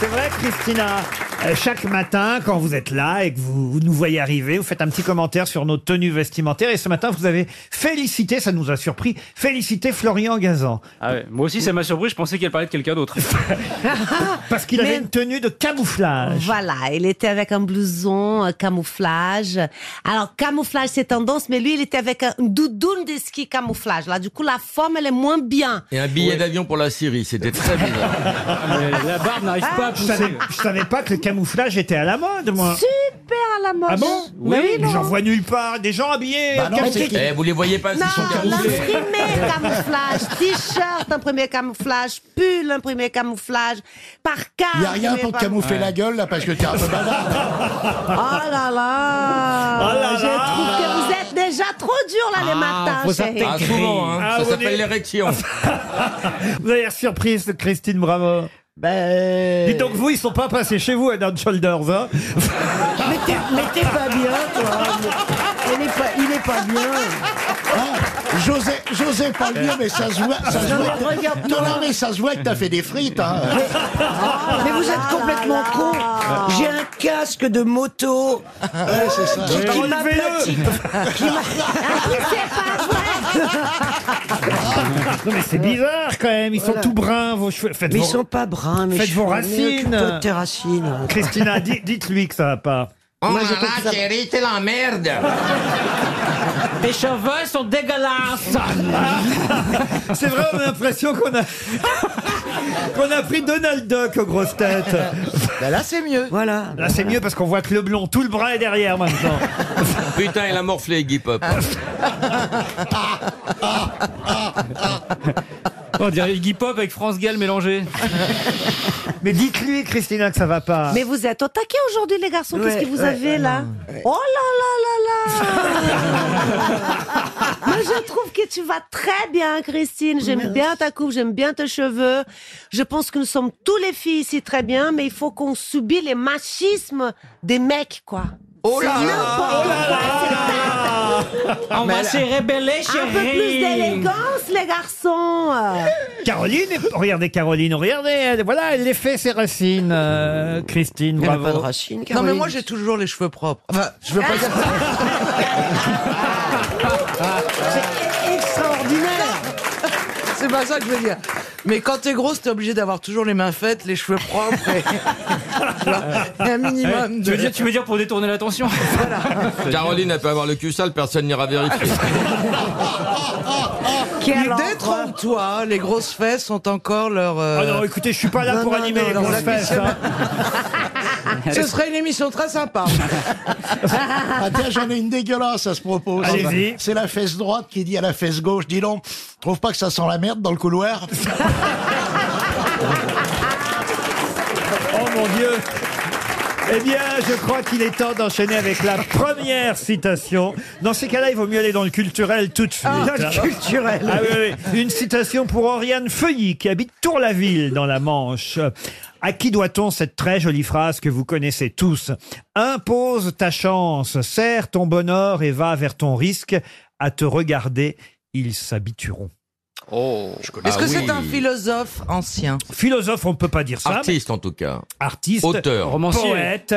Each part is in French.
C'est vrai, Christina, euh, chaque matin, quand vous êtes là et que vous, vous nous voyez arriver, vous faites un petit commentaire sur nos tenues vestimentaires. Et ce matin, vous avez félicité, ça nous a surpris, félicité Florian Gazan. Ah ouais, Moi aussi, ça m'a surpris. Je pensais qu'elle parlait de quelqu'un d'autre. Parce qu'il avait Mais- une tenue de camouflage. Voilà, il était avec un blouson euh, camouflage. Alors, camouflage, c'est tendance, mais lui, il était avec un doudoune de ski camouflage. Là, du coup, la forme, elle est moins bien. Et un billet d'avion pour la Syrie, c'était très bizarre. Mais la barbe n'arrive pas à Je savais, pousser. je savais pas que le camouflage était à la mode, moi. Super à la mode. Ah bon Mais oui, mais non. j'en vois nulle part. Des gens habillés. Bah non, comme- c'est- eh, vous les voyez pas, ils sont Non, camouflés. l'imprimé camouflage, t-shirt imprimé camouflage, pull imprimé camouflage, par carte. Il n'y a rien pour te camoufler la gueule, là, parce que t'es un peu bavard. Oh là là, Oh là Je là. trouve que vous êtes déjà trop dur là les matins. faut chérie. s'attaquer. Ah, souvent, hein. Ah, ça vous s'appelle dites- l'érection. Vous avez l'air surprise de Christine Bravo. Ben, Dites donc, vous, ils sont pas passés chez vous, Head and Shoulders. hein. mais t'es, mais t'es pas bien, toi. Il est pas, Bah, il est pas bien. Hein José, José, pas le dire, mais ça se voit. Ça se Non, voit mais regarde, que... Non, non, mais ça se voit que t'as fait des frites. Hein. Ah, Mais vous êtes complètement con. Ah. J'ai un casque de moto Ouais, c'est ça. qui, qui m'aplatit. Oh Non, mais c'est bizarre quand même. Ils sont tout bruns, vos cheveux. Faites Mais vos- ils sont pas bruns, mes Faites vos cheveux. racines. Mais occupe-toi de tes racines. Christina, di- dites-lui que ça va pas. Oh Moi, là j'ai là, fait ça. chérie, t'es la merde. Tes cheveux sont dégueulasses. C'est vrai, on a l'impression qu'on a... qu'on a pris Donald Duck aux grosses têtes. Bah, là, c'est mieux. Voilà. Là, c'est mieux parce qu'on voit que le blond, tout le bras est derrière maintenant. Putain, il a morflé Iggy Pop. Oh, On dirait Iggy Pop avec France Gall mélangé. Mais dites-lui, Christina, que ça va pas. Mais vous êtes au taquet aujourd'hui, les garçons. Qu'est-ce Ouais, que vous ouais, avez là Oh là là là là Mais je trouve que tu vas très bien, Christine. J'aime bien ta coupe, j'aime bien tes cheveux. Je pense que nous sommes tous les filles ici très bien, mais il faut qu'on subit les machismes des mecs, quoi. Oh là C'est là. n'importe quoi, On va se rébeller, c'est- Un peu plus d'élégance, les garçons. Caroline, est- regardez Caroline, regardez, elle, voilà, elle les fait ses racines, euh, Christine, Elle n'a pas de bravo. racines, Non, mais Caroline. moi j'ai toujours les cheveux propres. Enfin, je veux pas dire ça. C'est extraordinaire. C'est pas ça que je veux dire. Mais quand t'es grosse, t'es obligé d'avoir toujours les mains faites, les cheveux propres et. Voilà. Et un Eh, minimum Tu veux, de. dire, tu veux dire pour détourner l'attention Caroline, elle peut avoir le cul sale, personne n'ira vérifier. Oh, Mais Détrompe-toi, hein. les grosses fesses sont encore leur. euh, Ah non, écoutez, je suis pas là Non, pour non, animer non, les non, la grosses fesses. hein. Ce serait une émission très sympa. Ah, tiens, j'en ai une dégueulasse à ce propos. Allez-y. C'est la fesse droite qui dit à la fesse gauche Dis donc, trouve pas que ça sent la merde dans le couloir Oh mon Dieu eh bien, je crois qu'il est temps d'enchaîner avec la première citation. Dans ces cas-là, il vaut mieux aller dans le culturel tout de suite. Ah, hein. culturel. Ah oui, oui. Une citation pour Oriane Feuilly, qui habite Tour-la-Ville, dans la Manche. À qui doit-on cette très jolie phrase que vous connaissez tous Impose ta chance, serre ton bonheur et va vers ton risque. À te regarder, ils s'habitueront. Oh. je connais- Est-ce que Ah c'est oui. un philosophe ancien Philosophe, on ne peut pas dire ça. mais Artiste en tout cas. Artiste, Auteur. Romancier. poète.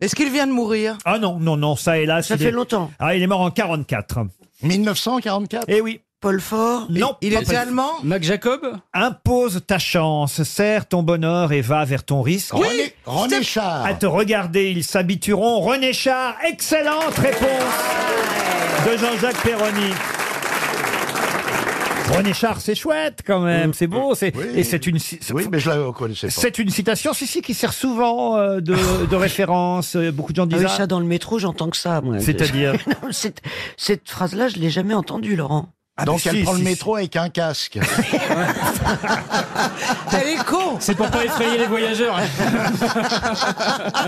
Est-ce qu'il vient de mourir Ah non, non, non, ça hélas. Ça il fait est- longtemps. Ah, il est mort en 44. 1944. Eh oui. Paul Fort Non. Il était allemand Mac Jacob Impose ta chance, serre ton bonheur et va vers ton risque. René, René Char. À te regarder, ils s'habitueront. René Char, excellente réponse de Jean-Jacques Perroni. René Char, c'est chouette quand Mm. même, c'est beau, c'est Oui. et c'est une ci- Oui, mais je la connaissais pas. c'est une citation, si si, qui sert souvent euh, de, de référence. euh, Beaucoup de gens Ah disent oui, ah. ça dans le métro, j'entends que ça. moi. C'est-à-dire Non, cette, cette phrase-là, je l'ai jamais entendue, Laurent. Ah, Donc mais elle si, prend si, le si. métro avec un casque. Elle est con C'est pour pas effrayer les voyageurs.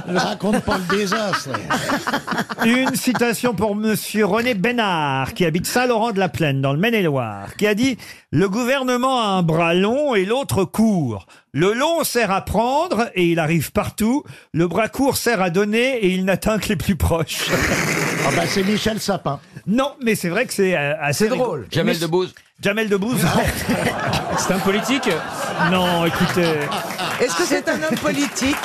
Elle raconte pas le désastre. Une citation pour Monsieur René Bénard, qui habite Saint-Laurent-de-la-Plaine, dans le Maine-et-Loire, qui a dit « Le gouvernement a un bras long et l'autre court. Le long sert à prendre et il arrive partout. Le bras court sert à donner et il n'atteint que les plus proches. Ah bah c'est Michel Sapin. » Non, mais c'est vrai que c'est euh, assez C'est drôle. rigolo. Jamel Debbouze. Jamel Debbouze. C'est un politique Non, écoutez, Est-ce que c'est un homme politique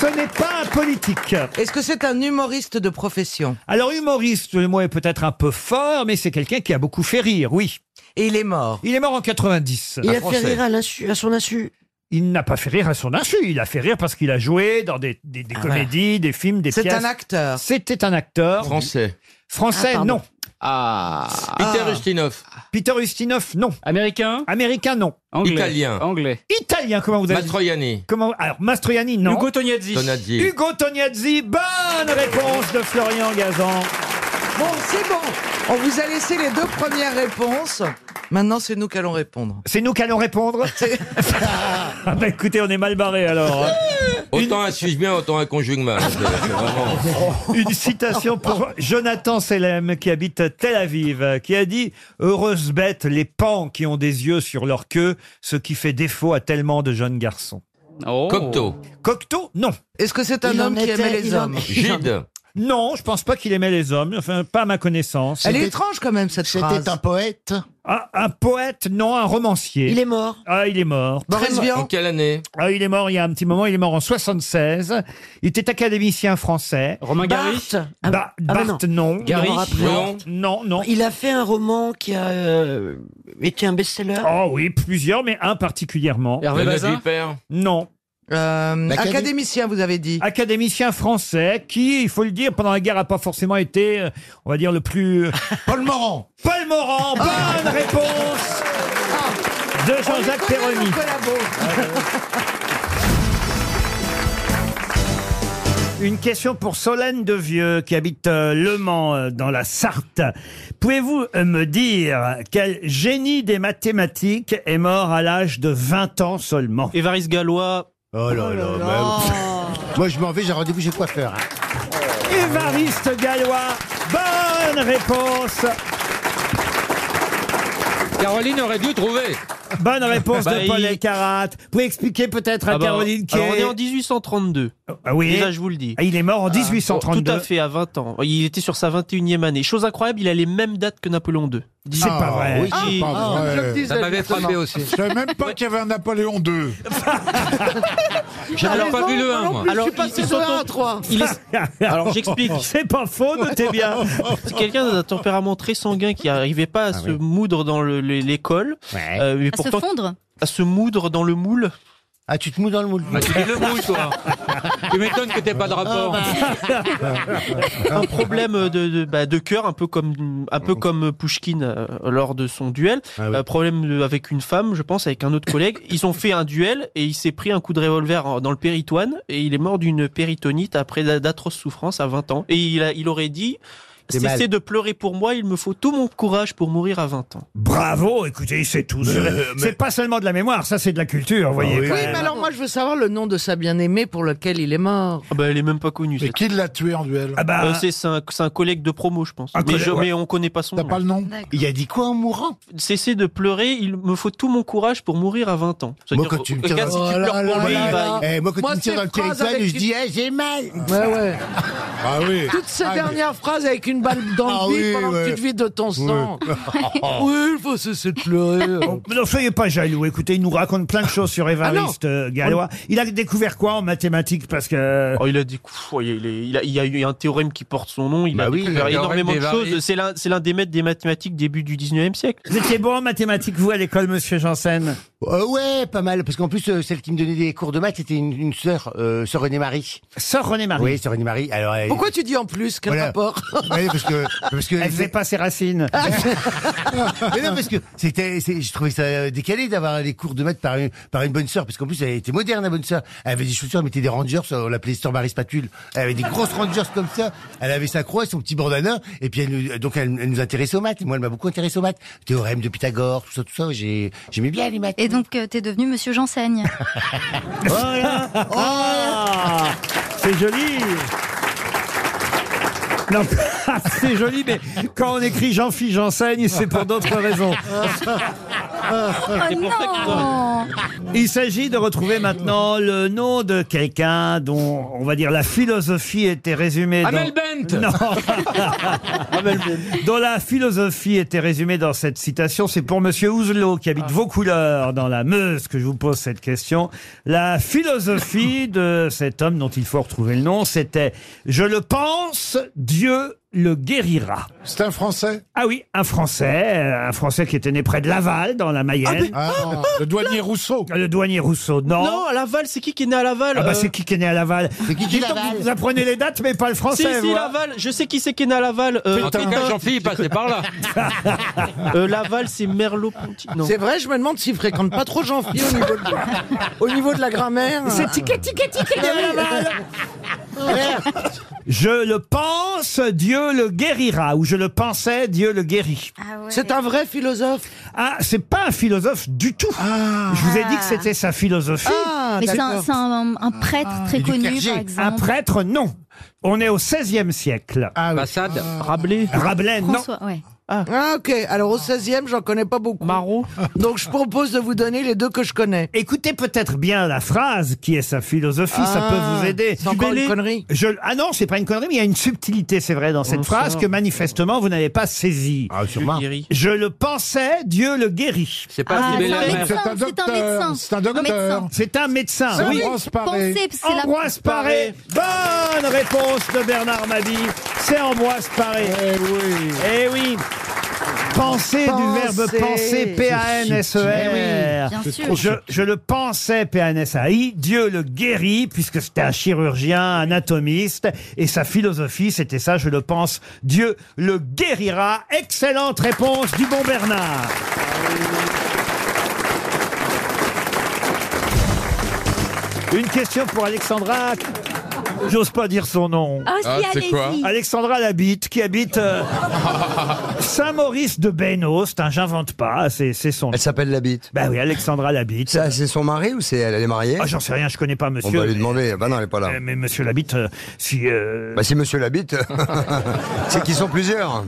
ce n'est pas un politique. Est-ce que c'est un humoriste de profession Alors humoriste, le mot est peut-être un peu fort, mais c'est quelqu'un qui a beaucoup fait rire, oui. Et il est mort. Il est mort en 90. Il a fait Français. rire à, l'insu- à son insu. Il n'a pas fait rire à son insu, il a fait rire parce qu'il a joué dans des, des- des comédies, des films, des Ah, C'est pièces. un acteur. C'était un acteur. Français. Français, Ah, pardon. non. Ah. Peter Ustinov. Peter Ustinov, non. Américain Américain, non. Anglais. Italien. Anglais. Italien, comment vous avez dit Matroianni. Comment Alors, Mastroianni, non. Hugo Tognazzi. Tonazzi. Hugo Tognazzi, bonne réponse de Florian Gazan. Bon, c'est bon. On vous a laissé les deux premières réponses. Maintenant, c'est nous qui allons répondre. C'est nous qui allons répondre Ah bah écoutez, on est mal barré alors. hein. Autant un Suisse bien, autant un conjugue mal. C'est- c'est vraiment- Une citation pour Jonathan Selem qui habite Tel Aviv, qui a dit Heureuse bête, les pans qui ont des yeux sur leur queue, ce qui fait défaut à tellement de jeunes garçons. Oh. Cocteau. Cocteau, non. Est-ce que c'est un Il en homme qui était- aimait les il en- hommes Gide. Non, je pense pas qu'il aimait les hommes, enfin pas à ma connaissance. Elle est C'était- étrange quand même cette phrase. C'était un poète. Ah, un poète, non, un romancier. Il est mort. Ah, il est mort. Boris En Vian. quelle année Ah, il est mort il y a un petit moment, il est mort en 76. Il était académicien français. Romain Gary. Barthes. Ah, Ba- ah bah Barthes, non. non. Il est Gary. mort après. Non. Non, non. Il a fait un roman qui a euh, été un best-seller. Oh oui, plusieurs, mais un particulièrement. Hervé Le Bazin. du père. Non. Euh, L'académie- académicien, vous avez dit. Académicien français qui, il faut le dire, pendant la guerre n'a pas forcément été, euh, on va dire, le plus... Paul Morand. Paul Morand, Ah. bonne réponse de Jean-Jacques Perroni. Une question pour Solène Devieux qui habite euh, Le Mans euh, dans la Sarthe. Pouvez-vous euh, me dire quel génie des mathématiques est mort à l'âge de 20 ans seulement Évariste Gallois. Oh là là, Oh. bah, Moi, je m'en vais, j'ai rendez-vous chez le coiffeur. hein. Évariste Gallois, bonne réponse Caroline aurait dû trouver. Bonne réponse Bah, de Paul il- Elkarat. Vous pouvez expliquer peut-être à Ah bah, Caroline qui alors, on est en 1832. Oui, Déjà, je vous le dis. Ah, il est mort en Tout à 1832. fait, à 20 ans. Il était sur sa 21e année. Chose incroyable, il a les mêmes dates que Napoléon Ah, II. C'est pas Ah, vrai. Ah, Oui, c'est pas vrai. Ça m'avait frappé aussi. Je savais même pas qu'il y avait un Napoléon II. J'avais pas vu le 1, moi. Alors, il, il s'auto- il Ah, est- Alors, j'explique. Ah, C'est pas faux, notez bien. C'est quelqu'un d'un tempérament très sanguin qui n'arrivait pas Ah à se moudre dans le- le- l'école. euh, mais À pourtant, se fondre à se moudre dans le moule. Ah, tu te mous dans le moule. Ah, tu dis le mouille, toi. Tu m'étonnes que t'aies pas de rapport. Ah, bah. un problème de, de, bah, de cœur, un peu comme, un peu comme Pushkin euh, lors de son duel. Ah oui. Euh, problème de- avec une femme, je pense, avec un autre collègue. Ils ont fait un duel et il s'est pris un coup de revolver en- dans le péritoine et il est mort d'une péritonite après d'a- d'atroces souffrances à 20 ans. Et il, a, il aurait dit. Des mal. Cessez de pleurer pour moi, il me faut tout mon courage pour mourir à 20 ans. Bravo, écoutez, c'est tout. C'est pas seulement de la mémoire, ça c'est de la culture, vous voyez. oui. quand Oui, même. mais alors moi je veux savoir le nom de sa bien-aimée pour lequel il est mort. Ah bah, elle est même pas connue. Mais cette- qui l'a tué en duel Ah bah, Euh, c'est c'est un, c'est un collègue de promo, je pense. Un mais, collègue, je- ouais. mais on connaît pas son T'as nom. pas le nom D'accord. Il a dit quoi en mourant Cessez de pleurer, il me faut tout mon courage pour mourir à 20 ans. Moi, C'est-à-dire, quand tu me au- au tires cas, dans- si tu Oh là pleures pour là lui, là il va- là. Eh, moi, quand Moi, tu me tires ces dans le phrases péritoine, avec je dis, Eh, j'ai mal. Ouais, ouais. Ah oui. Toutes ces Ah, mais- dernières phrases avec une balle dans Ah le bide oui, pendant ouais. que tu te vides de ton sang. oui, il faut cesser de pleurer. Ah. Oh, Mais Non, soyez pas jaloux. Écoutez, il nous raconte plein de choses Ah sur Évariste euh, Galois. Il a découvert quoi en mathématiques Parce que euh, Oh, il a dit, pff, ouais, il, est- il a, il y a eu un théorème qui porte son nom, il Bah a oui, découvert le théorème énormément de des choses. variés. C'est l'un c'est l'un des maîtres des mathématiques début du 19e siècle. vous étiez bon en mathématiques, vous, à l'école, monsieur Janssen Euh, ouais, pas mal. Parce qu'en plus, euh, celle qui me donnait des cours de maths, c'était une, une sœur, euh, sœur René-Marie. Sœur René-Marie. Oui, sœur René-Marie. Alors, elle- Pourquoi tu dis en plus Quel Voilà. rapport Ouais, parce que, parce que, Elle faisait pas ses racines. Mais non, parce que c'était, c'est- je trouvais ça euh, décalé d'avoir les cours de maths par une, par une bonne sœur, parce qu'en plus elle était moderne, la bonne sœur. Elle avait des chaussures, elle mettait des rangers, euh, on l'appelait Sœur Marie Spatule. Elle avait des grosses rangers comme ça. Elle avait sa croix, son petit bandana, et puis elle nous, euh, donc elle, elle nous intéressait aux maths. Et moi, elle m'a beaucoup intéressé aux maths. Théorème de Pythagore, tout ça, tout ça. J'ai, j'aimais bien les maths. Et donc, euh, t'es devenu Monsieur J'enseigne. Oh Ah, c'est joli. Non, c'est joli, mais quand on écrit Jean-Philippe J'enseigne, c'est pour d'autres raisons. oh non non. Il s'agit de retrouver maintenant le nom de quelqu'un dont, on va dire, la philosophie était résumée dans... Amel Bent Non. dont la philosophie était résumée dans cette citation. C'est pour Monsieur Ouzelot, qui habite Vaucouleurs, dans la Meuse, que je vous pose cette question. La philosophie de cet homme dont il faut retrouver le nom, c'était « Je le pense, Dieu le guérira ». C'est un Français Ah oui, un Français, euh, un Français qui était né près de Laval, dans la Mayenne. Ah, Le douanier Rousseau le douanier Rousseau, non. Non, à Laval, c'est qui qui est né à Laval Ah bah euh, c'est qui qui est né à Laval C'est qui qui est Laval Vous apprenez les dates mais pas le Si, si, français. vous, hein. Laval, je sais qui c'est qui est né à Laval. euh, En tout cas, Pétain. Jean-Philippe passait par là. Euh, Laval, c'est Merleau-Ponty. Non. C'est vrai, je me demande s'il fréquente pas trop jean philippe au, niveau de- au niveau de la grammaire. C'est ticket ticket ticket né à Laval. Je le pense, Dieu le guérira ou je le pensais, Dieu le guérit. Ah ouais. C'est un vrai philosophe. Ah, c'est pas un philosophe du tout. Je vous ai dit que c'était sa philosophie. Ah, Mais c'est un, d'accord. c'est un- un prêtre Ah. très Et du connu, clergé. par Un exemple. prêtre, non. On est au XVIe siècle. Ah oui. Passade. Rabelais. Rabelais, non. François, ouais. Ah, ok. Alors, au 16e, j'en connais pas beaucoup. Marot. Donc, je propose de vous donner les deux que je connais. Écoutez peut-être bien la phrase qui est sa philosophie, ça peut vous aider. C'est encore Bellé- une connerie. Je- ah non, c'est pas une connerie, mais il y a une subtilité, c'est vrai, dans cette On phrase sort. que manifestement vous n'avez pas saisie. Ah, sûrement. Guéri. Je le pensais, Dieu le guérit. C'est pas Ah, si c'est belle un la mer. C'est un médecin, c'est un docteur, médecin. c'est un docteur. médecin. C'est un médecin. C'est Oui. vrai. Ambroise Paré. Pensez, c'est la- Ambroise Paré. Bonne réponse de Bernard Mabille. C'est Ambroise Paré. Eh oui Eh oui. Penser du Penser. verbe penser, P-A-N-S-E-R. Bien C'est sûr. trop Je, E je le pensais, PNSAI, E Dieu le guérit, puisque c'était un chirurgien, anatomiste, et sa philosophie, c'était ça, je le pense, Dieu le guérira. Excellente réponse du bon Bernard. Une question pour Alexandra. J'ose pas dire son nom. Ah, si, Ah, c'est allez-y. quoi Alexandra Labitte, qui habite euh, Saint-Maurice de Bénost, hein, j'invente pas, c'est c'est son nom. Elle s'appelle la bite. Ben oui, Alexandra Labitte. Ça, C'est son mari ou c'est elle Elle est mariée Ah, j'en sais rien, je connais pas monsieur. On va lui mais- demander. Bah non, elle est pas là. euh, mais monsieur Labitte, euh, si. euh, Bah si monsieur l'habite, c'est qu'ils sont plusieurs.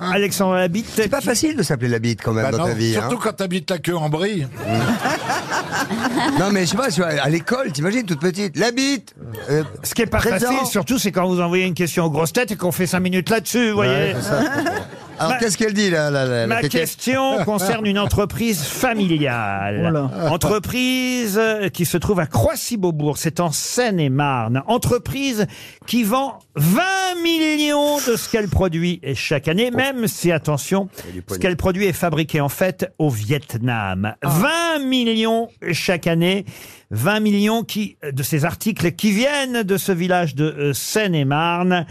Alexandre Labitte. C'est pas facile de s'appeler l'habite quand même Bah Ah, dans ta non, vie. hein. Surtout quand t'habites la queue en brie. Non mais je sais pas, tu vois, à l'école, t'imagines toute petite, l'habite Euh, Ce qui est pas Présent. facile, surtout, c'est quand vous envoyez une question aux grosses têtes et qu'on fait cinq minutes là-dessus, vous voyez. Bah, Alors Ma- qu'est-ce qu'elle dit là, la, la, la Ma quéquette question concerne une entreprise familiale. Entreprise euh, qui se trouve à Croissy-Beaubourg, c'est en Seine-et-Marne. Entreprise qui vend 20 millions de ce qu'elle produit chaque Oh. année, même si, attention, ce qu'elle produit est fabriqué en fait au Vietnam. 20 millions chaque année. 20 millions qui, euh, de ces articles qui viennent de ce village de euh, Seine-et-Marne,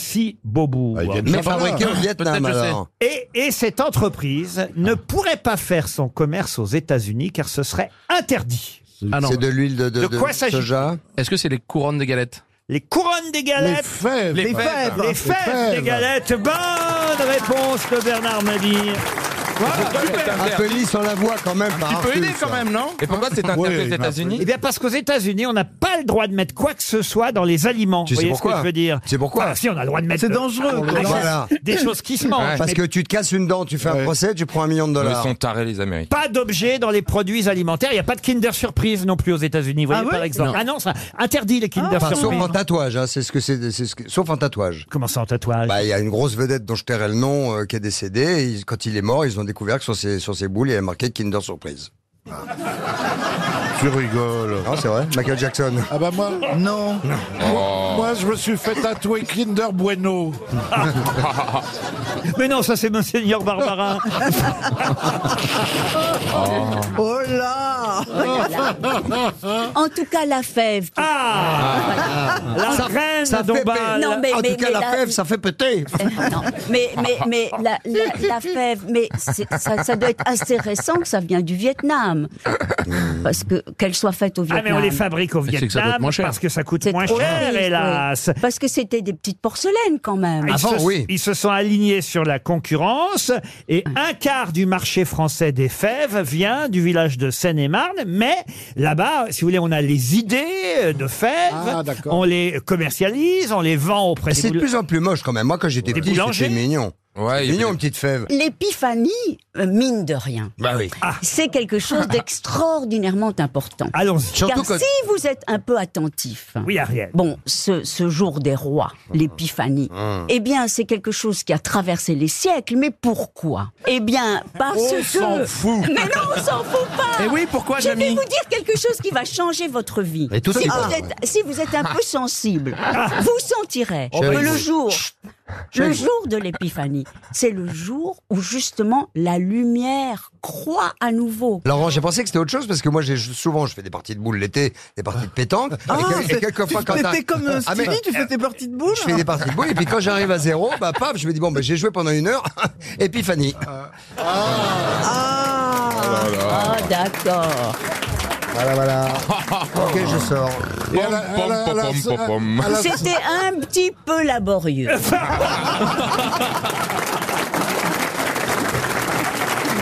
Croissy-Beaubourg. Mais fabriquée au Vietnam Peut-être je sais. alors. Et, et cette entreprise ne pourrait pas faire son commerce aux États-Unis car ce serait interdit. Ah C'est de l'huile de, de, De quoi s'agit-il soja. Est-ce que c'est les couronnes de galettes Les couronnes des Les galettes, fèves Les fèves. les, fèves, des galettes. Bonne réponse de Bernard Mabille. Un peu lisse, on la voit quand même. Tu peux aider quand même, non Et pourquoi c'est Oui, interdit aux bah, il m'a Eh États-Unis bien parce qu'aux États-Unis, on n'a pas le droit de mettre quoi que ce soit dans les aliments. Tu Vous sais voyez ce pourquoi que je veux dire Tu sais pourquoi Ah, Si on a le droit de mettre. C'est euh, dangereux. des choses- Voilà. Des choses qui se mangent. Parce mais que tu te casses une dent, tu fais un Ouais. procès, tu prends un million de Ils dollars. sont tarés les Américains. Pas d'objets dans les produits alimentaires. Il n'y a pas de Kinder Surprise non plus aux États-Unis. Vous voyez ouais par exemple. Ah non, ça interdit les Kinder Enfin, sauf Surprise. en tatouage, hein, c'est ce que c'est, c'est ce que- sauf en tatouage. Comment ça en tatouage Bah, il y a une grosse vedette dont je tairai le nom euh, qui est décédée. et ils- quand il est mort, ils ont découvert que sur ses, sur ses boules, il y avait marqué Kinder Surprise. Tu rigoles. Non, c'est vrai, Michael Jackson. Ah bah moi, Non. moi je me suis fait tatouer Kinder Bueno. Mais non, ça c'est Monseigneur Barbarin. Oh là En tout cas, la fève. Ah La reine d'Ombal. Non, mais- en mais- tout cas, mais euh, la là- fève, ça fait péter. Non, mais mais mais la, la, la fève, mais c'est- ça, ça doit être assez récent que ça vient du Vietnam, parce que qu'elle soit faite au Ah Vietnam. mais on les fabrique au que ça doit Vietnam être moins cher. parce que ça coûte C'est moins trop cher, triste, oui. hélas. Ah, Parce que c'était des petites porcelaines quand même. Ils, Avant, se, Ah oui. ils se sont alignés sur la concurrence et un quart du marché français des fèves vient du village de Seine-et-Marne. Mais là-bas, si vous voulez, on a les idées euh, de fèves, Ah, d'accord. on les commercialise, on les vend auprès des C'est de boul- plus en plus moche quand même. Moi, quand j'étais Des petit, boulangers c'était mignon. Ouais, mignon, une petite fève. L'épiphanie, euh, mine de rien, Bah oui. Ah. c'est quelque chose d'extraordinairement important. Allons-y. Car Surtout quand- si vous êtes un peu attentif, Oui, Ariel. bon, ce, ce jour des rois, l'épiphanie, Hein. Mmh. eh bien, c'est quelque chose qui a traversé les siècles. Mais pourquoi Eh bien, parce On que... s'en fout. Mais non, on s'en fout pas Eh oui, pourquoi, Je vais Jamy vous dire quelque chose qui va changer votre vie. Et tout si, est vous bon. êtes, si vous êtes un peu sensible, vous sentirez Oh, que bah, le oui. jour... Le Chez vous. jour de l'épiphanie, c'est le jour où justement la lumière croît à nouveau. Laurent, j'ai pensé que c'était autre chose parce que moi, j'ai souvent, je fais des parties de boules l'été, des parties de pétanque. Ah, et, c'est- quelquefois, tu quand t'étais t'as- Ah, comme, euh, mais- Stevie, tu fais tes parties de boules, Je fais hein. des parties de boules et puis quand j'arrive à zéro, bah paf, je me dis bon, bah, j'ai joué pendant une heure. Épiphanie. Ah, d'accord. Voilà, voilà. ok, je sors. Et à la- à la- à la- à la- C'était un petit peu laborieux.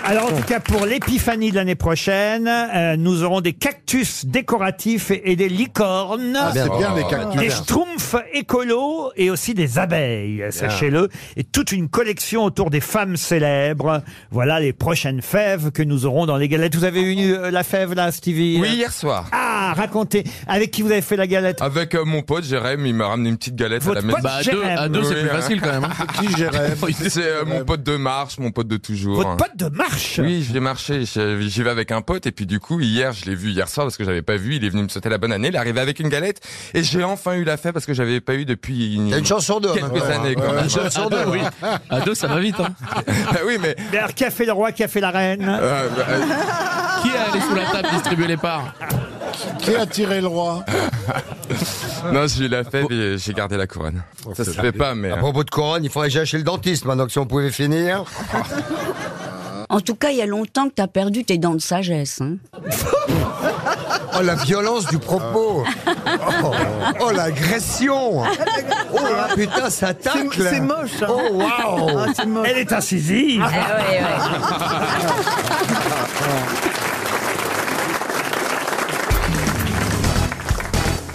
Alors, en tout cas, pour l'épiphanie de l'année prochaine, euh, nous aurons des cactus décoratifs et, et des licornes. Ah, c'est bien, les Oh. cactus. Des Bien. schtroumpfs écolos et aussi des abeilles, sachez-le. Et toute une collection autour des femmes célèbres. Voilà les prochaines fèves que nous aurons dans les galettes. Vous avez eu euh, la fève, là, Stevie Oui, hier soir. Ah, racontez. Avec qui vous avez fait la galette Avec euh, mon pote Jérém, il m'a ramené une petite galette à la Votre maison. pote Bah, à deux- Jérém. à deux, c'est plus hein. facile, quand même, hein. C'est qui, Jérém C'est euh, mon pote de marche, mon pote de toujours. Votre pote de marche Oui, j'ai marché, j'ai- j'y vais avec un pote et puis du coup hier, je l'ai vu hier soir parce que j'avais pas vu, il est venu me sauter la bonne année, il est arrivé avec une galette et j'ai enfin eu la fête parce que j'avais pas eu depuis une, une chance sur deux, hein, quelques maintenant, années hein. quand Ouais, même. une chance sur deux, oui. À deux, ça va vite. hein. Ah oui, mais Mais alors, qui a fait le roi, qui a fait la reine Euh. Qui est allé sous la table distribuer les parts Qui a tiré le roi non, j'ai eu la fève et j'ai gardé la couronne. Ça se fait pas, mais. hein. À propos de couronne, il faudrait que j'aille chez le dentiste maintenant, que si on pouvait finir. En tout cas, il y a longtemps que tu as perdu tes dents de sagesse. hein. Oh, la violence du propos. Oh, oh, l'agression. Oh là, Ah. putain, ça tacle. C'est- c'est moche, hein. Oh, waouh. Ah, c'est moche. Elle est incisive. Ah,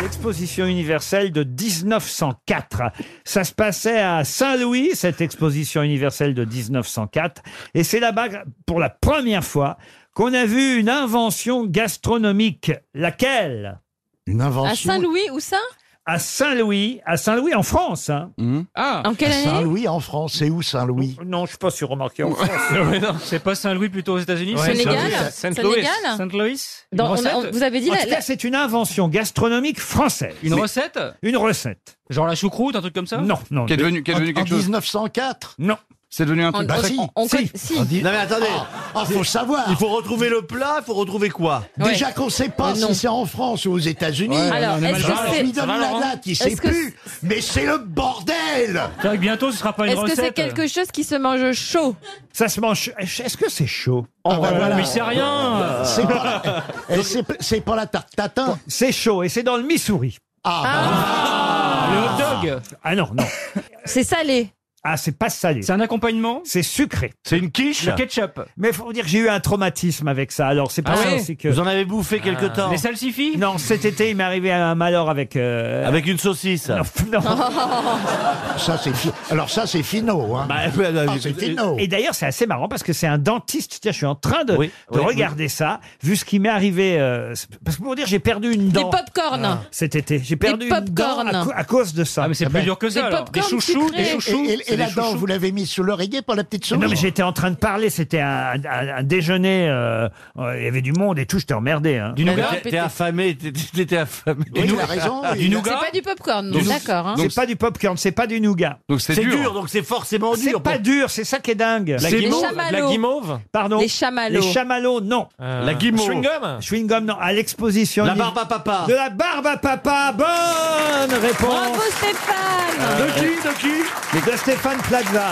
Exposition universelle de 1904. Ça se passait à Saint-Louis, cette exposition universelle de 1904. Et c'est là-bas, pour la première fois, qu'on a vu une invention gastronomique. Laquelle Une À Saint-Louis, où ça À Saint-Louis, à Saint-Louis en France. hein. Ah. En quelle année Hmm. Saint-Louis en France, c'est où Saint-Louis Non, je suis pas sûr remarqué en France. C'est pas Saint-Louis plutôt aux États-Unis Ouais, c'est Sénégal Saint-Louis. Sénégal Saint-Louis Dans- Une on a- recette vous avez dit en la- tout cas, la- c'est une invention gastronomique française. Une Mais- recette Une recette. Genre la choucroute, un truc comme ça Non, non. Qui est devenu- qui est devenu En 1904 Non. C'est devenu un truc Bah très- si. on- on conna- si. Non mais attendez. Ah, faut savoir. Il faut retrouver le plat, il faut retrouver quoi Déjà qu'on ne sait pas si c'est en France ou aux États-Unis. Euh, Ouais, Alors, on est est-ce mal barré. que Ça va, Laurent la date, il sait Est-ce que plus. Mais c'est le bordel C'est vrai que bientôt, ce sera pas une Est-ce que recette. c'est quelque chose qui se mange chaud euh. Ça se mange. Est-ce que c'est chaud Ah bah là là, voilà. mais c'est rien. C'est pas, et c'est pas- c'est pas la tarte tatin. C'est chaud et c'est dans le Missouri. Ah. Ah. Le hot dog Ah non, non. C'est salé. Ah, c'est pas salé. C'est un accompagnement C'est sucré. C'est une quiche Le ketchup Mais faut dire que j'ai eu un traumatisme avec ça. Alors, c'est pas Ah ça ouais aussi que. Vous en avez bouffé quelque temps Les salsifis Non, cet été, il m'est arrivé un malheur avec. euh, Avec une saucisse. Non. Ça, c'est fi- Alors ça, c'est finot. Hein. Bah, bah, bah, Ah, c'est finot. Et d'ailleurs, c'est assez marrant parce que c'est un dentiste. Tiens, je suis en train de, Oui, de oui, regarder ça, vu ce qui m'est arrivé. euh, c'est- parce que pour dire, j'ai perdu une Des dent euh, pop-corn. cet été. J'ai perdu une dent pop-corn. à, cau- à cause de ça. Ah, mais c'est plus dur que ça Des alors. Des pop-corn chouchous, sucrés. des chouchous. Eh ben, Et, et, C'est et des la dent, chouchous. vous l'avez mise sous l'oreiller par la petite souris Non, mais j'étais en train de parler. C'était un, un- un déjeuner. euh, euh, il y avait du monde et tout. J'étais emmerdé. hein. Du nougat Pété. T'es affamé, t'es- t'étais affamé. Oui, il a raison. oui. Du C'est nougat pas du popcorn, Du- d'accord. hein. C'est pas du popcorn, c'est pas du nougat. Donc C'est dur. donc Ah, c'est forcément Ah, C'est dur. pas dur, c'est ça qui est dingue. La Les guimauve, la chamallows. guimauve, Ah. Pardon. Les chamallows. Les chamallows, non. la guimauve, Chewing-gum Chewing-gum, non. À l'exposition. la il- barbe à papa. De la barbe à papa. Bonne Bravo réponse Euh, Stéphane De qui, de qui de Stéphane Plaza.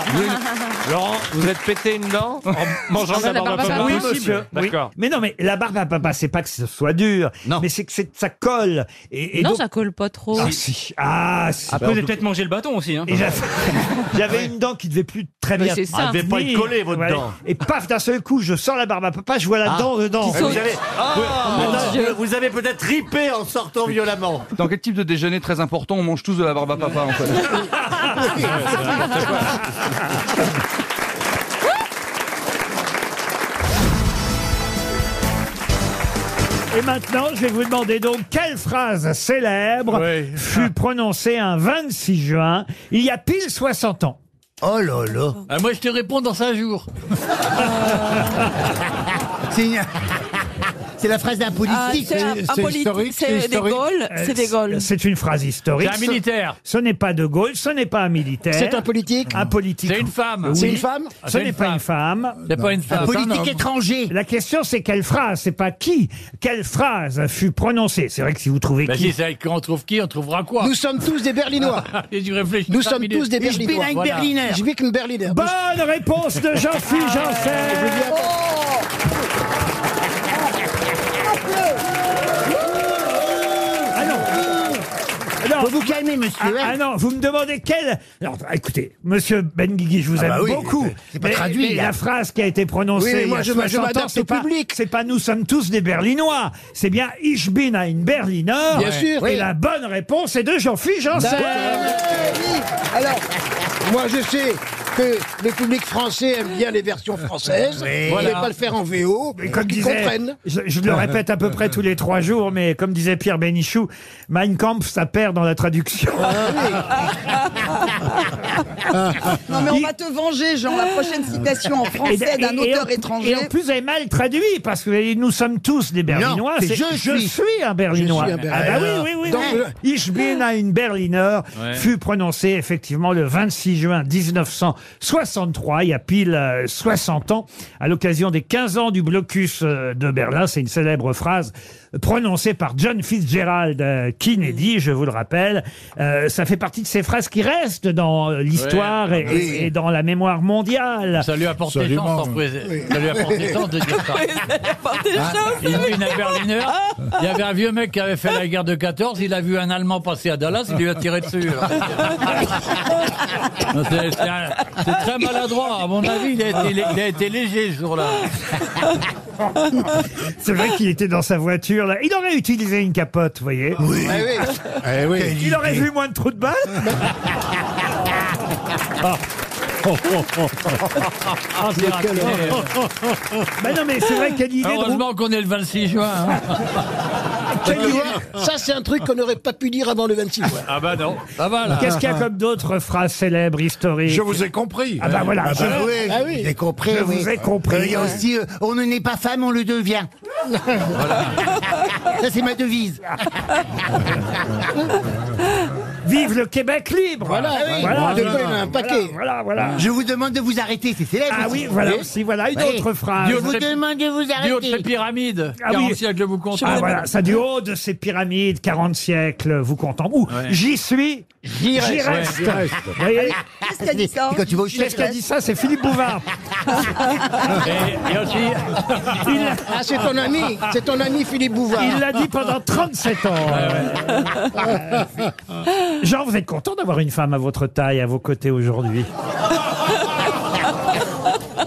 Laurent, vous êtes pété une dent en Ah, mangeant de la barbe à papa Oui, monsieur. Oui. D'accord. Mais non, mais la barbe à papa, c'est pas que ce soit dur. Non. Mais c'est que c'est- ça colle. Et, et Non, donc- ça colle pas trop. Ah, si. Ah, si. Après, vous avez peut-être mangé le bâton aussi. Hein. Et j'avais- J'avais une dent qui devait plus très Mais bien. c'est ça. Elle devait pas être tenir. collée, votre dent. Et paf, d'un seul coup, je sors la barbe à papa, je vois la Ah. dent dedans. Vous avez, Oh, Oh, Vous- vous avez peut-être ripé en sortant violemment. Dans quel type de déjeuner très important on mange tous de la barbe à papa en fait Et maintenant, je vais vous demander donc quelle phrase célèbre fut prononcée un 26 juin, il y a pile 60 ans. Oh là là Ah, moi, je te réponds dans 5 jours. Euh, C'est la phrase d'un politique. Ah, c'est un- un C'est politique, historique, c'est c'est des historique. Gaules, c'est des Gaules. Euh, C'est une phrase historique. C'est un militaire. Ce, ce n'est pas de Gaulle, ce n'est pas un militaire. C'est un politique Un politique. C'est une femme. Oui. C'est une femme Ah, Ce c'est n'est une pas femme. une femme. C'est pas une femme. Un politique étranger. La question, c'est quelle phrase, c'est pas qui. Quelle phrase fut prononcée C'est vrai que si vous trouvez Bah qui... si, c'est quand on trouve qui, on trouvera quoi Nous sommes tous des Berlinois. Et tu réfléchis Nous cinq sommes minutes. tous des Ich bin Berlinois, ein voilà. Berliner. Je Ich vais qu'une Berliner. Bonne réponse de Ah, Jean-Philippe Janssen Ah non. Faut vous calmer, monsieur. hein. Ah, ah non, vous me demandez quelle. Alors, écoutez, monsieur Benguigui, je vous Ah aime bah oui, beaucoup. mais c'est pas mais- traduit, mais là. la phrase qui a été Oui, prononcée mais il y moi, a je m- je 60 ans, m'adapte c'est au pas- C'est pas nous sommes tous des Berlinois. C'est bien Ich bin ein Berliner. Bien sûr. Et Oui. la bonne réponse est de Jean-Philippe Janssen. Alors, moi je sais que le public français aime bien les versions françaises. Oui. On ne Voilà. pas le faire en VO, Et pour comme qu'ils disait- comprennent. Je, je le répète à peu près tous les trois jours, mais comme disait Pierre Bénichou, Mein Kampf, ça perd dans la traduction. Ah, Non, mais on va te venger, Jean, la prochaine citation en français Et- d'un et- et auteur en- étranger. Et en plus, vous avez mal traduit, parce que nous sommes tous des Berlinois. c'est c'est je suis. un Berlinois. Je suis un Ah bah Berlinois. oui, oui, oui. Dans oui. Ich bin ein Berliner Ouais. fut prononcé effectivement le 26 juin 1963, il y a pile euh, 60 ans, à l'occasion des 15 ans du blocus euh, de Berlin. C'est une célèbre phrase prononcée par John Fitzgerald euh, Kennedy, je vous le rappelle. Euh, ça fait partie de ces phrases qui restent dans euh, l'histoire Ah Ouais. bah et- et- Oui. et dans la mémoire mondiale. Ça lui a porté Absolument. chance, en prison. Ça lui a porté chance de dire ça. Hein Il vit une à Berliner. Il y avait un vieux mec qui avait fait la guerre de 14. Il a vu un Allemand passer à Dallas. Il lui a tiré dessus. Non, C'est c'est un- c'est très maladroit. À mon avis, il a été, lé- il a été léger ce jour-là. C'est vrai qu'il était dans sa voiture. Là. Il aurait utilisé une capote, vous voyez. Eh Oui. Eh Il aurait vu moins de trous de balle. Ah, c'est raté. Bah non, mais c'est vrai qu'elle y est. Ah, Heureusement qu'on est le 26 juin. hein. Tu vois, ça c'est un truc qu'on n'aurait pas pu dire avant le 26. ouais. Ah bah non. Ça va là. Qu'est-ce qu'il y a comme d'autres phrases célèbres, historiques Je vous ai compris. Ah bah voilà. Ah bah Je- oui, Ah je vous ai compris, Je oui. vous ai compris. Euh, il y a aussi, euh, on ne naît pas femme, on le devient. Ça, c'est ma devise. Vive le Québec libre Voilà, oui. De quoi, il y en a un paquet. Voilà, voilà. Je vous demande de vous arrêter, c'est célèbre. Ah aussi. oui, voilà aussi, voilà une Oui. autre phrase. Je vous demande de vous Du haut arrêter. de ces pyramides. Ah 40 oui. siècles hein, vous comptez. Ah voilà, ça du haut de ces pyramides, 40 siècles, vous comptons. Ou j'y suis, j'y reste, ouais, reste. j'y reste. Vous voyez Qu'est-ce qu'elle dit ça Quand tu vas au Qu'est-ce qu'a dit ça C'est Philippe Bouvard. Et, et aussi. Il- Ah, c'est ton ami, c'est ton ami Philippe Bouvard. Il l'a dit pendant 37 ans. Jean, vous êtes content d'avoir une femme à votre taille, à vos côtés aujourd'hui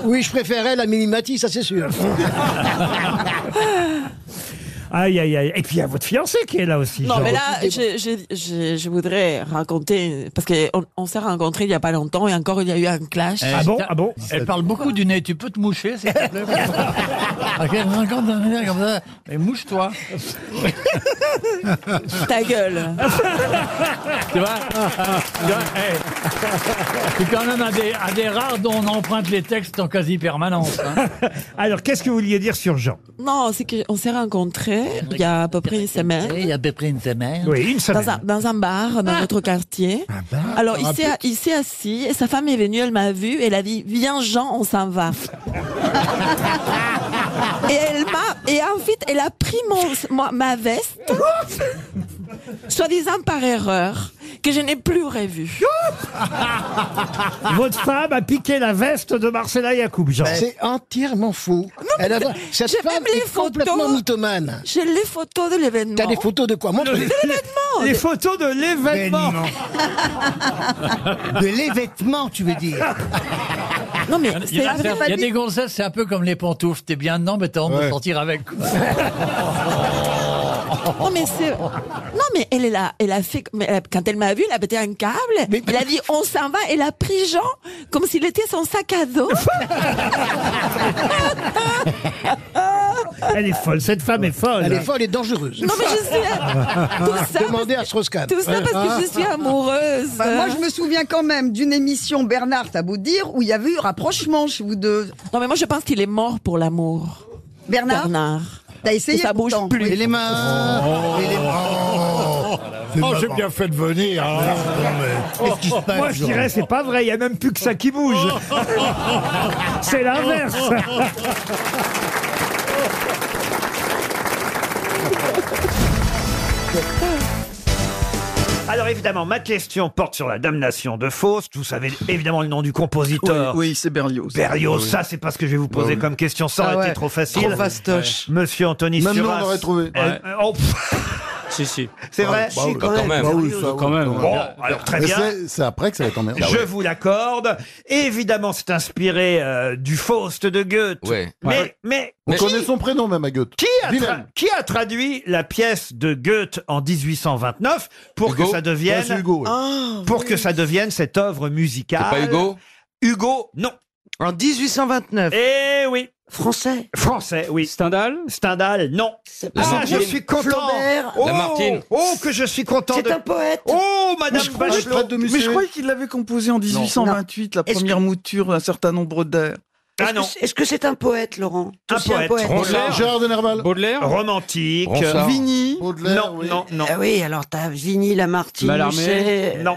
Oui, je préférais la Minimati, ça c'est sûr. Aïe, aïe, aïe. Et puis il y a votre fiancé qui est là aussi. Non, Jean. mais là, je, je, je, je voudrais raconter, parce qu'on on, s'est rencontrés il n'y a pas longtemps et encore il y a eu un clash. Eh, t'as- Elle parle beaucoup du nez. Tu peux te moucher, s'il te plaît À 50 ans, comme ça. Mais mouche-toi. Ta gueule. Tu vois, tu vois, hey. C'est quand même un des, un des rares dont on emprunte les textes en quasi permanence. hein. Alors, qu'est-ce que vous vouliez dire sur Jean Non, c'est qu'on s'est rencontrés il y a à peu près une semaine. Il y a à peu près une semaine. Oui, une semaine. Ah, Dans un, dans un bar, Ah. dans notre quartier. Alors, il ben. s'est, il s'est assis et sa femme est venue, elle m'a vu et elle a dit Viens, Jean, on s'en va. et elle m'a. Et ensuite, elle a pris mon, ma, ma veste, soi-disant par erreur, que je n'ai plus revue. Votre femme a piqué la veste de Marcella Yacoub, Jean. C'est entièrement fou. Elle a- Cette femme est complètement mythomane. J'ai les photos de l'événement. T'as des photos de quoi Montre-les. Les, photos de l'événement. De les vêtements, tu veux dire. Non, mais Il y, en a, c'est- il y a des gonzesses, c'est un peu comme les pantoufles. T'es bien dedans, mais t'as honte de sortir avec. quoi. Non mais c'est non mais elle est là, elle a fait mais elle a- quand elle m'a vu, elle a pété un câble. Elle a dit on s'en va, elle a pris Jean comme s'il était son sac à dos. Elle est folle, cette femme est folle. Elle est folle et dangereuse. Non, mais je hein, sais. Tout ça Demandez à Strauss-Kahn. Tout ça parce que je Ah. suis amoureuse. Bah, moi, je me souviens quand même d'une émission, Bernard, t'as beau dire, où il y avait eu rapprochement chez vous deux. Non, mais moi, je pense qu'il est mort pour l'amour. Bernard Bernard. T'as essayé Ça bouge pourtant. plus. Oui. Et les mains Et les Oh, j'ai bien fait de venir. hein. Qu'est-ce qui se passe, Moi, je dirais, c'est pas vrai, il n'y a même plus que ça qui bouge. c'est l'inverse. Alors évidemment, ma question porte sur la damnation de Faust. Vous savez évidemment le nom du compositeur. Oui, oui, c'est Berlioz. Berlioz, Oui. ça c'est pas ce que je vais vous poser Oui. comme question, ça aurait Ah ouais, été trop facile. trop fastoche. Ouais. Monsieur Anthony Même nous, on Suras, l'aurait Eh, trouvé. euh, Ouais. euh, oh, pff, Si, si. C'est vrai Bah oui, quand même. Bah oui, ça, oui, Bon, alors très Mais bien. c'est- C'est après que ça va être emmerdant. Ah Ah Je vous l'accorde. Évidemment, c'est inspiré euh, du Faust de Goethe. Ouais. Mais, Ouais. mais On qui- connaît son prénom même à Goethe. qui a, tra- Wilhelm. qui a traduit la pièce de Goethe en 1829 pour Hugo que ça devienne Ah, Ouais, c'est Hugo, ouais. pour que ça devienne cette œuvre musicale C'est pas Hugo Hugo, non. En 1829. Eh oui. Français. Français, oui. Stendhal Stendhal, non. La Ah, je Martine. suis content. Flaubert. Oh, Lamartine. oh, que je suis content C'est de... un poète. Oh, Mais Madame je, crois, Bachelot. de mais je croyais qu'il l'avait composé en 1828, la Est-ce première mouture d'un certain nombre d'air. Ah non, Est-ce que- Est-ce que c'est un poète, Laurent un C'est aussi poète. Baudelaire, Gérard de Nerval. Baudelaire Romantique. Ronsard. Vigny. Baudelaire, Non, oui. non, non. Ah oui, alors t'as Vigny, Lamartine, Mallarmé. Musset, euh, Non.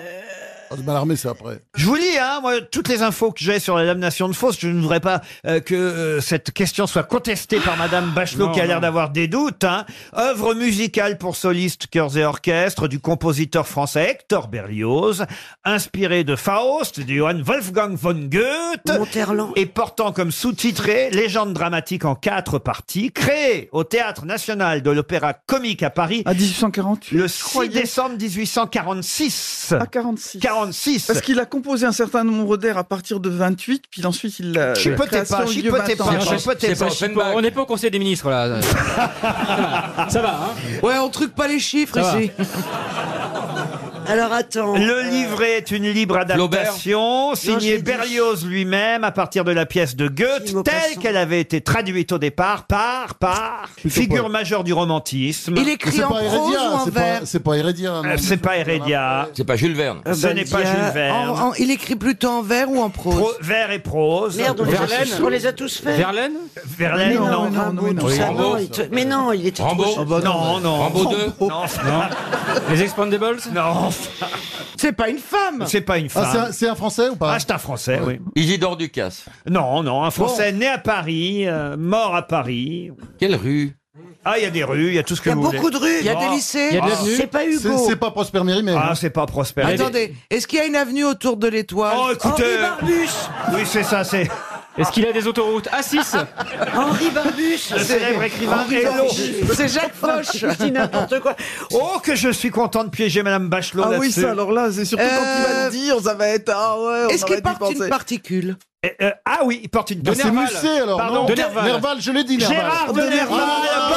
Ah, c'est Mallarmé, c'est après. Je vous lis, hein, moi, toutes les infos que j'ai sur la damnation de Faust, je ne voudrais pas euh, que euh, cette question soit contestée par Madame Bachelot, Non, qui a l'air non. d'avoir des doutes. Hein. Œuvre musicale pour solistes, chœurs et orchestres du compositeur français Hector Berlioz, inspiré de Faust, de Johann Wolfgang von Goethe, Monterland. et portant comme sous-titré Légende dramatique en quatre parties, créée au Théâtre National de l'Opéra Comique à Paris À 1848. le 6 décembre 1846. À 46. 46. Ah, Parce qu'il a composé un certain nombre d'air à partir de 28, puis ensuite il l'a. Chipotez Euh, création pas, au lieu chipotez battant. pas, chipotez C'est pas. pas Offenbach. On n'est pas au conseil des ministres là. ça va, hein Ouais, on truc pas les chiffres Ça ici. Alors attends. Le livret est une libre adaptation, signée l'ai dit. Berlioz lui-même à partir de la pièce de Goethe, Maupassant. telle qu'elle avait été traduite au départ par, par, figure majeure du romantisme. Il Mais C'est écrit en pas prose ou Hérédia, en c'est pas, vers c'est pas Hérédia. non. Euh, C'est pas Heredia. C'est pas Jules Verne. Euh, Ah bah, Ce ben, n'est pas Bandia, Jules Verne. en- en- il écrit plutôt en vers ou en prose Pro- vers et prose. Merde, on les, a Verlaine. tous, on les a tous faits. Verlaine Verlaine, Mais non. non, Non, non, Rambo, oui, tout non. ça. Rambo. non, il te- Mais non, il était Rambo. trop- Ah bah non. Rambo Non, 2 non, Les Expendables non, C'est pas une femme c'est pas une Ah, c'est femme. un- c'est un, français ou pas Ah, c'est un français, oui. Isidore Ducasse. Non, non, un français né à Paris, euh, mort à Paris. Quelle rue Ah, il y a des rues, il y a tout ce Il que y a vous voulez. beaucoup de rues. Il y a Ah. des lycées Ah. C'est pas C'est Hugo. c'est pas Prosper Mérimée. Ah, hein. c'est pas Prosper. Attendez, est-ce qu'il y a une avenue autour de l'étoile Oh, écoutez. Henri Barbus. Oui, c'est ça, c'est Est-ce qu'il a des autoroutes Ah, A6 Henri Barbus. le célèbre écrivain Henri Hello. C'est Jacques Foch Je dis n'importe quoi. Oh, que je suis content de piéger Madame Bachelot là-dessus. Euh, alors là, c'est surtout quand il va le dire, ça va être. Ah ouais, Est-ce qu'il porte une particule Eh, euh, ah oui, il porte une Ah, c'est Nerval. Musset alors. Pardon, non de Nerval. Nerval, je l'ai dit, Nerval. Gérard de Nerval. Ah,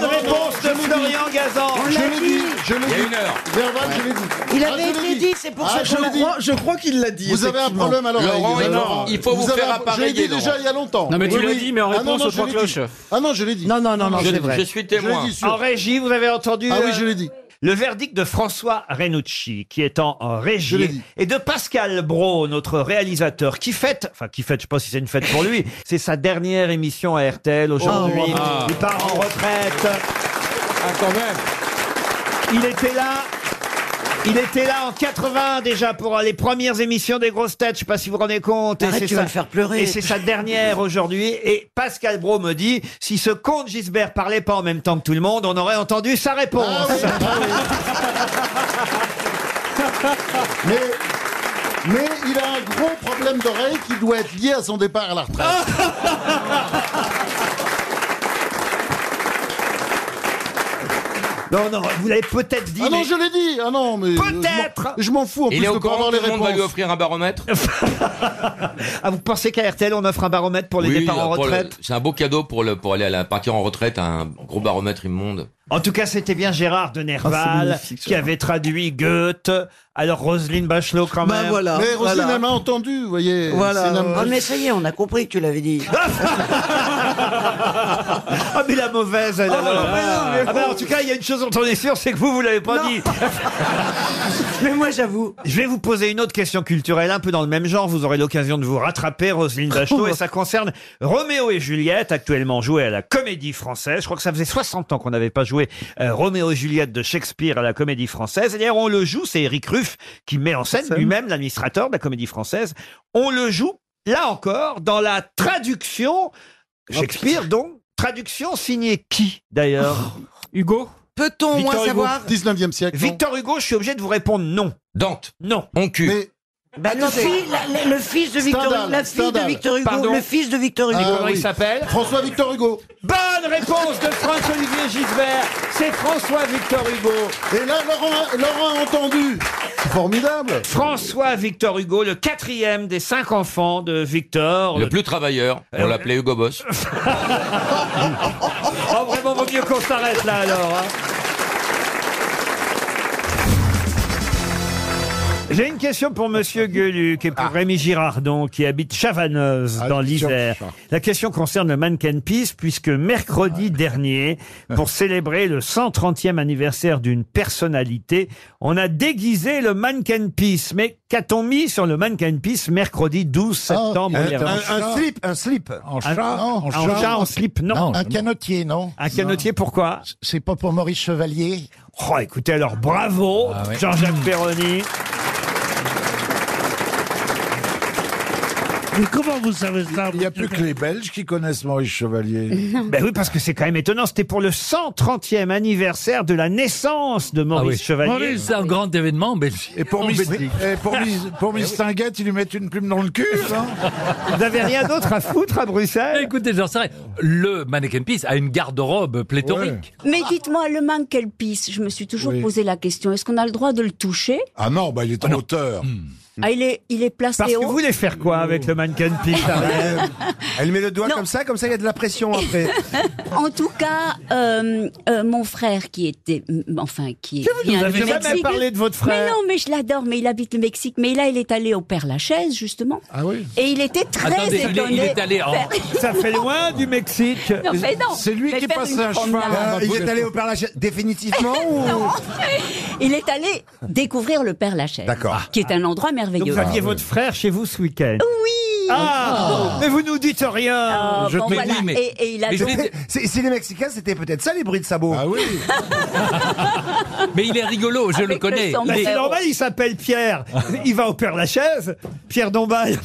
Bonne ouais, réponse de Florian Gazan. Je l'ai dit, je l'ai Il y a dit. une heure. Nerval, je l'ai dit. Il Ah, avait je l'ai été dit, c'est pour Ah, ça je qu'on l'ai l'a- dit. Je crois qu'il l'a dit. Vous avez un problème à l'oreille. Laurent, déjà. il- Laurent, il faut vous avez faire un- appareiller, Je l'ai dit Laurent. déjà il y a longtemps. Non, mais tu Oui, l'as oui. dit, mais en Ah, réponse non, non, aux je trois l'ai cloches. dit. Ah non, je l'ai dit. Non, non, non, non, je, c'est vrai. je suis Je l'ai témoin. dit sûr. En régie, vous avez entendu Ah oui, euh, je l'ai dit. le verdict de François Renucci, qui est en, en Je l'ai régie, dit. et de Pascal Bro, notre réalisateur, qui fête, enfin qui fête, je sais pas si c'est une fête pour lui, c'est sa dernière émission à RTL aujourd'hui. Oh, wow. Il part en retraite. Ah, quand même Il était là. Il était là en 80 déjà pour les premières émissions des grosses têtes. Je sais pas si vous vous rendez compte. Et Arrête, c'est tu vas sa- le faire pleurer. Et c'est sa dernière aujourd'hui. Et Pascal Bro me dit, si ce comte Gisbert parlait pas en même temps que tout le monde, on aurait entendu sa réponse. Ah oui, ah oui. mais, mais il a un gros problème d'oreille qui doit être lié à son départ à la retraite. Non, non, vous l'avez peut-être dit. Ah non, mais- je l'ai dit. Ah non, mais je m'en- Peut-être. Je m'en fous en Il plus est de au pas courant, avoir tout les le monde va lui réponses. offrir un baromètre Ah, vous pensez qu'à RTL, on offre un baromètre pour les Oui, euh, départs en pour le- retraite C'est un beau cadeau pour, le, pour aller à la, partir en retraite, un gros baromètre immonde. En tout cas, c'était bien Gérard de Nerval Ah, magnifique, qui avait traduit Goethe. Alors Roselyne Bachelot quand Ben Bah, même. voilà, Mais Roselyne, voilà. elle m'a entendu, vous voyez. C'est la- Ah, mais ça y est, on a compris que tu l'avais dit. Ah mais la mauvaise elle, Oh, alors. mais non, mais Ah, bah, en tout cas, il y a une chose dont on est sûr, c'est que vous vous l'avez pas dit. mais moi j'avoue. Je vais vous poser une autre question culturelle un peu dans le même genre, vous aurez l'occasion de vous rattraper Roselyne Bachelot et ça concerne Roméo et Juliette actuellement joués à la Comédie Française. Je crois que ça faisait 60 ans qu'on n'avait pas joué euh, Roméo et Juliette de Shakespeare à la Comédie Française. Et D'ailleurs, on le joue, c'est Eric Ruff qui met en scène lui-même l'administrateur de la Comédie Française. On le joue là encore dans la traduction Shakespeare donc Traduction signée qui d'ailleurs Oh. Hugo Peut-on au moins Victor Hugo, savoir 19e siècle. Victor Hugo, je suis obligé de vous répondre non. Dante. Non. Oncu. Bah, le, fils, la- la- le fils de Victor, Stendhal, la fille Stendhal. de Victor Hugo, Pardon le fils de Victor Hugo. Ah, Comment il oui. s'appelle François Victor Hugo. Bonne réponse de François-Olivier Gisbert. C'est François-Victor Hugo. Et là, Laurent, a- Laurent a entendu. Formidable. François Victor Hugo, le quatrième des cinq enfants de Victor. Le plus travailleur, on l'appelait Hugo Boss. Oh, vraiment, vaut mieux qu'on s'arrête là alors. hein. J'ai une question pour Monsieur Gueuluc et pour Ah. Rémi Girardon qui habite Chavaneuse dans l'Isère. La question concerne le Mannequin Peace puisque mercredi Ah. dernier, pour célébrer le 130e anniversaire d'une personnalité, on a déguisé le Mannequin Peace. Mais qu'a-t-on mis sur le Mannequin Peace mercredi 12 Ah, septembre Ah, un- dernier un- un slip, un slip. En chat, en en, chat. chat, en slip, non. Un canotier, non. Un canotier, pourquoi C'est pas pour Maurice Chevalier Oh, écoutez, alors bravo, Jean-Jacques Perroni. Mais comment vous savez ça Il n'y a plus que les Belges qui connaissent Maurice Chevalier. Ben oui, parce que c'est quand même étonnant. C'était pour le 130e anniversaire de la naissance de Ah Maurice Chevalier. Maurice, hein. c'est un grand événement en Belgique. Et pour En Miss- Belgique. et pour Miss- Pour Miss Tinguette, ils lui mettent une plume dans le cul, non Vous n'avez rien d'autre à foutre à Bruxelles Écoutez, j'en sais rien. Le Mannequin Peace a une garde-robe pléthorique. Mais dites-moi, le mannequin pisse, je me suis toujours Oui. posé la question, est-ce qu'on a le droit de le toucher Ah non, bah, il est en hauteur. ah, il, est, il est placé Hmm. Parce que haut vous voulez faire quoi avec le mannequin Pete Ariel Elle met le doigt comme ça, comme ça il y a de la pression après. En tout cas, euh, euh, mon frère qui était, m- enfin, qui est vous nous avez jamais parlé de votre Mais frère. non, mais je l'adore, mais il habite le Mexique. Mais là, il est allé au Père Lachaise, justement. Ah oui. Et il était très Attendez, il est- étonné. il est allé en- Ça fait loin du Mexique. Non, mais non. C'est lui Mais qui faire passait une un promenade. Ah, cheval. Ah, Ah, Il est allé au Père Lachaise définitivement ou Non. Il est allé découvrir le Père Lachaise. D'accord. Ah, Qui est un endroit merveilleux. Donc vous aviez votre frère Ah, chez vous ce week-end. Oui. Ah, mais vous nous dites rien. Ah, Je bon, te- mais voilà. oui, mais- Et- et il a- mais je l'ai- C'est- Si les Mexicains, c'était peut-être ça les bruits de sabots. Ah oui. Mais il est rigolo, je le Avec le connais. sang Il est- C'est normal, il s'appelle Pierre. Il va au Père Lachaise. Pierre Dombal.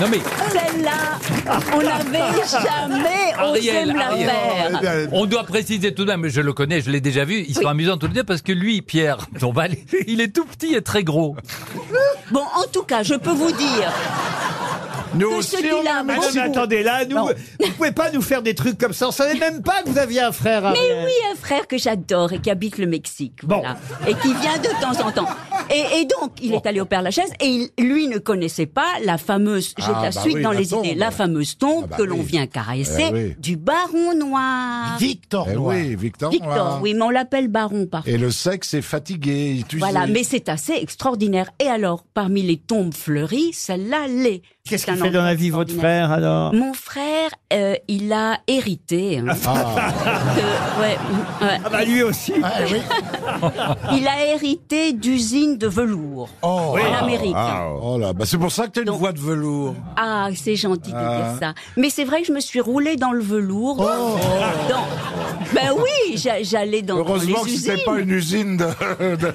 Non mais Oh Celle-là, Ah, on n'avait jamais Ah. osé Ariel, me la Ariel. faire. On doit préciser tout de même, je le connais, je l'ai déjà vu, ils sont amusants tous les deux parce que lui, Pierre Dombal, il est tout petit et très gros. Bon, en tout cas, je peux vous dire. Nous Que aussi, celui-là, on a un mais bon goût. attendez, là, nous, vous pouvez pas nous faire des trucs comme ça. On savait même pas que vous aviez un frère. Mais Ariel. oui, un frère que j'adore et qui habite le Mexique, voilà, et qui vient de temps en temps. Et, et donc, il est allé au Père Lachaise et il, lui ne connaissait pas la fameuse, j'ai Ah, la bah suite oui, dans la les tombe. idées, la fameuse tombe Ah, bah que l'on oui. vient caresser Eh oui. du Baron Noir. Victor eh oui, Victor, Victor, Noir. oui, mais on l'appelle Baron parfois. Et le sexe est fatigué. il tue- Voilà, mais c'est assez extraordinaire. Et alors, parmi les tombes fleuries, celle-là l'est. Qu'est-ce C'est qu'il un fait dans la enfant vie, votre extraordinaire. frère, alors Mon frère, euh, il a hérité. hein. De- ouais, ouais. Ah bah lui aussi. Il a hérité d'usines de velours Oh, en ah, Amérique. Ah, ah, oh là, bah c'est pour ça que t'as une voix de velours. c'est gentil de Ah. dire ça. Mais c'est vrai que je me suis roulée dans le velours. Oh. Dans- Ben oui, j'a- j'allais dans, dans les Heureusement que usines. c'était pas une usine de. de-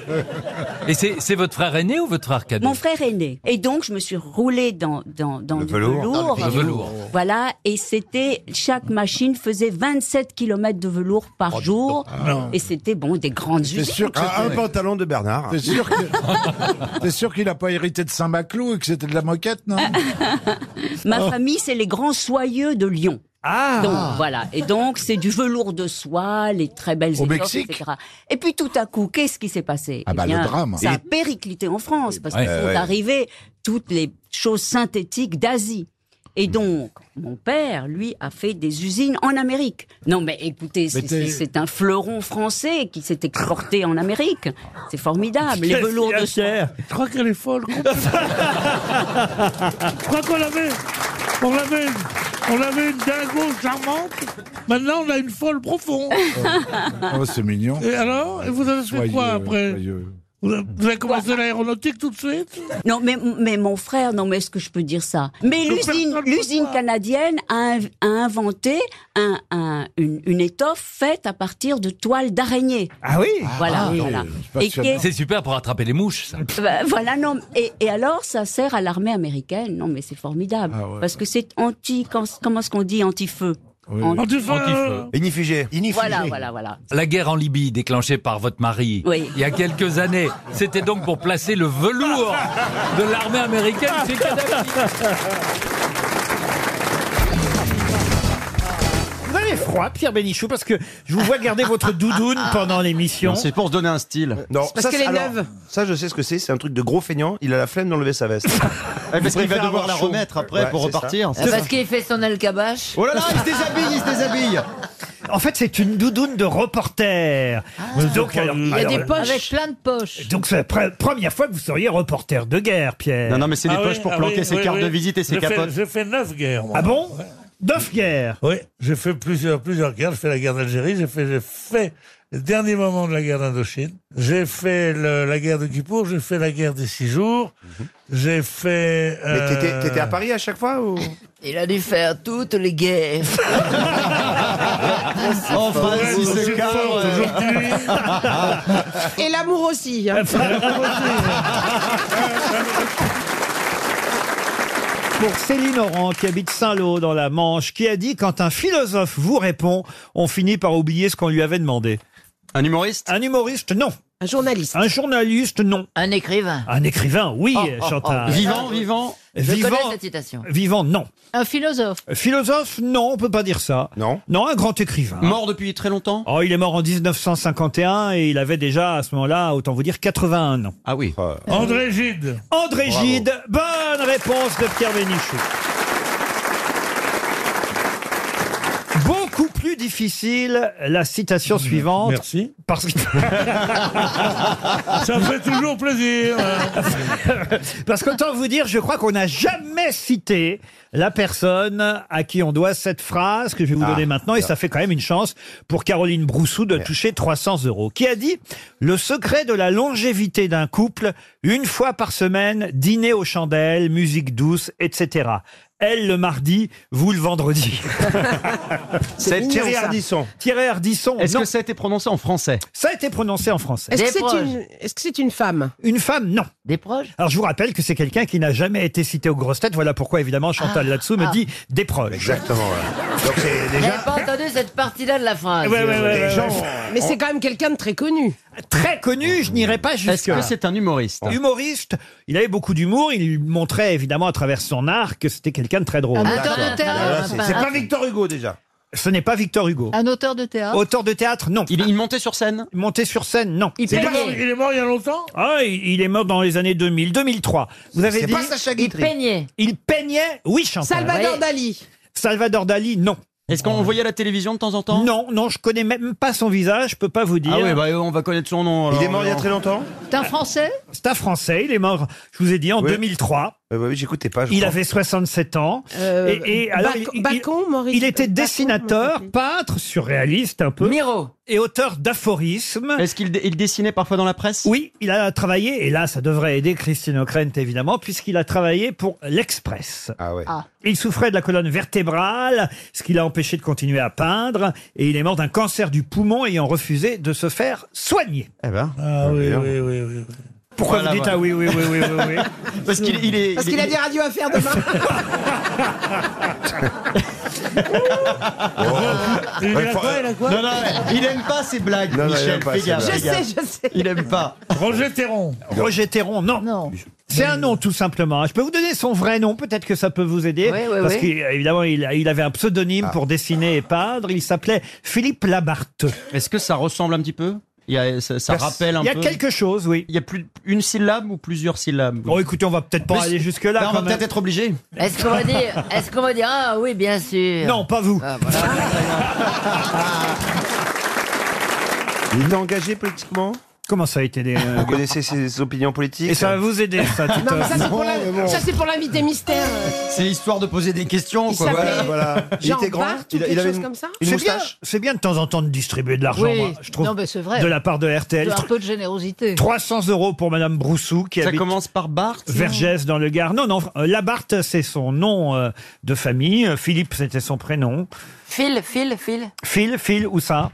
Et c'est c'est votre frère aîné ou votre frère cadet Mon frère aîné. Et donc, je me suis roulée dans, dans, dans Le du velours. velours. Ah, le velours. Voilà, et c'était, chaque machine faisait 27 km de velours par jour. non. Et c'était, bon, des grandes usines. Ah, un pantalon de Bernard. T'es sûr que- t'es sûr qu'il a pas hérité de Saint-Maclou et que c'était de la moquette, non Oh. Ma famille, c'est les grands soyeux de Lyon. Ah Donc voilà, et donc c'est du velours de soie, les très belles Au étoffes, Mexique etc. Et puis tout à coup, qu'est-ce qui s'est passé Ah bah, Eh bien, le drame. Ça a Et- périclité en France parce Ouais, que sont ouais. arrivées toutes les choses synthétiques d'Asie. Et Hmm. donc, mon père, lui, a fait des usines en Amérique. Non, mais écoutez, c'est- Mais c'est t'es- c'est un fleuron français qui s'est exporté en Amérique. C'est Ah, formidable. Les Qu'est-ce velours qu'il y a de serre. Je crois qu'elle est folle. Je crois qu'on avait, on avait, on avait une dingo charmante. Maintenant, on a une folle profonde. Oh, c'est mignon. Et alors, et vous avez fait Soyez, quoi après vous, avez, vous avez commencé l'aéronautique tout de suite Non, mais, mais mon frère, non, mais est-ce que je peux dire ça Mais Donc, l'usine l'usine canadienne a, inv- a inventé un, un- une, une étoffe faite à partir de toiles d'araignée. Ah oui Voilà, voilà. Et qui est- C'est super pour attraper les mouches, ça. Bah, voilà, non. Et, et alors, ça sert à l'armée américaine. Non, mais c'est formidable. Ah ouais. Parce que c'est anti. com- Comment est-ce qu'on dit Anti-feu. Anti- Inifugé. Voilà, voilà, voilà. La guerre en Libye déclenchée par votre mari Oui. il y a quelques années, c'était donc pour placer le velours de l'armée américaine chez Kadhafi. Vous avez froid, Pierre Bénichou, parce que je vous vois garder votre doudoune pendant l'émission. Non, c'est pour se donner un style. Euh, Non, parce ça, qu'elle c'est- est alors, neuve. Ça, je sais ce que c'est. C'est un truc de gros feignant. Il a la flemme d'enlever sa veste. parce qu'il va préfère devoir avoir la chaud. remettre après pour c'est ça. repartir. Ah, Parce qu'il fait son alcabache. Oh là là, il se déshabille, il se déshabille. En fait, c'est une doudoune de reporter. donc, alors- Il y a alors- euh, des poches. Avec plein de poches. Donc c'est la pre- première fois que vous seriez reporter de guerre, Pierre. Non, non, mais c'est des Ah poches oui, pour ah planquer oui, ses oui, cartes oui. de visite et ses J'ai fait- capotes. J'ai fait neuf guerres. moi. Ah bon Neuf guerres Oui, j'ai fait plusieurs, plusieurs guerres. J'ai fait la guerre d'Algérie, j'ai fait, j'ai fait le dernier moment de la guerre d'Indochine. J'ai fait le- la guerre de Kippour, j'ai fait la guerre des six jours, j'ai fait. euh, Mais t'étais- t'étais à Paris à chaque fois ou Euh, Il a dû faire toutes les guerres. Enfin, si c'est c'est fort aujourd'hui. Et l'amour aussi. hein. Pour Céline Laurent, qui habite Saint-Lô dans la Manche, qui a dit quand un philosophe vous répond, on finit par oublier ce qu'on lui avait demandé. Un humoriste Un humoriste, non. Un journaliste. Un journaliste, non. Un écrivain. Un écrivain, oui, Oh, oh, Chantal. oh. Vivant, vivant. Je Vivant. connais cette citation. Vivant, non. Un philosophe. Philosophe, non, on peut pas dire ça. Non. Non, un grand écrivain. Mort depuis très longtemps Oh, il est mort en 1951 et il avait déjà à ce moment-là, autant vous dire, 81 ans. Ah oui. André Gide. André Bravo. Gide, bonne réponse de Pierre Bénichou. Beaucoup plus difficile la citation suivante. Merci. Parce que. Ça me fait toujours plaisir. Parce qu'autant vous dire, je crois qu'on n'a jamais cité la personne à qui on doit cette phrase que je vais vous Ah, donner maintenant, et ça. ça fait quand même une chance pour Caroline Broussou de toucher 300 euros, qui a dit « Le secret de la longévité d'un couple, une fois par semaine, dîner aux chandelles, musique douce, etc. » Elle le mardi, vous le vendredi. C'est mignon, Thierry ça. Ardisson. Thierry Ardisson. Est-ce non. que ça a été prononcé en français Ça a été prononcé en français. Est-ce que Des c'est proches. une- femme Une femme, non. Des proches Alors je vous rappelle que c'est quelqu'un qui n'a jamais été cité aux grosses têtes. Voilà pourquoi évidemment Chantal Ah, là-dessous me ah. dit des proches. Exactement. Donc c'est J'avais pas entendu cette partie-là de la phrase. Ouais, ouais, ouais, ouais, ouais. euh, Mais c'est quand même quelqu'un de très connu. Très connu, je n'irai pas jusque. Est-ce que c'est un humoriste Humoriste, il avait beaucoup d'humour, il montrait évidemment à travers son art que c'était quelqu'un de très drôle. Un Ah auteur de théâtre. c'est- c'est pas Victor Hugo déjà. Ce n'est pas Victor Hugo. Un auteur de théâtre. Auteur de théâtre, non. Il, il montait sur scène Monter sur scène, non. Il peignait. Il est mort il y a longtemps Ah, il il est mort dans les années 2000, 2003. Vous avez C'est dit pas Sacha Guitry. Il peignait. Il peignait, oui, Chantal. Salvador Oui. Dali. Salvador Dali, non. Est-ce qu'on voyait à la télévision de temps en temps Non, non, je connais même pas son visage, je peux pas vous dire. Ah oui, bah, euh, on va connaître son nom. alors. longtemps T'es un français C'est un Français, il est mort, je vous ai dit, en 2003. Euh, oui, j'écoutais pas. je Il crois. avait 67 ans. Euh, et, et alors, Bacon- il- il, Bacon, Maurice- il était Bacon, dessinateur, peintre, surréaliste un peu. Miro. Et auteur d'aphorismes. Est-ce qu'il il dessinait parfois dans la presse Oui, il a travaillé, et là, ça devrait aider Christine O'Krent, évidemment, puisqu'il a travaillé pour l'Express. Ah ouais. Ah. Il souffrait de la colonne vertébrale, ce qui l'a empêché de continuer à peindre, et il est mort d'un cancer du poumon ayant refusé de se faire soigner. Eh ben. Ah oui, oui, oui, oui. Pourquoi Voilà, vous dites voilà. ah oui, oui, oui, oui, oui, oui Parce qu'il il est. Parce il qu'il est- a des radios à faire demain. il a quoi, il a quoi Non, non, il aime pas ces blagues, non, il Michel. aime pas fais ces gaffe, blagues. fais Je gaffe. sais, je sais. Il aime pas. Roger Théron. Roger Théron, non. C'est un nom tout simplement. Je peux vous donner son vrai nom, peut-être que ça peut vous aider. Oui, oui, parce oui. qu'évidemment, il, il avait un pseudonyme pour dessiner et peindre. Il s'appelait Philippe Labarthe. Est-ce que ça ressemble un petit peu Il y a- ça ça Pers- rappelle un il y peu. a quelque chose, oui. Il y a plus une syllabe ou plusieurs syllabes. Bon, écoutez, on va peut-être pas aller jusque-là, On quand va même. peut-être être obligé. Est-ce qu'on va dire, est-ce qu'on va dire, ah oui, bien sûr. Oh. Non, pas vous. Il est engagé politiquement Comment ça a été des... euh, Vous connaissez ses opinions politiques Et ça va vous aider, ça, tout Non, à mais ça, l'heure. c'est pour la- Non, mais bon. Ça, c'est pour l'invité mystère. C'est histoire de poser des questions. Il quoi. s'appelait Jean Bart ou Il, il quelque avait chose une, comme ça une C'est bien, moustache. c'est bien de temps en temps de distribuer de l'argent, Oui. moi, je trouve. Non, mais c'est vrai. De la part de RTL. Un peu de générosité. 300 euros pour Madame Broussou qui Ça habite commence par Barthes. Vergès dans le Gard. Non, non, euh, Labarthe, c'est son nom euh, de famille. Euh, Philippe, c'était son prénom. Phil, Phil, Phil. Phil, Phil, où ça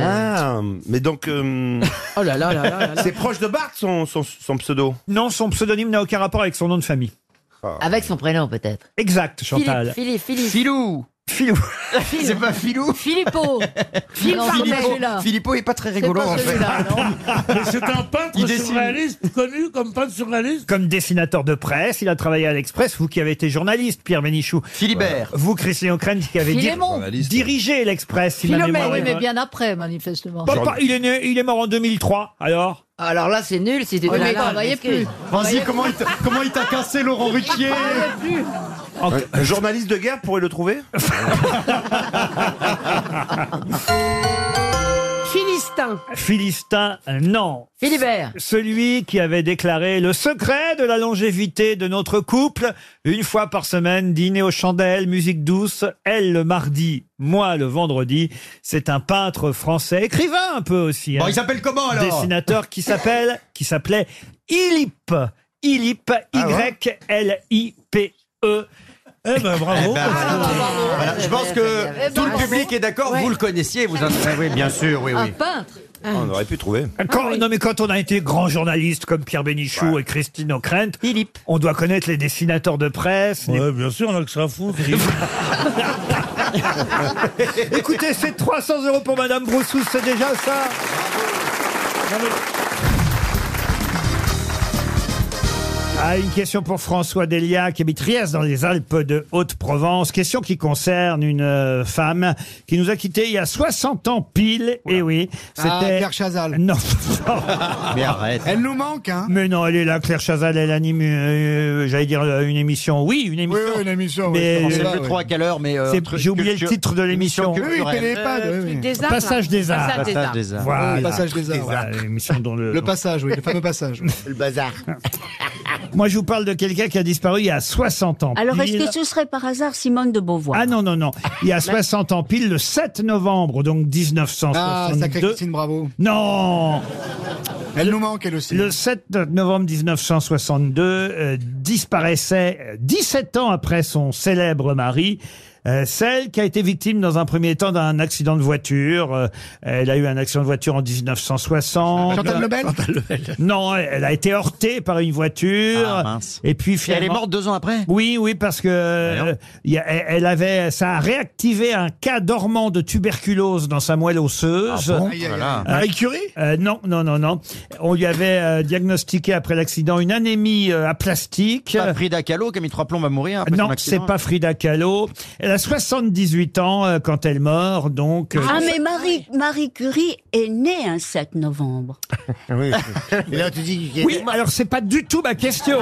Ah, mais donc. oh là là là là là. hum, C'est proche de Barthes son, son, son pseudo. Ah. Non, son pseudonyme n'a aucun rapport avec son nom de famille. Avec son prénom, peut-être. Exact, Chantal. Philippe, Philippe. Filou. Philou. C'est pas Filou. Filippo. Phil Non, Farmer, Filippo- celui-là. Filippo est pas très rigolo pas en fait. celui-là, non. Mais c'est un peintre Il dessine. surréaliste, connu comme peintre surréaliste. Comme dessinateur de presse, il a travaillé à l'Express, vous qui avez été journaliste, Pierre Ménichou. Philibert. Vous, Christian O'Krent, qui avez dir- Philémon. dirigé l'Express, si ma Philomène, mémoire oui, est mais bonne. bien après, manifestement. Pas- pas- il, est né- il est mort en 2003, alors Alors là, c'est nul si tu Oh Oui, mais ne là, travaillais parce que- plus. Vas-y, comment il t'a- comment il t'a cassé Laurent Ruquier En- Un journaliste de guerre pourrait le trouver Philistin. Philistin, euh, non. Philibert. Celui qui avait déclaré le secret de la longévité de notre couple, une fois par semaine, dîner aux chandelles, musique douce, elle le mardi, moi le vendredi. C'est un peintre français, écrivain un peu aussi. Bon, hein. il s'appelle comment alors Dessinateur qui s'appelle, qui s'appelait Ilip. Ilip, Ah Y-L-I-P-E. Eh ben bravo. Voilà, Je pense que tout le public est d'accord, vous le connaissiez, vous en... Ah Oui, bien sûr, oui, Un oui. peintre. On aurait pu trouver. Ah Quand, Non mais quand on a été grand journaliste comme Pierre Bénichou et Christine O'Krent, on doit connaître les dessinateurs de presse. les- Ouais, bien sûr, on a que ça à foutre. Écoutez, c'est 300 euros pour Madame Broussous, c'est déjà ça. Ah, une question pour François Delia, qui habite Riez dans les Alpes de Haute-Provence. Question qui concerne une euh, femme qui nous a quittés il y a 60 ans pile. Et oui, c'était... Pierre Ah, Chazal. Non. Mais arrête. Elle nous manque, hein Mais non, elle est là, Claire Chazal, elle anime, euh, j'allais dire, euh, une émission. Oui, une Oui, émission. oui, une émission. oui, euh, Mais- je On pense sait là, plus oui. trop à quelle heure, mais. euh, C'est- truc J'ai oublié le culture- titre de l'émission. émission Oui, oui, culturelle. Télépad, oui, oui. Passage des arts. Passage des Passage arts. des arts. Voilà. Le passage des arts, Voilà, l'émission dont le- Le passage, oui, le fameux passage. Le bazar. Moi, je vous parle de quelqu'un qui a disparu il y a 60 ans. Alors, est-ce pile. que ce serait par hasard Simone de Beauvoir Ah non, non, non. Il y a 60 ans pile, le 7 novembre, donc Ah, sacré 1962. Christine Bravo. non Elle nous manque, elle aussi. Le 7 novembre 1962 euh, disparaissait, euh, 17 ans après son célèbre mari, euh, celle qui a été victime dans un premier temps d'un accident de voiture. Euh, elle a eu un accident de voiture en 1960. Chantal Lebel Non, elle a été heurtée par une voiture. Ah, mince. Et puis Et Elle finalement. est morte deux ans après Ben Oui, oui, parce que euh, il y a- elle elle avait, ça a réactivé un cas dormant de tuberculose dans sa moelle osseuse. Ah Aïe, aïe, aïe. Voilà. Marie Curie Non, non, non, non. On lui avait euh, diagnostiqué après l'accident une anémie euh, aplastique. Pas Frida Kahlo qui a mis trois plombs à mourir après Non, son c'est accident. pas Frida Kahlo. Elle a 78 ans euh, quand elle meurt, donc. euh, Ah, mais Marie, Marie Curie est née un 7 novembre. Et là, tu dis qu'il y a- Oui, alors c'est pas du tout ma question.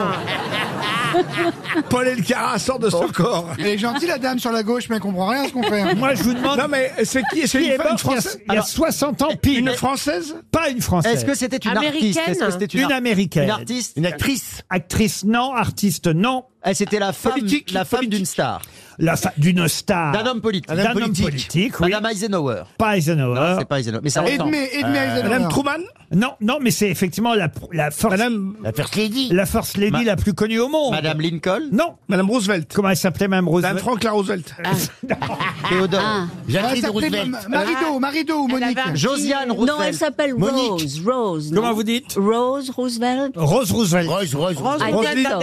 Paul Elkarat sort de son corps. Elle est gentille, la dame sur la gauche, mais elle comprend rien à ce qu'on fait. hein. Moi, je vous demande. Non, mais c'est qui C'est qui une, est femme, une morte il y a- Française il y a 60 ans pile Une Française Pas une française. Est-ce que c'était une artiste Est-ce que c'était une, Une ar- Américaine. Une artiste Une actrice Actrice, non. Artiste, non. Eh, C'était la femme, Politique, la femme d'une star, La fa- d'une star. d'un homme politique. D'un homme politique, oui. Madame Eisenhower. Pas Eisenhower. C'est pas Eisenhower, mais ça ressemble. Euh, Edmé, Edmé Eisenhower. Madame Truman Non, non, mais c'est effectivement la, la force, La First Lady la force lady Ma- la plus connue au monde. Madame Lincoln Non. Madame Roosevelt Comment elle s'appelait, même Rose Madame Franklin Roosevelt Théodore. Ah, Jacqueline ça s'appelait Roosevelt. M- Ah. Marido, Marido ou Monique Josiane Roosevelt. Non, elle s'appelle Monique. Rose. Rose. Comment non. vous dites Rose Oh, Roosevelt. Rose Roosevelt. Royce, Royce, Royce. Ah, Roselyne-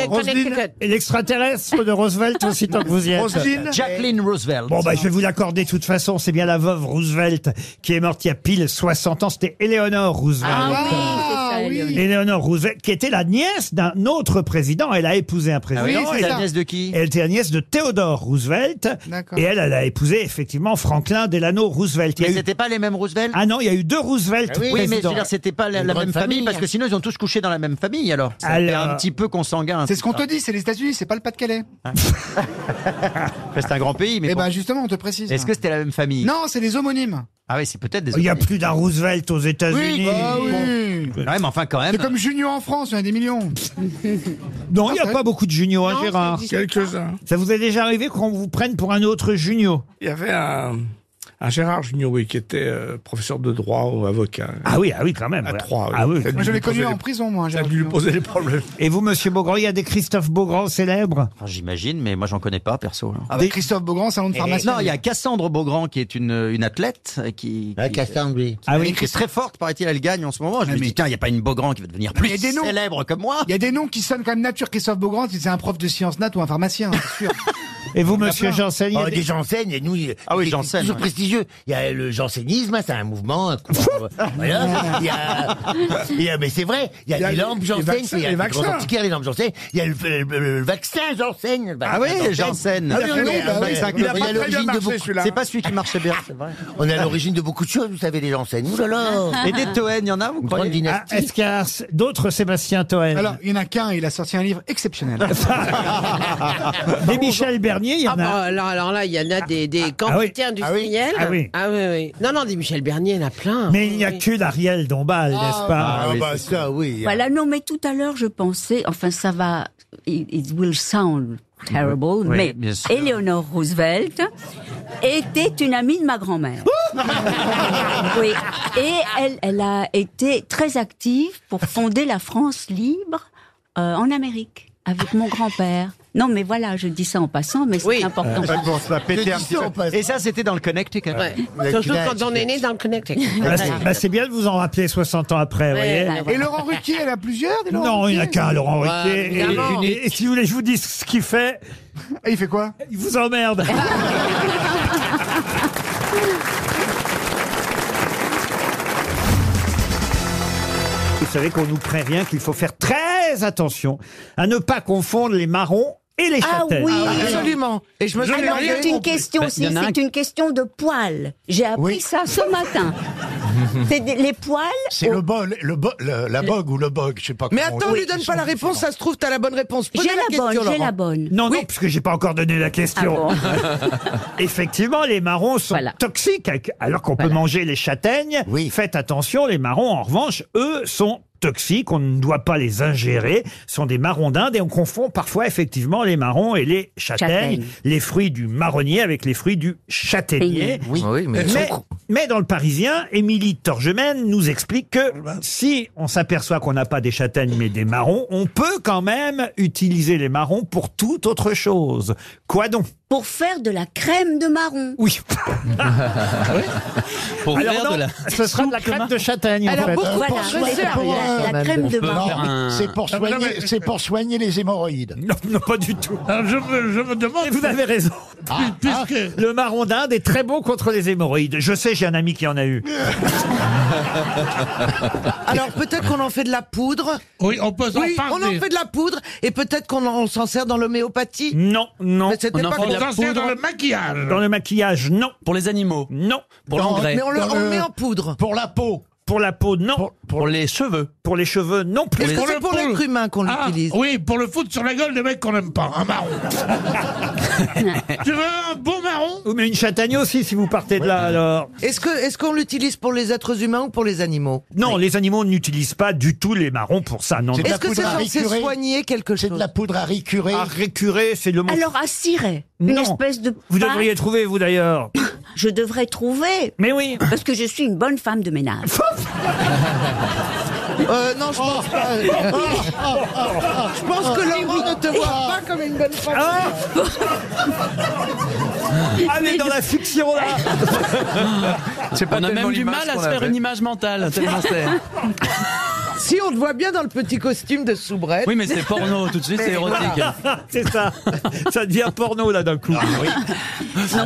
d'accord. Et l'extraterrestre de Roosevelt, aussi tant que vous y êtes. cousine Jacqueline Roosevelt. Bon, bah, je vais vous l'accorder de toute façon. C'est bien la veuve Roosevelt qui est morte il y a pile 60 ans. C'était Eleanor Roosevelt. Ah oui, c'est ça, oui. Eleanor Roosevelt, qui était la nièce d'un autre président. Elle a épousé un président. Ah oui, c'est Et- la nièce de qui Elle était la nièce de Theodore Roosevelt. D'accord. Et elle, elle a épousé effectivement Franklin Delano Roosevelt. Mais Il y a eu- c'était pas les mêmes Roosevelt Ah non, il y a eu deux Roosevelt. oui, mais je présidents. veux dire, c'était pas la, la même famille, parce que sinon ils ont tous couché dans la même famille alors. C'est Alors- un petit peu Ah. consanguin. C'est ce qu'on te ça. dit, c'est les États-Unis, c'est pas le Pas-de-Calais. C'est un grand pays, mais. Eh bon. ben justement, on te précise. Est-ce que c'était la même famille Non, c'est les homonymes. Ah oui, c'est peut-être des. Il y a plus d'un Roosevelt aux Oui, États-Unis. bah Ah oui. Ouais, mais enfin quand même. C'est comme Junio en France, il y en a des millions. Non, il n'y a pas beaucoup de juniors, hein, Non, ça Gérard. existe Quelques-uns. Ça vous est déjà arrivé qu'on vous prenne pour un autre junior Il y avait un, un Gérard Junior, oui, qui était euh, professeur de droit ou avocat. Ah oui, ah oui, quand même. À Troyes, oui. Ah oui. Ça a dû Moi, je lui l'ai connu poser en des- prison, moi. Ça a Gérard dû lui Jugnot. poser des problèmes. Et vous, monsieur Beaugrand, il y a des Christophe Beaugrand célèbres Enfin, Ah, J'imagine, mais moi j'en connais pas perso. hein. Ah bah, Christophe Beaugrand, salon Eh, de Et- pharmacie. Eh, Ah, Non, il y a Cassandre Beaugrand qui est une, une athlète euh, qui. qui- oui. Ah oui, Ah, qui est très forte, paraît-il, elle gagne en ce moment. Je me dis, tiens, il n'y a pas une Beaugrand qui va devenir plus Il y a des noms. célèbre comme moi. Il y a des noms qui sonnent quand même nature. Christophe Beaugrand, c'est un prof de sciences nat ou un pharmacien, c'est sûr. Et vous, Il y en a monsieur plein. Janssen il y a Oh, des- des Ah, Janssen, et nous, Ah oui, c'est Janssen, toujours ouais. prestigieux. Il y a le jansénisme, hein, c'est un mouvement. un courant, euh, voilà. Il y a, il y a- mais c'est vrai, il y a, Il y a les lampes les Janssen, vaccins, il y a les les grands vaccins. antiquaires, les lampes Janssen, il y a le, le- le- le vaccin Janssen. le Ah oui, vaccin Janssen. Ah Il a oui, fait oui, un bah vaccin oui. On est à qui a pas très bien l'origine de marché, beaucoup- celui-là. C'est pas celui qui marchait bien, c'est vrai. Ah, On est à l'origine de beaucoup de choses, vous savez, les Janssen. Ouh là là Et des Toen, il y en a, vous Une croyez grande dynastie. Ah, Est-ce qu'il y a d'autres Sébastien Toen Alors, il y en a qu'un, il a sorti un livre exceptionnel. Des Michel Bernier, il y en Ah bah, a. Ah. alors, alors là, il y en a des, des oui. quantités industrielles. Ah oui. Ah oui, oui. Non, non, des Michel Bernier, il y en a plein. Mais il n'y a que d'Ariel Dombal, n'est-ce pas Ah, bah ça, oui. Voilà, non, mais tout à l'heure, je pensais, enfin, ça va, it, it will sound terrible, Oui, mais bien sûr. Eleanor Roosevelt était une amie de ma grand-mère. oui, et elle, elle a été très active pour fonder la France libre euh, en Amérique, avec mon grand-père. Non, mais voilà, je dis ça en passant, mais c'est important. Euh, se la péter un petit peu. Et ça, c'était dans le Connecticut. hein. Ouais. Surtout quand on est né dans le Connecticut. Bah, c'est- bah, c'est bien de vous en rappeler 60 ans après, vous voyez. bah, Et Laurent Ruquier, elle a plusieurs des Laurent Non, il n'y en a Ruquier qu'un, Laurent Ouais, Ruquier. Et- évidemment. et, et si vous voulez, je vous dis ce qu'il fait. Et Ah, il fait quoi Il vous emmerde. Vous savez qu'on nous prévient qu'il faut faire très attention à ne pas confondre les marrons et les Ah châtaignes. oui. Absolument. Et je me suis Ah, Alors, c'est une question, Bah, c'est c'est une question de poils. J'ai appris ça ce matin. C'est des- les poils. C'est Oh. le bol, le bol, la bogue ou le bog, je sais pas Mais attends, lui donne pas la réponse, ça se trouve, t'as la bonne réponse. Posez J'ai la question, bonne, j'ai Laurent. la bonne. Non, non, puisque j'ai pas encore Ah donné la question. Effectivement, les marrons sont toxiques, alors qu'on peut manger les châtaignes. Oui. Faites attention, les marrons, en revanche, eux, sont toxiques, on ne doit pas les ingérer, Ce sont des marrons d'Inde et on confond parfois effectivement les marrons et les châtaignes, Châtaignes. les fruits du marronnier avec les fruits du châtaignier. Oui. Oui, mais- mais, mais dans le Parisien, Émilie Torgemène nous explique que si on s'aperçoit qu'on n'a pas des châtaignes mais des marrons, on peut quand même utiliser les marrons pour toute autre chose. Quoi donc Pour faire de la crème de marron. Oui. Pour Ah Alors faire non, de la- ce sera de la crème de châtaigne. en fait. voilà, pour mais soigner- c'est pour, euh, pour, la, euh, crème on de peut marron. faire un- C'est pour Non, mais non, soigner, mais- c'est pour soigner les hémorroïdes. Non, non, pas du tout. Alors, je, me, je me demande. Et vous avez raison. Ah, Puisque. Le marron d'Inde est très bon contre les hémorroïdes. Je sais, j'ai un ami qui en a eu. Ah, Alors peut-être qu'on en fait de la poudre. Oui, on peut s'en Oui, on en parler. fait de la poudre et peut-être qu'on en- on s'en sert dans l'homéopathie. Non, non. Mais c'était On en pas fait de qu'on la s'en sert poudre. dans le maquillage. Dans le maquillage, non. Pour les animaux Non. Pour Dans- l'engrais Mais on le, Dans on le le- met en poudre. Pour la peau. Pour la peau, non. Pour, Pour les cheveux les cheveux, non plus. Est-ce que c'est pour l'être humain qu'on Ah, l'utilise oui, pour le foutre sur la gueule des mecs qu'on n'aime pas. Un marron. tu veux un bon marron Ou mais une châtaigne aussi, si vous partez de là, alors. Est-ce que est-ce qu'on l'utilise pour les êtres humains ou pour les animaux Non, les animaux n'utilisent pas du tout les marrons pour ça. Non, C'est de non. la Est-ce que poudre c'est à censé récurer. soigner quelque C'est de chose la poudre à récurer. À récurer, c'est le mot. Alors à cirer. Une Non. espèce de. Vous pâte. devriez trouver, vous d'ailleurs. Je devrais trouver. Mais oui. Parce que je suis une bonne femme de ménage. Euh, non, je pense pas. Je pense que Laurent ne te voit Ah pas comme une bonne femme. Ah, Allez dans la fiction, là. C'est pas On a tellement même du l'image mal à qu'on se faire avait. une image mentale, tellement c'est. Si, on te voit bien dans le petit costume de soubrette. Oui, mais c'est porno, tout de suite, c'est érotique. c'est ça. Ça devient porno, là, d'un coup. Non,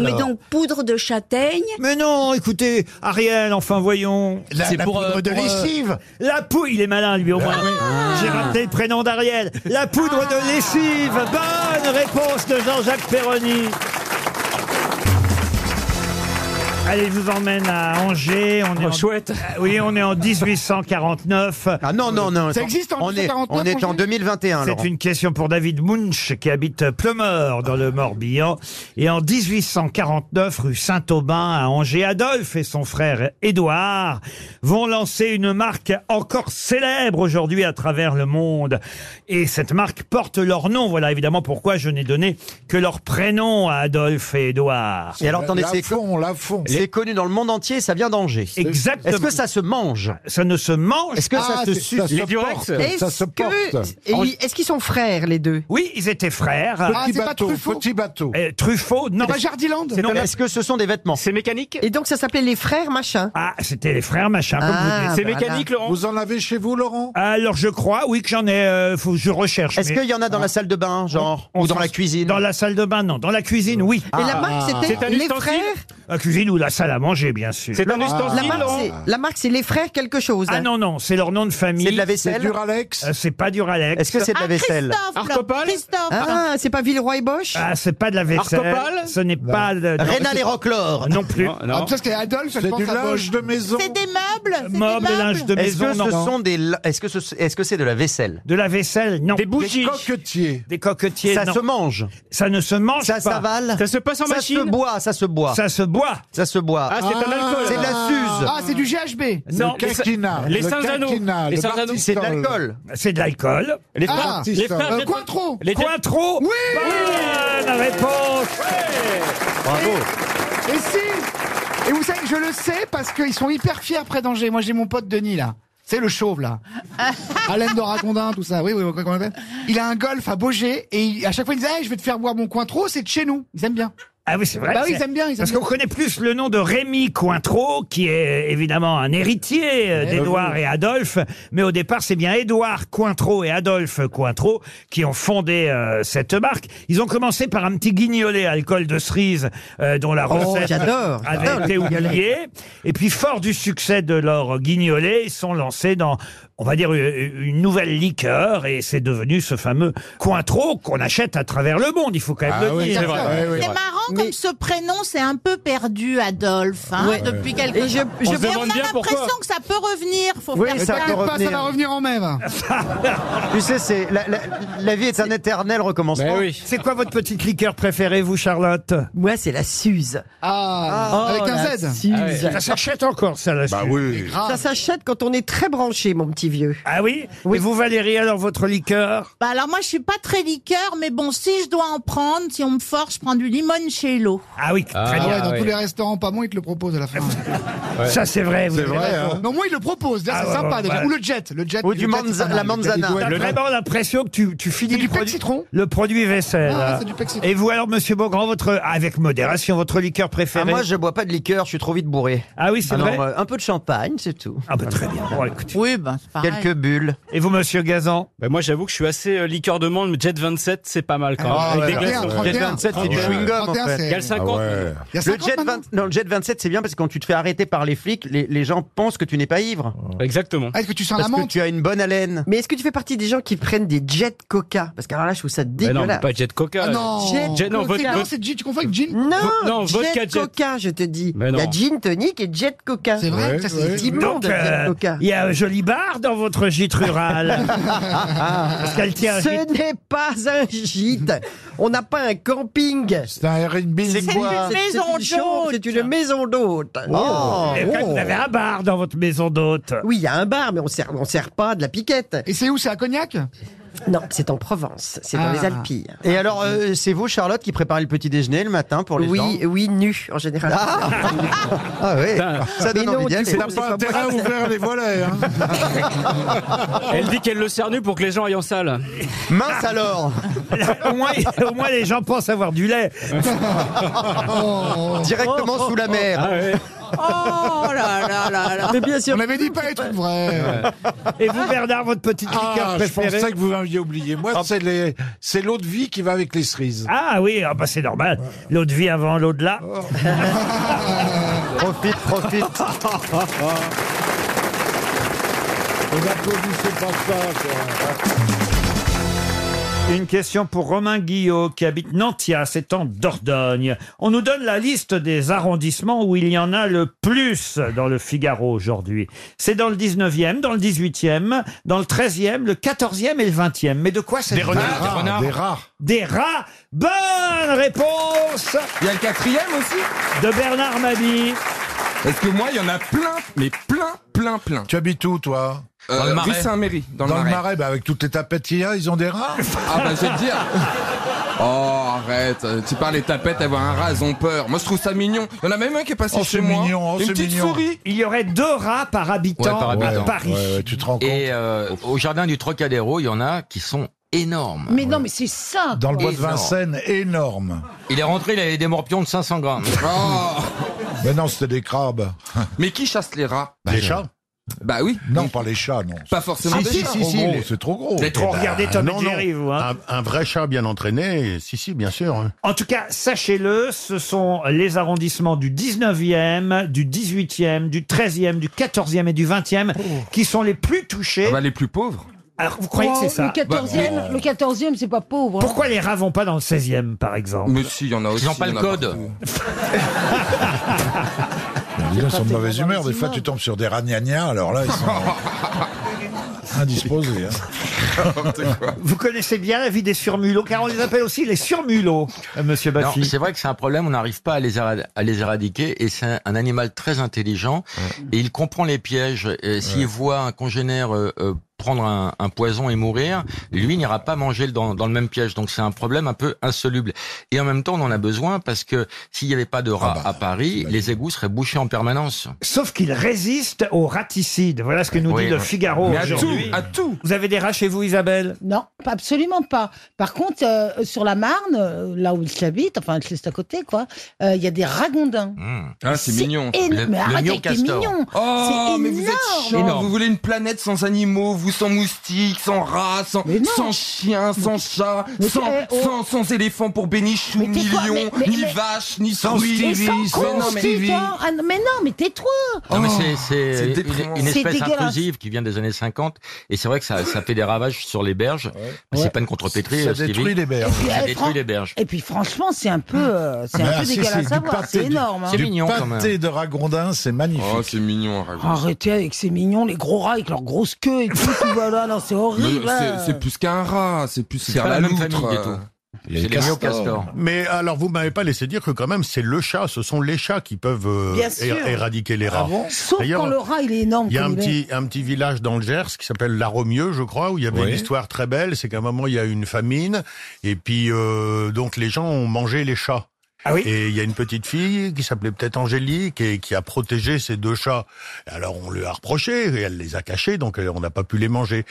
mais Alors. donc, poudre de châtaigne. Mais non, écoutez, Ariel, enfin voyons. La- la poudre de lessive. la poudre, il est malin lui au moins. J'ai raté le prénom d'Ariel. La poudre de lessive. Bonne réponse de Jean-Jacques Perroni. Allez, je vous emmène à Angers. On est en... Oh, chouette. Oui, on est en 1849. Ah non, non, non. Ça existe en On est- 1849, on est en Angers 2021. Laurent. C'est une question pour David Munch qui habite Plumeur dans le Morbihan. Et en 1849, rue Saint-Aubin à Angers, Adolphe et son frère Édouard vont lancer une marque encore célèbre aujourd'hui à travers le monde. Et cette marque porte leur nom. Voilà évidemment pourquoi je n'ai donné que leur prénom à Adolphe et Édouard. Et alors, attendez, c'est C'est connu dans le monde entier, ça vient d'Angers. Exactement. Est-ce que Ah, ça se mange Ça ne se mange. Est-ce que ça Ah, se c'est- suce ça se Les porte, Durex ça se porte. Est-ce qu'ils sont frères, les deux Oui, ils étaient frères. Ah, Petit c'est pas bateau, Truffaut petit bateau. Eh, Truffaut, non. C'est non, Est-ce que ce sont des vêtements C'est mécanique Et donc ça s'appelait les frères machin. Ah, c'était les frères Ah, machin. comme Ah, vous bah bah dites. Vous en avez chez vous, Laurent Alors je crois, oui, que j'en ai. euh, faut que je recherche. Est-ce mais- qu'il y en a dans la salle de bain, genre Ou dans la cuisine Ah. Dans la salle de bain, non. Dans la cuisine, oui. Et la marque, c'était C'est un les ustensile frères La cuisine ou la salle à manger, bien sûr. Ah. La marque, c'est- la marque, c'est les frères quelque chose. Ah non, non, c'est leur nom de famille. C'est de la vaisselle C'est Duralex C'est pas Duralex. Est-ce que c'est de la Ah, vaisselle Christophe, là. Artopale Christophe Ah, c'est pas Villeroy et Bosch Ah, c'est pas de la vaisselle. Arcopale Ce n'est Non. pas de... Rénal et Roclore. Non plus. Non, non. Ah, parce que Adolphe, je C'est pense du à linge Bosch. de maison. C'est des meubles c'est Meubles des et linge de Est-ce que maison, ce non. sont des la- Est-ce que ce est-ce que c'est de la vaisselle De la vaisselle, non. Des bougies. Des coquetiers. Des coquetiers, Ça non. se mange. Ça ne se mange ça pas. s'avale. ça se boit, ça se boit. Ça se boit. Ça se boit. Ah, Ah, C'est de la suze. Ah, c'est du GHB. Non, Le quinquina, le quinquina, le Bartistol. C'est de l'alcool. C'est de l'alcool. Les frères- Ah, les frères- Euh, Cointreau. Les Cointreau. Oui. La réponse. Bravo. Et si Et vous savez, je le sais parce qu'ils sont hyper fiers près d'Angers. Moi, j'ai mon pote Denis, là. C'est le chauve, là. Alain de Racondin, tout ça. Oui, oui, comment on appelle Il a un golf à Beaugé et il- à chaque fois, il disait hey, Je vais te faire boire mon coin trop, c'est de chez nous. Ils aiment bien. Ah oui, c'est vrai. Bah oui, c'est- ils aiment bien. Ils aiment parce qu'on bien. connaît plus le nom de Rémi Cointreau, qui est évidemment un héritier euh, d'Édouard et Adolphe. Mais au départ, c'est bien Édouard Cointreau et Adolphe Cointreau qui ont fondé euh, cette marque. Ils ont commencé par un petit guignolet à alcool de cerise, euh, dont la Oh, recette j'adore, j'adore avait Ah, le été guignolet. oubliée. Et puis, fort du succès de leur guignolet, ils sont lancés dans, on va dire, une une nouvelle liqueur. Et c'est devenu ce fameux Cointreau qu'on achète à travers le monde. Il faut Ah Ah quand même le dire. C'est marrant comme ce prénom, c'est un peu perdu, Adolphe, hein, Ouais. depuis Ouais. quelque Et je- Mais je- on On se a demande bien l'impression pourquoi. que ça peut revenir. Faut Oui, faire ça gaffe. peut T'inquiète Eh ben, pas, ça va revenir. revenir en mai, va. tu sais, c'est la, la- la vie est un éternel recommencement. Ben C'est quoi votre petite liqueur préférée, vous, Charlotte Moi, c'est la Suze. Ah, Oh, avec la un Z. Suze. Ça s'achète encore, ça, la Bah oui. Ah. Ça s'achète quand on est très branché, mon petit vieux. Ah oui, Et vous, Valérie, alors, votre liqueur Bah alors moi je suis pas très liqueur, mais bon si je dois en prendre, si on me force, je prends du limoncello. Ah oui, très bien. ouais, dans tous les restaurants, pas bon, ils te le proposent à la fin. Ça, c'est vrai. vous C'est avez vrai, raison. hein. Mais au moins, ils le proposent. Là, Ah, c'est ouais, sympa ouais, déjà. ouais. Ou le jet. Le jet Ou le du jet, c'est manza- pas mal. la manzana. T'as vraiment l'impression que tu, tu finis C'est du le produit, pexitron le produit vaisselle. Ah, c'est du pexitron. Et vous alors, Monsieur Beaugrand, votre avec modération, votre liqueur Ah, préférée moi, je bois pas de liqueur, je suis trop vite bourré. Ah oui, c'est non, vrai euh, Un peu de champagne, c'est tout. Ah bah très bien. Oui, ben c'est pareil. Quelques bulles. Et vous, Monsieur Gazan Ben, moi, j'avoue que je suis assez euh, liqueur de monde, mais Jet 27, c'est pas mal quand même. Ah, Avec ouais, des glaçons. 31, Jet 31, 27, c'est du ouais. chewing-gum en 31, fait. c'est- Il y a le Ah, 50. Le jet, 20 non, le jet 27, c'est bien parce que quand tu te fais arrêter par les flics, les, les gens pensent que tu n'es pas ivre. Ah. Exactement. Ah, Ah, Est-ce que tu sens parce la que menthe tu as une bonne haleine. Mais est-ce que tu fais partie des gens qui prennent des jets coca Parce que alors là, je trouve ça Mais Ben non, mais dégueulasse. pas Jet Coca. Ah non. Jet, non, Coca. votre- Non, votre- c'est gin. Tu confonds avec gin Non, non, jet vodka, jet. coca, je te dis. Mais non. Il y a gin tonic et jet coca. C'est vrai, Ouais, ça c'est ouais. immonde, Donc, euh, jet coca. il y a un joli bar dans votre gîte rural. Ah, Parce qu'elle tient un gîte. Ce n'est pas un gîte. On n'a pas un camping. C'est un Airbnb. C'est quoi maison d'hôte. C'est une maison d'hôte. Oh. Et vous avez un bar dans votre maison d'hôte. Oui, il y a un bar, mais on sert, on sert pas de la piquette. Et c'est où C'est à Cognac Non, c'est en Provence. C'est Ah. dans les Alpilles. Et alors, euh, c'est vous, Charlotte, qui préparez le petit déjeuner le matin pour les oui, gens oui, nu en général. Ah oui, ça Mais donne non, envie d'y tu aller. sais, T'as pas intérêt à ouvrir les volets. Elle dit qu'elle le sert nu pour que les gens aillent en salle. Mince alors au, moins, au moins, les gens pensent avoir du lait. Directement sous la mer. Ah ouais. Oh là là là là. On avait dit pas les trucs vrais. Et vous, Bernard, votre petite liqueur ah, préférée Je pensais que vous m'aviez oublié. Moi, c'est les- c'est l'eau de vie qui va avec les cerises. Ah oui, ah bah c'est normal. L'eau de vie avant l'au-delà. Profite, profite. On applaudissez pas ça. quoi. Une question pour Romain Guillot qui habite Nantia, c'est en Dordogne. On nous donne la liste des arrondissements où il y en a le plus dans le Figaro aujourd'hui. C'est dans le 19e, dans le 18e, dans le 13e, le 14e et le 20e. Mais de quoi c'est Des renards, des renards. Des rats. Des rats. Bonne réponse Il y a le quatrième aussi De Bernard Mabie. Est-ce que moi, il y en a plein, mais plein, plein, plein. Tu habites où, toi Dans le Marais. Saint-Méry, dans le Dans le Marais. Marais, bah, avec toutes les tapettes qu'il y a, ils ont des rats. Ah bah, je vais te dire. Oh, arrête. euh, Tu parles des tapettes, elles voient un rat, elles ont peur. Moi, je trouve ça mignon. Il y en a même un qui est passé Oh, chez c'est moi. mignon, oh, Une c'est petite mignon. souris. Il y aurait deux rats par habitant, Ouais, par habitant. à Paris. Ouais, ouais, tu te rends compte. Et euh, au jardin du Trocadéro, il y en a qui sont énormes. Mais non, mais c'est ça. Dans le bois quoi. de Vincennes, énorme. Il est rentré, il avait des morpions de 500 grammes. Mais non, c'était des crabes. Oh. Mais qui chasse les rats Des chats Bah oui. Non, pas les chats, non. Pas forcément Si, des si, chats. si, si, Oh, les- c'est trop gros. Les Eh trop ben, trois regardé Tom et Jerry, vous, hein. ah, un, un vrai chat bien entraîné, si, si, bien sûr. hein. En tout cas, sachez-le, ce sont les arrondissements du 19e, du 18e, du 13e, du 14e et du 20e qui sont les plus touchés. Ah bah, les plus pauvres. Bah, Alors, vous croyez que c'est ça Bah, Le 14e, le 14e, c'est pas pauvre. hein. Pourquoi les rats vont pas dans le 16e, par exemple Mais si, il y en a aussi. Ils n'ont pas il y le en a code. partout. Ils sont de mauvaise humeur. Des fois, tu tombes sur des ragnagnas, alors là, ils sont indisposés. hein. Vous connaissez bien la vie des surmulots, car on les appelle aussi les surmulots, euh, monsieur Non, Baffy. c'est vrai que c'est un problème, on n'arrive pas à les, éra- à les éradiquer et c'est un, un animal très intelligent et il comprend les pièges. Et S'il voit un congénère euh, euh, prendre un, un poison et mourir, lui il n'ira pas manger dans, dans le même piège. Donc c'est un problème un peu insoluble. Et en même temps, on en a besoin parce que s'il n'y avait pas de rats Ah bah, à Paris, les égouts seraient bouchés en permanence. Sauf qu'ils résistent aux raticides. Voilà ce que nous Oui, dit le oui. Figaro Mais à aujourd'hui. tout, à tout. Vous avez des rats chez vous, Isabelle Non, pas- absolument pas. Par contre, euh, sur la Marne, euh, là où je habite, enfin juste à côté, quoi, euh, il y a des ragondins. Hmm. Ah, c'est mignon. éno- Le- mais le arrête lion avec tes castor. mignons. Oh, c'est mais vous énorme. êtes chiant. Énorme. Vous voulez une planète sans animaux, vous sans moustiques, sans rats, sans, Mais non. sans chiens, sans chats, mais sans, c'est- eh, oh. sans, sans éléphants pour bénichou, Mais ni t'es quoi, lions, mais- mais- ni mais- vaches, ni Mais souris. sans con, Mais non, mais- Steve, hein. Ah non, mais non, mais tais-toi. Non, mais Oh, c'est- c'est c'est déprimant. une, une C'est espèce dégueulasse. intrusive qui vient des années 50 et c'est vrai que ça, ça fait des ravages sur les berges. Mais Ouais. C'est pas une contrepétrie. Ça euh, Stevie. détruit les berges. Puis, Ça eh, détruit fran- les berges. Et puis franchement, c'est un peu, euh, c'est un Ah, peu si, dégueulasse si, à du voir. pâté, C'est du- énorme. hein. Du mignon, quand même. pâté de ragondin, c'est magnifique. Oh, c'est mignon, un ragoût. Arrêtez avec ces mignons, les gros rats avec leur grosse queue et tout. tout, voilà, non, c'est Mais horrible. hein. c'est- C'est plus qu'un rat, c'est plus C'est vers pas la la même loutre. famille du euh. tout. Il y a les C'est les castors. castors. Mais alors, vous m'avez pas laissé dire que quand même, c'est le chat, ce sont les chats qui peuvent euh, Bien sûr. Ah é- éradiquer les rats. Sauf D'ailleurs, quand le rat, il est énorme. Il y a un comme il est. petit, un petit village dans le Gers qui s'appelle La Romieux, je crois, où il y avait Oui. une histoire très belle. C'est qu'à un moment, il y a eu une famine. Et puis, euh, donc, les gens ont mangé les chats. Ah oui Et il y a une petite fille qui s'appelait peut-être Angélique et qui a protégé ces deux chats. Alors on lui a reproché et elle les a cachés, donc euh, on n'a pas pu les manger.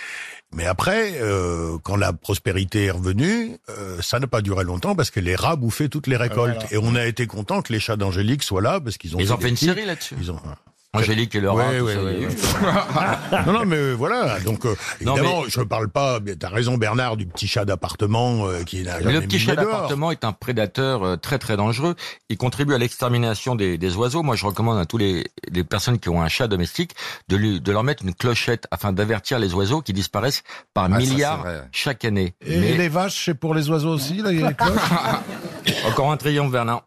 Mais après, euh, quand la prospérité est revenue, euh, ça n'a pas duré longtemps parce que les rats bouffaient toutes Ah, les récoltes. Et on a été content que les chats d'Angélique soient là parce qu'ils ont. Ils ont fait des une petits. série là-dessus. Ils ont. Angélique et Laura. Ouais, tout ouais, ça, ouais, il y a eu. non, non, mais voilà. Donc, euh, Non, évidemment, mais- je ne parle pas. mais T'as raison, Bernard, du petit chat d'appartement euh, qui n'a jamais Le mis petit le chat nez dehors. d'appartement est un prédateur euh, très très dangereux. Il contribue à l'extermination des, des oiseaux. Moi, je recommande à tous les, les personnes qui ont un chat domestique de, lui, de leur mettre une clochette afin d'avertir les oiseaux qui disparaissent par ça, milliards c'est vrai. chaque année. Et Mais les vaches, c'est pour les oiseaux aussi, là, il y a les cloches. encore un triomphe, Bernard.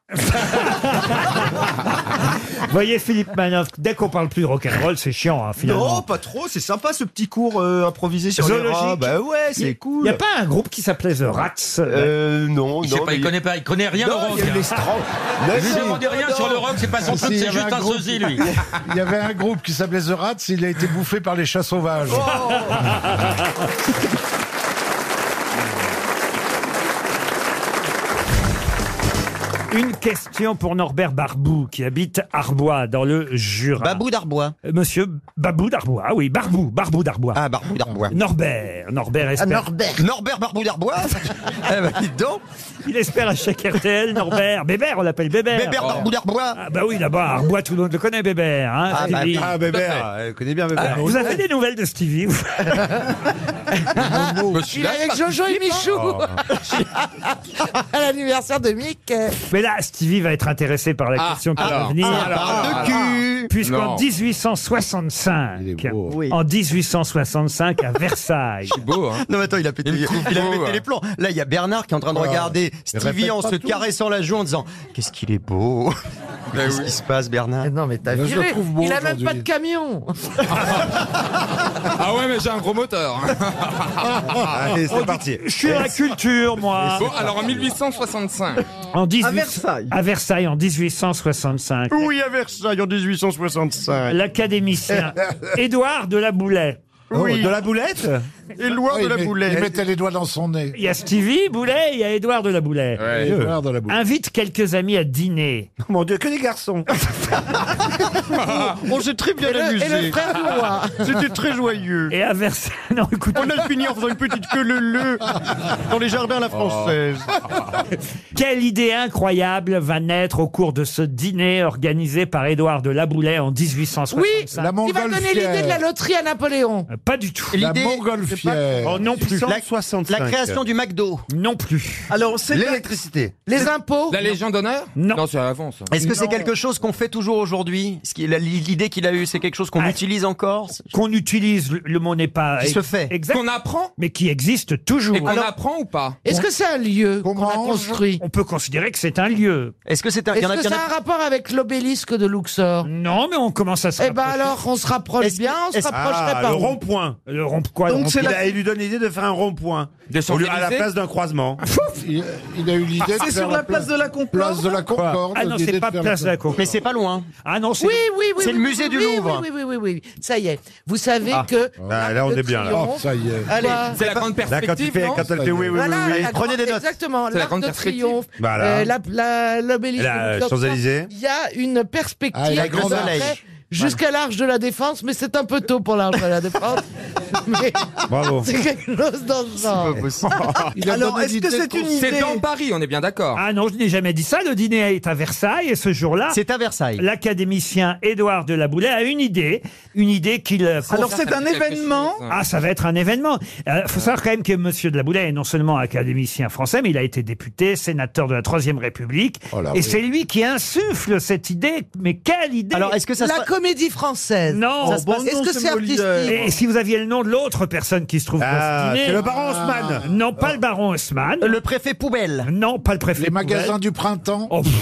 Voyez Philippe Manoff, dès qu'on parle plus de rock'n'roll, c'est chiant, hein, Non, finalement. pas trop, c'est sympa ce petit cours euh, improvisé sur les Zoologique. rats. Bah ouais, Il y c'est a- cool. Il n'y a pas un groupe qui s'appelait The Rats Euh, non, Il, non. sait pas, mais il connaît pas, il connaît rien Non, au rock. il y a eu hein. les Strokes. Mais Je lui si. demandais rien Non. sur le rock, c'est pas son Ah, truc, si, il y c'est avait juste un un groupe. sosie, lui. Il y avait un groupe qui s'appelait The Rats, il a été bouffé par les chats sauvages. Oh Une question pour Norbert Barbou, qui habite Arbois, dans le Jura. Babou d'Arbois. Monsieur Babou d'Arbois, oui, Barbou, Barbou d'Arbois. Ah, Barbou d'Arbois. Norbert, Norbert espère... Norbert. Norbert Barbou d'Arbois Eh ben, dis donc. Il espère à chaque RTL, Norbert. Bébert, on l'appelle Bébert. Bébert Barbou d'Arbois. Ah bah oui, là-bas, Arbois, tout le monde le connaît, Bébert. hein, Ah, bah, Stevie. ah, Bébert, elle connaît bien Bébert. Ah, vous avez des nouvelles de Stevie vous Il est avec Jojo et Michou Oh. à l'anniversaire de Mick. Mais là, Stevie va être intéressé par la Ah, question qui va alors, venir. ah, alors, De cul. Puisqu'en Non. 1865, Oui. en 1865 à Versailles. beau, hein. Non, mais attends, il a pété, Il me trouve il a beau, pété hein. les plombs. Là, il y a Bernard qui est en train de Ah. regarder Il Stevie répète en pas se tout. caressant la joue en disant Qu'est-ce qu'il est beau Bah Qu'est-ce qui se passe, Eh Bernard Non, mais t'as Il est- il a même pas de camion. Ah ouais, mais j'ai un gros moteur. Ah, Allez, c'est parti. Ah, Je suis dans la culture, moi. Bon, alors en 1865. En 18... À Versailles. À Versailles, en 1865. Oui, à Versailles, en 1865. L'académicien Eh, Édouard de la Boulay. Oui. de la Boulette Édouard Oui, de la mais- Boulay. Il mettait les doigts dans son nez. Il y a Stevie Boulet, il y a Édouard de la Boulay. Édouard de la Oh, Boulay. Invite quelques amis à dîner. Mon Dieu, que des garçons On s'est Oh, très bien Et le- amusé. et le frère du roi. C'était très joyeux. Et à Versailles, non, écoute. On a fini en faisant une petite queue le le dans les jardins à la française. Quelle idée incroyable va naître au cours de ce dîner organisé par Édouard de Laboulaye en 1865 Oui, il va donner l'idée de la loterie à Napoléon. Euh, Pas du tout. La L'idée- montgolfière. Oh non plus. La- La création du McDo. Non plus. Alors, c'est l'électricité. Les impôts. La Légion d'honneur Non. Non, c'est à l'avance. Est-ce que c'est quelque chose qu'on fait toujours aujourd'hui Ce qui- la- L'idée qu'il a eue, c'est quelque chose qu'on utilise encore Ah. Qu'on utilise, le, le mot n'est pas... Qui se fait. Exact. Qu'on apprend Mais qui existe toujours. Et qu'on apprend ou pas Est-ce que c'est un lieu qu'on a construit On peut considérer que c'est un lieu. Est-ce que c'est Est-ce que ça a un rapport avec l'obélisque de Luxor Non, mais on commence à se Eh ben alors, on se rapproche bien, on se Ah, rapprocherait pas. où Ah, rond-point. Le rond quoi Donc c'est la- Il lui donne l'idée de faire un rond-point. De Au lieu- À la Champs-Élysées place d'un croisement. Ah, Il, il a eu l'idée de faire Place de la Concorde. Ah non, l'idée c'est de pas faire place de la Concorde. Mais c'est pas loin. Ah non, Oui, oui, oui. C'est oui, le oui, musée oui, du oui, Louvre. Oui, oui, oui, oui, oui. Ça y est. Vous savez que. Ah, là, on le est bien, là. triomphe- Oh, ça y est. Allez, C'est la grande Là, quand tu bah, perspective, fais, non quand elle fait oui, oui, oui, Voilà, oui. la grande- Exactement, C'est la l'arc grande de perspective. triomphe, Voilà. euh, la- la- l'obélisque. La de Luxor. Champs-Élysées. Il y a une perspective Ah, et la de grande après Arche. jusqu'à l'Arche de la Défense, mais c'est un peu tôt pour l'Arche de la Défense. Mais Bravo. C'est quelque chose dans le genre. Il a donné l'idée qu'on- C'est dans Paris, on est bien d'accord. Ah non, je n'ai jamais dit ça. Le dîner est à Versailles et ce jour-là. C'est à Versailles. L'académicien Édouard de la Boulaye a une idée. Une idée qu'il. euh, Alors, c'est un événement hein. Ah, ça va être un événement. Il faut savoir quand même que Monsieur de la Boulaye est non seulement académicien français, mais il a été député, sénateur de la Troisième République. Oh là, et oui. c'est lui qui insuffle cette idée. Mais quelle idée Alors, est-ce que ça se La passe- comédie française. Non. Ça se passe- Est-ce que c'est artistique Et si vous aviez le nom de l'autre personne qui se trouve dans ce dîner Ah, c'est le baron Haussmann. Non, pas le baron Haussmann. Le préfet poubelle. Non, pas le préfet. Les magasins du printemps. Oh, pff.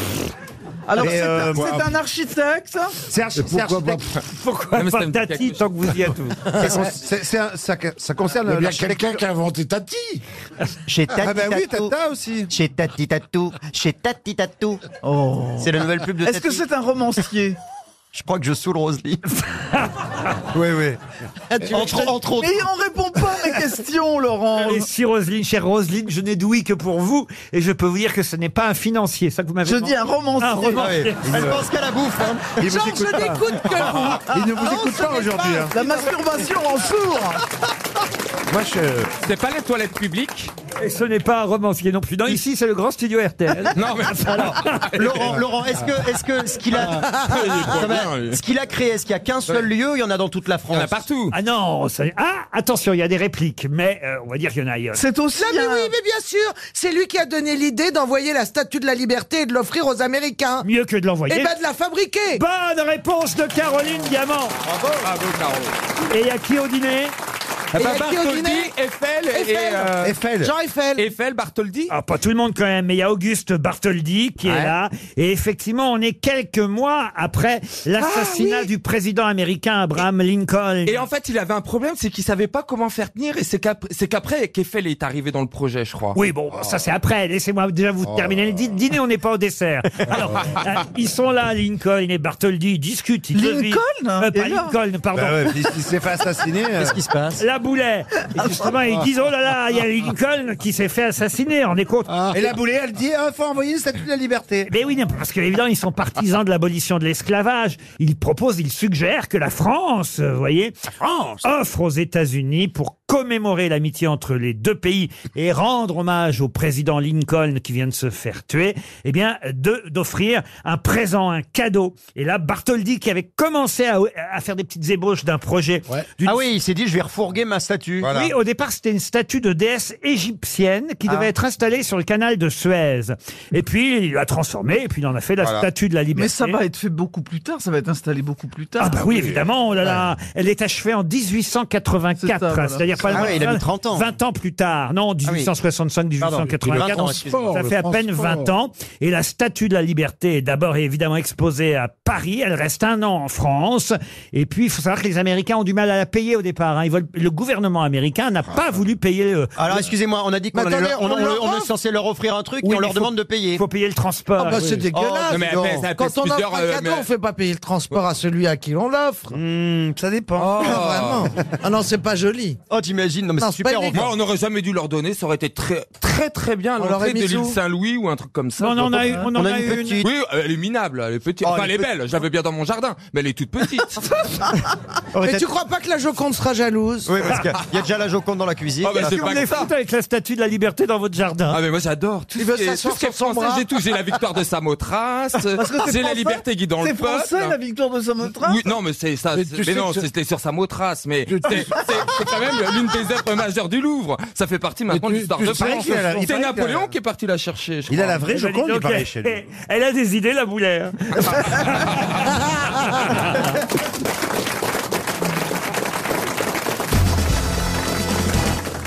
Alors, Mais, c'est un- euh, c'est moi- un architecte. C'est archi- Et pourquoi c'est pas- architecte. Pourquoi Non, mais ça pas me dit quelque Tati chose. tant que vous y êtes vous Ça con- c'est- c'est un- ça- Ça concerne Il y a bien l'architecture. quelqu'un qui a inventé Tati. Chez Tati Ah bah oui, Tatou. Tata aussi. Chez Tati Tatou. Chez Tati Tatou. Oh. C'est la nouvelle pub de Tati. un romancier Je crois que je saoule Rosely. Oui, oui. Ah, entre, entre autres. on répond pas à mes questions, Laurent. Et si Roselyne, chère Roselyne, je n'ai d'ouïe que pour vous, et je peux vous dire que ce n'est pas un financier, ça que vous m'avez demandé. Un romancier. Elle pense qu'à la bouffe. hein. Il vous Genre, écoute je pas. n'écoute que vous. Il ne vous Non, écoute ce pas n'est aujourd'hui, hein. La masturbation en sourd. Moi, je. C'est pas les toilettes publiques Et ce n'est pas un romancier non plus. Non, ici, c'est le grand studio RTL. Non, mais Alors, Laurent, Laurent est-ce que, est que ce qu'il a, Ah. il est pas Ça va, bien, lui. ce qu'il a créé, est-ce qu'il y a qu'un seul lieu Il y en a dans toute la France. Il y en a partout. Ah non, ça- ah, attention, il y a des répliques, mais euh, on va dire qu'il y en a ailleurs. C'est aussi. Non, mais oui, mais bien sûr, c'est lui qui a donné l'idée d'envoyer la Statue de la Liberté et de l'offrir aux Américains. Mieux que de Et l'envoyer. ben de la fabriquer. Bonne réponse de Caroline Diamant. Bravo, bravo, Caro. Et il y a qui au dîner Ah Et bah, y a qui au Bartholdi, dîner Eiffel et. Eiffel. euh, Eiffel. Jean Eiffel. Eiffel, Bartholdi Ah, pas tout le monde quand même, mais il y a Auguste Bartholdi qui est Ouais. là. Et effectivement, on est quelques mois après l'assassinat du président américain Abraham Lincoln. Et en fait, il avait un problème, c'est qu'il savait pas comment faire tenir, et c'est qu'après, c'est qu'après qu'Eiffel est arrivé dans le projet, je crois. Oui, bon, ça c'est après. Laissez-moi déjà Oh. vous terminer le dî- dîner, on n'est pas au dessert. Alors, euh, ils sont là, Lincoln et Bartholdi, ils discutent. Ils devinent. Lincoln Euh, Pas Et là Lincoln, pardon. Bah ouais, puis s'il s'est fait assassiner. euh, Qu'est-ce qui se passe Là, la boulet. Et justement, ils disent oh là là, il y a Lincoln qui s'est fait assassiner. On est contre. Ah. Et la Boulay, elle dit, il faut envoyer le statut de la liberté. Mais oui, non, parce que évidemment, ils sont partisans de l'abolition de l'esclavage. Ils proposent, ils suggèrent que la France, euh, vous voyez, offre aux États-Unis pour commémorer l'amitié entre les deux pays et rendre hommage au président Lincoln qui vient de se faire tuer, eh bien, de- d'offrir un présent, un cadeau. Et là, Bartholdi, qui avait commencé à, à faire des petites ébauches d'un projet. Ah oui, il s'est dit, je vais refourguer ma statue. Oui, au départ, c'était une statue de déesse égyptienne qui Ah. devait être installée sur le canal de Suez. Et puis, il l'a transformée, et puis il en a fait la Voilà. statue de la liberté. Mais ça va être fait beaucoup plus tard, ça va être installé beaucoup plus tard. Ah bah oui, évidemment, oh là là, elle est achevée en 1884, C'est ça, voilà. c'est-à-dire pas Ah loin ouais, de il a mis 20 20 ans plus tard. Non, Ah oui. 1865, Pardon, 1884, le transport, ça le fait à peine transport. 20 ans. Et la Statue de la Liberté est d'abord évidemment exposée à Paris, elle reste un an en France. Et puis, il faut savoir que les Américains ont du mal à la payer au départ. hein. Ils veulent, le gouvernement américain n'a pas voulu payer... euh, Alors le- Ah, excusez-moi, on a dit qu'on Mais allait attendez, leur- on- on leur on- on est offre censé leur offrir un truc Oui, et on mais leur faut- demande de payer. Il faut payer le transport. Ah bah c'est Oui. dégueulasse. Oh, non, mais dis donc. après, ça pèse Quand on offre plusieurs, un euh, cadeau, mais- on fait pas payer le transport à celui à qui l'on l'offre. Hmm, ça dépend. vraiment. Ah non, c'est pas joli. Oh, t'imagines Non, mais Non, c'est c'est pas super. élégant. on- Moi, on n'aurait jamais dû leur donner. Ça aurait été très, très, très bien à On l'aurait l'entrée de mis l'île où Saint-Louis ou un truc comme ça. Non, Je non, on vois a pas. eu- on en a eu une. Oui, elle est minable. Elle est petite. Oh, Enfin, elle elle est est belle. Je l'avais bien dans mon jardin, mais elle est toute petite. Ah, Mais tu crois pas que la Joconde sera jalouse Oui, parce qu'il y a déjà la Joconde dans la cuisine. Ah, bah, c'est Est-ce qu'on pas est que ça. foutu avec la Statue de la Liberté dans votre jardin Ah mais moi j'adore tout Il ce veut qui est, tout s'asseoir ce qui est sur son français, bras. j'ai tout, j'ai la victoire de Samothrace, j'ai Parce que c'est la français, liberté qui est dans le c'est peuple. français, la victoire de Samothrace Oui, non mais c'est ça, Mais mais, tu sais non, que- c'était sur Samothrace, mais Tu- tu- c'est c'est- c'est quand même l'une des œuvres majeures du Louvre. Ça fait partie maintenant tu- de l'histoire tu de sais France. qu'il a la- il C'est paraît qu'il a Napoléon la- qui est parti la chercher. je Il a crois. la vraie Eh ben, dis Joconde, il donc, paraît, elle- chez lui. Elle a des idées, la boulette.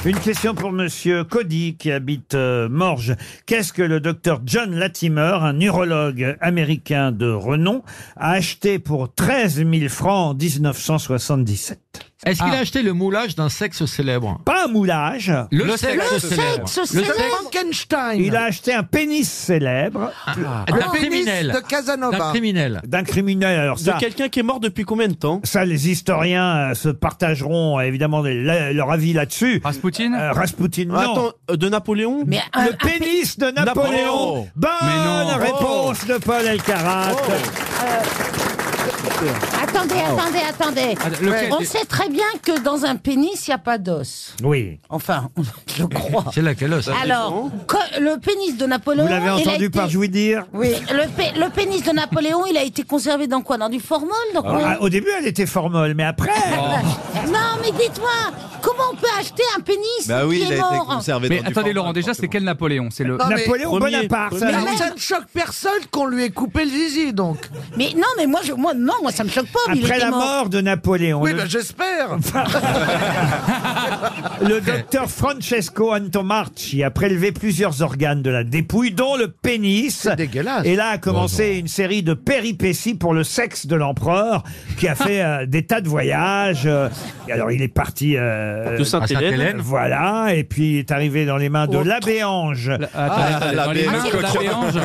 Une question pour Monsieur Cody qui habite euh, Morges. Qu'est-ce que le docteur John Latimer, un neurologue américain de renom, a acheté pour 13 000 francs en 1977 Est-ce qu'il Ah. a acheté le moulage d'un sexe célèbre Pas un moulage. Le Le sexe sexe célèbre. sexe Le sexe. Frankenstein. Il a acheté un pénis célèbre. Ah, d'un Un criminel. D'un criminel. D'un criminel. Alors ça, De quelqu'un qui est mort depuis combien de temps Ça, les historiens euh, se partageront euh, évidemment les- la- leur avis là-dessus. Raspoutine Raspoutine, non. Attends, euh, de Napoléon Le pénis de Napoléon. Oh. Napoléon. Bonne Mais non. réponse de Paul Elkarat. Attendez, Ah ouais. attendez, attendez. Ah, lequel On des- sait très bien que dans un pénis, il n'y a pas d'os. Oui. Enfin, je crois. C'est laquelle os Alors, que- le pénis de Napoléon. Vous l'avez il a entendu été- par Jouy dire Oui, le, pé- le pénis de Napoléon, il a été conservé dans quoi Dans du formol dans quoi Ah, Au début, elle était formole, mais après. Oh. Oh. Non, mais dites-moi, comment on peut acheter un pénis Bah qui est mort Mais attendez, Laurent, déjà, c'est quel Napoléon C'est le Non, mais- Napoléon Bonaparte. Mais Ah, même- ça- ne choque personne qu'on lui ait coupé le zizi, donc. Mais non, mais moi, je, moi, non, moi, ça me choque pas. mais il Après était la mort. mort de Napoléon, Eh Oui, le, ben, j'espère. le docteur Francesco Antomarchi a prélevé plusieurs organes de la dépouille, dont le pénis. C'est dégueulasse. Et là a Oh commencé une série de péripéties pour le sexe de l'empereur, qui a fait euh, des tas de voyages. Euh, et alors il est parti euh, De Sainte-Hélène. À Sainte-Hélène. Voilà, et puis il est arrivé dans les mains de Autre. l'abbé Ange. attendez, attendez, dans les mains de l'abbé Ange.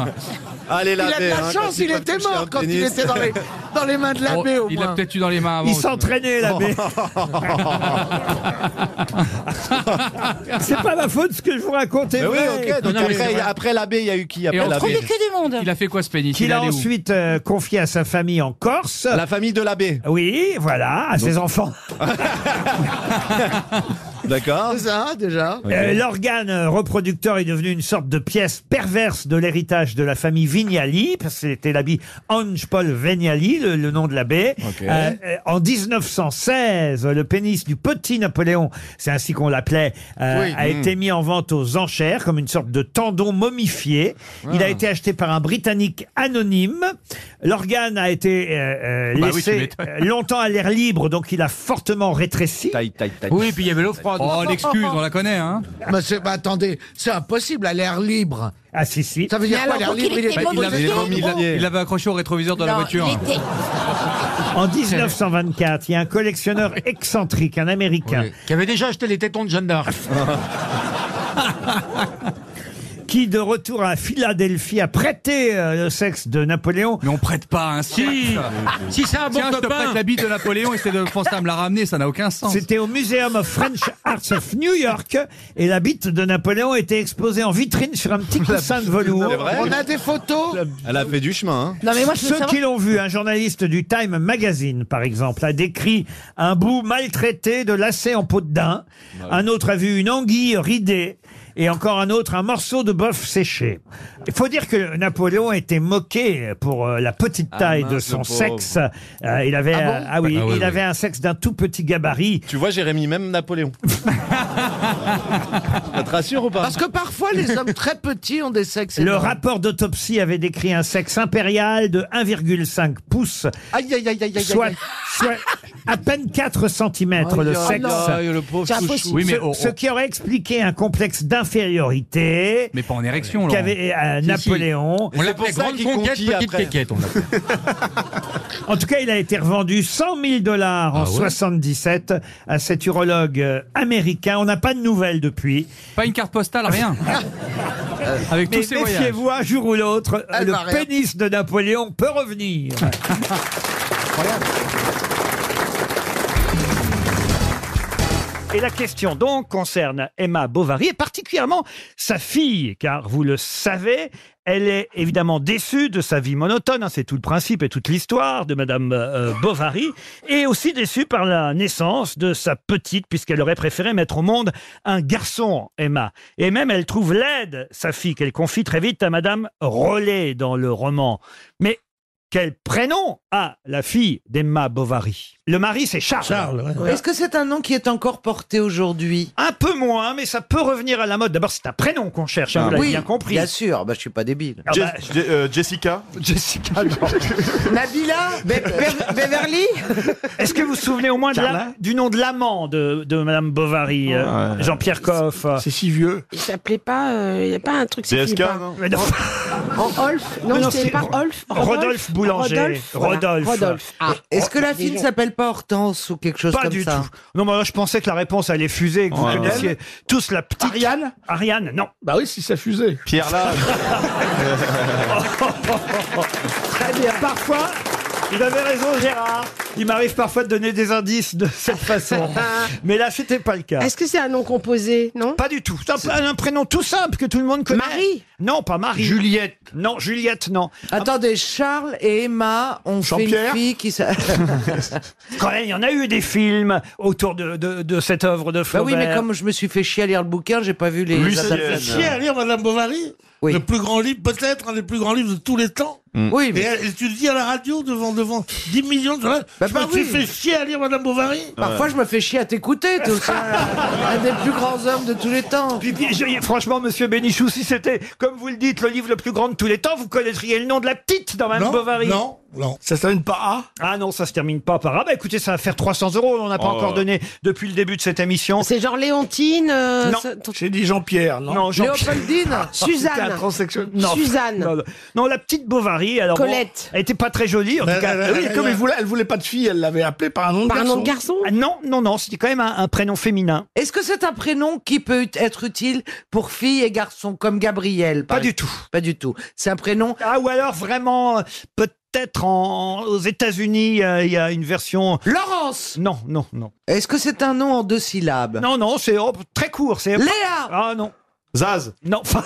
Allez, Il a de hein, hein, la chance, il était mort quand il était dans les, dans les mains de l'abbé, Oh, au Il l'a moins. peut-être eu dans les mains avant. Il s'entraînait, l'abbé. C'est pas Ah, ma faute ce que je vous raconte. est Mais oui, vrai. ok, donc Non, non, mais après, c'est vrai. après l'abbé, il y a eu qui Et on trouve du monde. Il a fait quoi ce pénis Qu'il Il est a allé où ensuite euh, confié à sa famille en Corse. La famille de l'abbé. Oui, voilà, à ses enfants. D'accord. Ça, déjà. Euh, L'organe reproducteur est devenu une sorte de pièce perverse de l'héritage de la famille Vignali, parce que c'était l'habit Ange-Paul Vignali, le, le nom de l'abbé. Euh, euh, en 1916, le pénis du petit Napoléon, c'est ainsi qu'on l'appelait, euh, Oui. a Mm. été mis en vente aux enchères comme une sorte de tendon momifié. Il Ah. a été acheté par un Britannique anonyme. L'organe a été euh, euh, Bah oui, tu laissé m'étonnes. euh, longtemps à l'air libre, donc il a fortement rétréci. Oui, puis il y avait l'eau froide. Oh, l'excuse, on la connaît, hein. Bah, c'est- bah, attendez, c'est impossible à l'air libre. Ah si, si. Ça veut Mais dire quoi, alors, l'air donc, libre il Il est était pas Il l'avait- posé, il gros l'avait- il l'avait accroché au rétroviseur de la Non, voiture. il était- En 1924, il y a un collectionneur Ah excentrique, un Américain, Qui avait déjà acheté les tétons de Jeanne d'Arc. qui, de retour à Philadelphie, a prêté euh, le sexe de Napoléon. Mais on prête pas un Si, si c'est un bon Tiens, je te copain. prête la bite de Napoléon et c'est de penser à me la ramener, ça n'a aucun sens. C'était au Museum of French Arts of New York et la bite de Napoléon était exposée en vitrine sur un petit coussin de velours. C'est vrai On a des photos Elle a fait du chemin. hein. Non, mais moi, je veux Ceux savoir- qui l'ont vu, un journaliste du Time Magazine, par exemple, a décrit un bout maltraité de lacet en peau de daim. Un autre a vu une anguille ridée. Et encore un autre, un morceau de bœuf séché. Il faut dire que Napoléon était moqué pour euh, la petite Ah, taille de mince, son le pauvre. sexe. Euh, il avait, Ah bon euh, ah oui, Ah oui, il oui. avait un sexe d'un tout petit gabarit. Tu vois, Jérémy, même Napoléon. Ça te rassure ou pas Parce que parfois, les hommes très petits ont des sexes. Le énormes. rapport d'autopsie avait décrit un sexe impérial de 1,5 pouces, Aïe, aïe, aïe, aïe, aïe, soit, euh, aïe. soit à peine 4 cm Aïe, de aïe, sexe. aïe, le pauvre C'est chouchou. impossible. Oui, mais ce, on- ce qui aurait expliqué un complexe d'infériorité. Mais pas en érection, Laurent. Qu'avait euh, Si, si. Napoléon. On l'appelait C'est pour ça grande qu'il conquête, conquit petite après. péquette. en tout cas, il a été revendu 100 000 dollars en Ah ouais 77 à cet urologue euh, américain. On n'a pas de nouvelles depuis. Pas une carte postale, rien. Avec Mais tous ces voyages. méfiez-vous, un jour ou l'autre, Elle le va rien. pénis de Napoléon peut revenir. Et la question donc concerne Emma Bovary et particulièrement sa fille, car vous le savez, elle est évidemment déçue de sa vie monotone, hein, c'est tout le principe et toute l'histoire de Madame euh, Bovary, et aussi déçue par la naissance de sa petite, puisqu'elle aurait préféré mettre au monde un garçon, Emma. Et même elle trouve laide sa fille, qu'elle confie très vite à Madame Rollet dans le roman. Mais quel prénom a la fille d'Emma Bovary Le mari, c'est Charles. Est-ce que c'est un nom qui est encore porté aujourd'hui Un peu moins, mais ça peut revenir à la mode. D'abord, c'est un prénom qu'on cherche, hein, vous l'avez bien compris. Bien sûr, bah, je suis pas débile. Ah bah, Euh, Jessica Jessica, Nabila Be- Be- Beverly Est-ce que vous vous souvenez au moins de la- Carla du nom de l'amant de, de Madame Bovary, euh, Jean-Pierre Coff euh C'est si vieux. Il s'appelait pas. euh, Il n'y a pas un truc. DSK, non Mais non. En Olf Non, c'était pas Olf. Rodolphe Boulanger. Rodolphe, voilà. Rodolphe. Euh, oh, Rodolphe. Ah, Est-ce que la fille ne s'appelle pas Hortense ou quelque chose Pas comme du ça tout. Non, mais alors, je pensais que la réponse allait fuser, que vous Ouais. connaissiez tous la petite. Ariane Ariane, non. Bah oui, si ça fusait. Pierre là. Très bien. Parfois, il avait raison, Gérard. Il m'arrive parfois de donner des indices de cette façon. Mais là, c'était pas le cas. Est-ce que c'est un nom composé Non Pas du tout. C'est un, un prénom tout simple que tout le monde connaît. Marie Non, pas Marie. Juliette Non, Juliette, non. Ah, Attendez, Charles et Emma ont fait une Jean-Pierre fille qui Euh, s'appelle... Quand même, il y en a eu des films autour de, de- de cette œuvre de bah oui, Flaubert. mais comme je me suis fait chier à lire le bouquin, j'ai pas vu les... Lucien. les adaptations. Chier à lire Madame Bovary Le plus grand livre, peut-être un des plus grands livres de tous les temps. Mm. Oui, mais- et, elle- et tu le dis à la radio devant, devant 10 millions de dollars. Bah, je bah me suis oui. fait chier à lire Madame Bovary. Parfois, je me fais chier à t'écouter, hein. tout ça. un des plus grands hommes de tous les temps. Puis, puis, je- franchement, monsieur Bénichou, si c'était, comme vous le dites, le livre le plus grand de tous les temps, vous connaîtriez le nom de la petite dans Madame Non, Bovary. non, non. Ça se termine par A Ah non, ça se termine pas par A. Bah écoutez, ça va faire 300 euros. On n'en a pas Oh. encore donné depuis le début de cette émission. C'est genre Léontine euh, Non. ça- J'ai dit Jean-Pierre, non Non, Jean- Léopoldine C'était un Suzanne transsexuel. Non. Suzanne. Non, non. Non, la petite Bovary, alors. bon, Colette. elle était pas très jolie, en Mais tout cas. elle- elle- elle- elle voulait, elle voulait pas de fille, elle l'avait appelée par un nom de garçon. Ah, Non, non, non, c'était quand même un, un prénom féminin. Est-ce que c'est un prénom qui peut ut- être utile pour filles et garçons, comme Gabriel Pas du tout. Pas du tout. C'est un prénom... Ah, ou alors vraiment, euh, peut-être en- aux États-Unis, euh, il y a une version. Laurence Non, non, non. Est-ce que c'est un nom en deux syllabes Non, non, c'est oh, très court. C'est Léa Ah non. Zaz Non, enfin.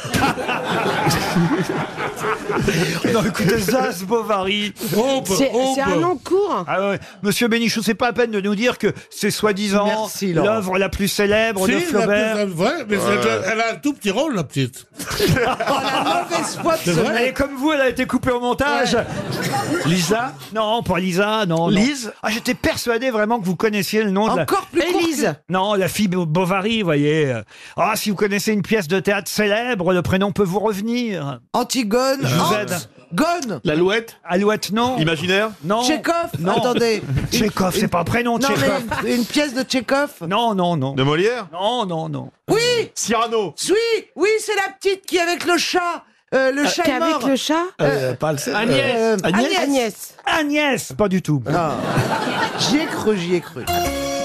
non, écoutez, Zaz Bovary. C'est c'est un nom court Ah ouais. Monsieur Bénichou, c'est pas à peine de nous dire que c'est soi-disant Merci, Laurent. l'œuvre la plus célèbre Si, de la Flaubert. plus- ouais, mais c'est- Ouais. elle a un tout petit rôle, la petite. la mauvaise foi de C'est ce vrai. Elle est comme vous, elle a été coupée au montage. Lisa Non, pas Lisa, non. non. Lise Ah, j'étais persuadé vraiment que vous connaissiez le nom de la- Encore plus court Élise. Non, la fille Bo- Bovary, vous voyez. Ah, si vous connaissez une pièce de théâtre célèbre, le prénom peut vous revenir. Antigone. Je vous Ant- aide. Gone. L'alouette Alouette, non. Imaginaire Non. Tchekhov Non. Attendez. Tchekhov, c'est pas un prénom, Non, Tchekhov. mais une, une pièce de Tchekhov Non, non, non. De Molière Non, non, non. Oui Cyrano. Oui, oui, c'est la petite qui est avec le chat. Euh, le Euh, chat qui est est avec mort. le chat Euh, pas le- euh, Agnès Agnès. Agnès, pas du tout. J'y ai cru, j'y ai cru.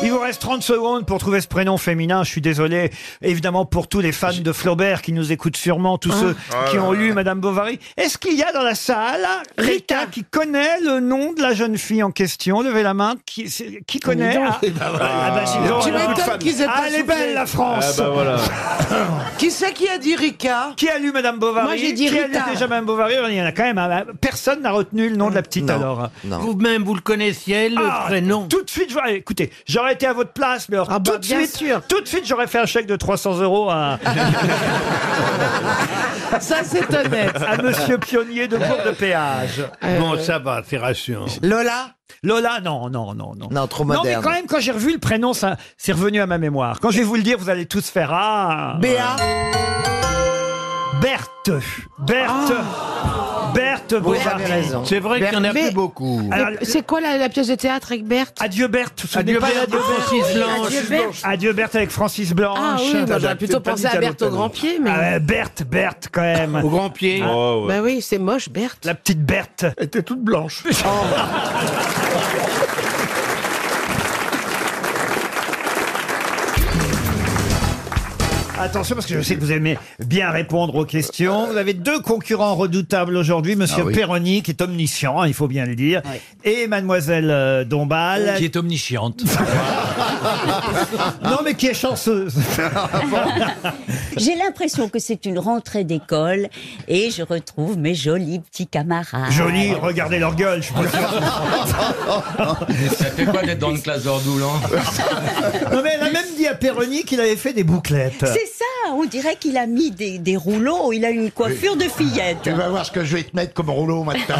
Il vous reste 30 secondes pour trouver ce prénom féminin. Je suis désolé, évidemment, pour tous les fans de Flaubert qui nous écoutent sûrement, tous Ah. ceux Ah qui là ont là. lu Madame Bovary. Est-ce qu'il y a dans la salle Rita qui connaît le nom de la jeune fille en question Levez la main. Qui, c'est- qui connaît donc. Ah, Eh ben voilà. ah bah, dis donc, Tu alors. m'étonnes qu'ils aient pas Ah, elle est soufflé. belle, la France Ah bah voilà. Qui c'est qui a dit Rika Qui a lu Madame Bovary Moi, j'ai dit Qui a Rita. lu déjà Madame Bovary Il y en a quand même. hein. Personne n'a retenu le nom de la petite alors. Vous-même, vous le connaissiez, le Ah, prénom. Tout de suite, j'aurais- écoutez, j'aurais été à votre place, mais alors, Ah, bah, tout, de bien suite, tout de suite, j'aurais fait un chèque de 300 euros à. Ça, c'est honnête. Euh. À monsieur Pionnier de Cour de Péage. Bon, ça va, c'est rassurant. Lola Lola, non, non, non, non. Non, trop Non, mais moderne. quand même, quand j'ai revu le prénom, ça, c'est revenu à ma mémoire. Quand je vais vous le dire, vous allez tous faire Ah Béa Berthe. Berthe. Ah. Berthe Oui, Bovary. vous avez raison. C'est vrai qu'il y en a plus beaucoup. Alors, C'est quoi la, la pièce de théâtre avec Berthe Adieu Berthe, vous vous souvenez Adieu pas Ah Berthe de Francis oui, Blanche. Adieu Berthe. Adieu Berthe avec Francis Blanche. Ah oui, moi, j'aurais plutôt Pas pensé à dit Berthe au l'autre, grand non. pied, mais- Ah ouais, Berthe, Berthe quand même. Au grand pied. Bah oui, c'est moche, Berthe. La petite Berthe. Elle était toute blanche. Oh. Attention, parce que je sais que vous aimez bien répondre aux questions. Vous avez deux concurrents redoutables aujourd'hui, Monsieur Ah oui. Perroni, qui est omniscient, hein, il faut bien le dire, et Mademoiselle euh, Dombal. Qui est omnisciente. Non, mais qui est chanceuse. J'ai l'impression que c'est une rentrée d'école et je retrouve mes jolis petits camarades. Jolie, regardez leur gueule, je vous jure. Ça fait quoi d'être dans une classe hein d'ordoule, Non, mais elle a même dit à Perroni qu'il avait fait des bouclettes. C'est ça, on dirait qu'il a mis des, des rouleaux, il a une coiffure de fillette. Tu vas voir ce que je vais te mettre comme rouleau maintenant.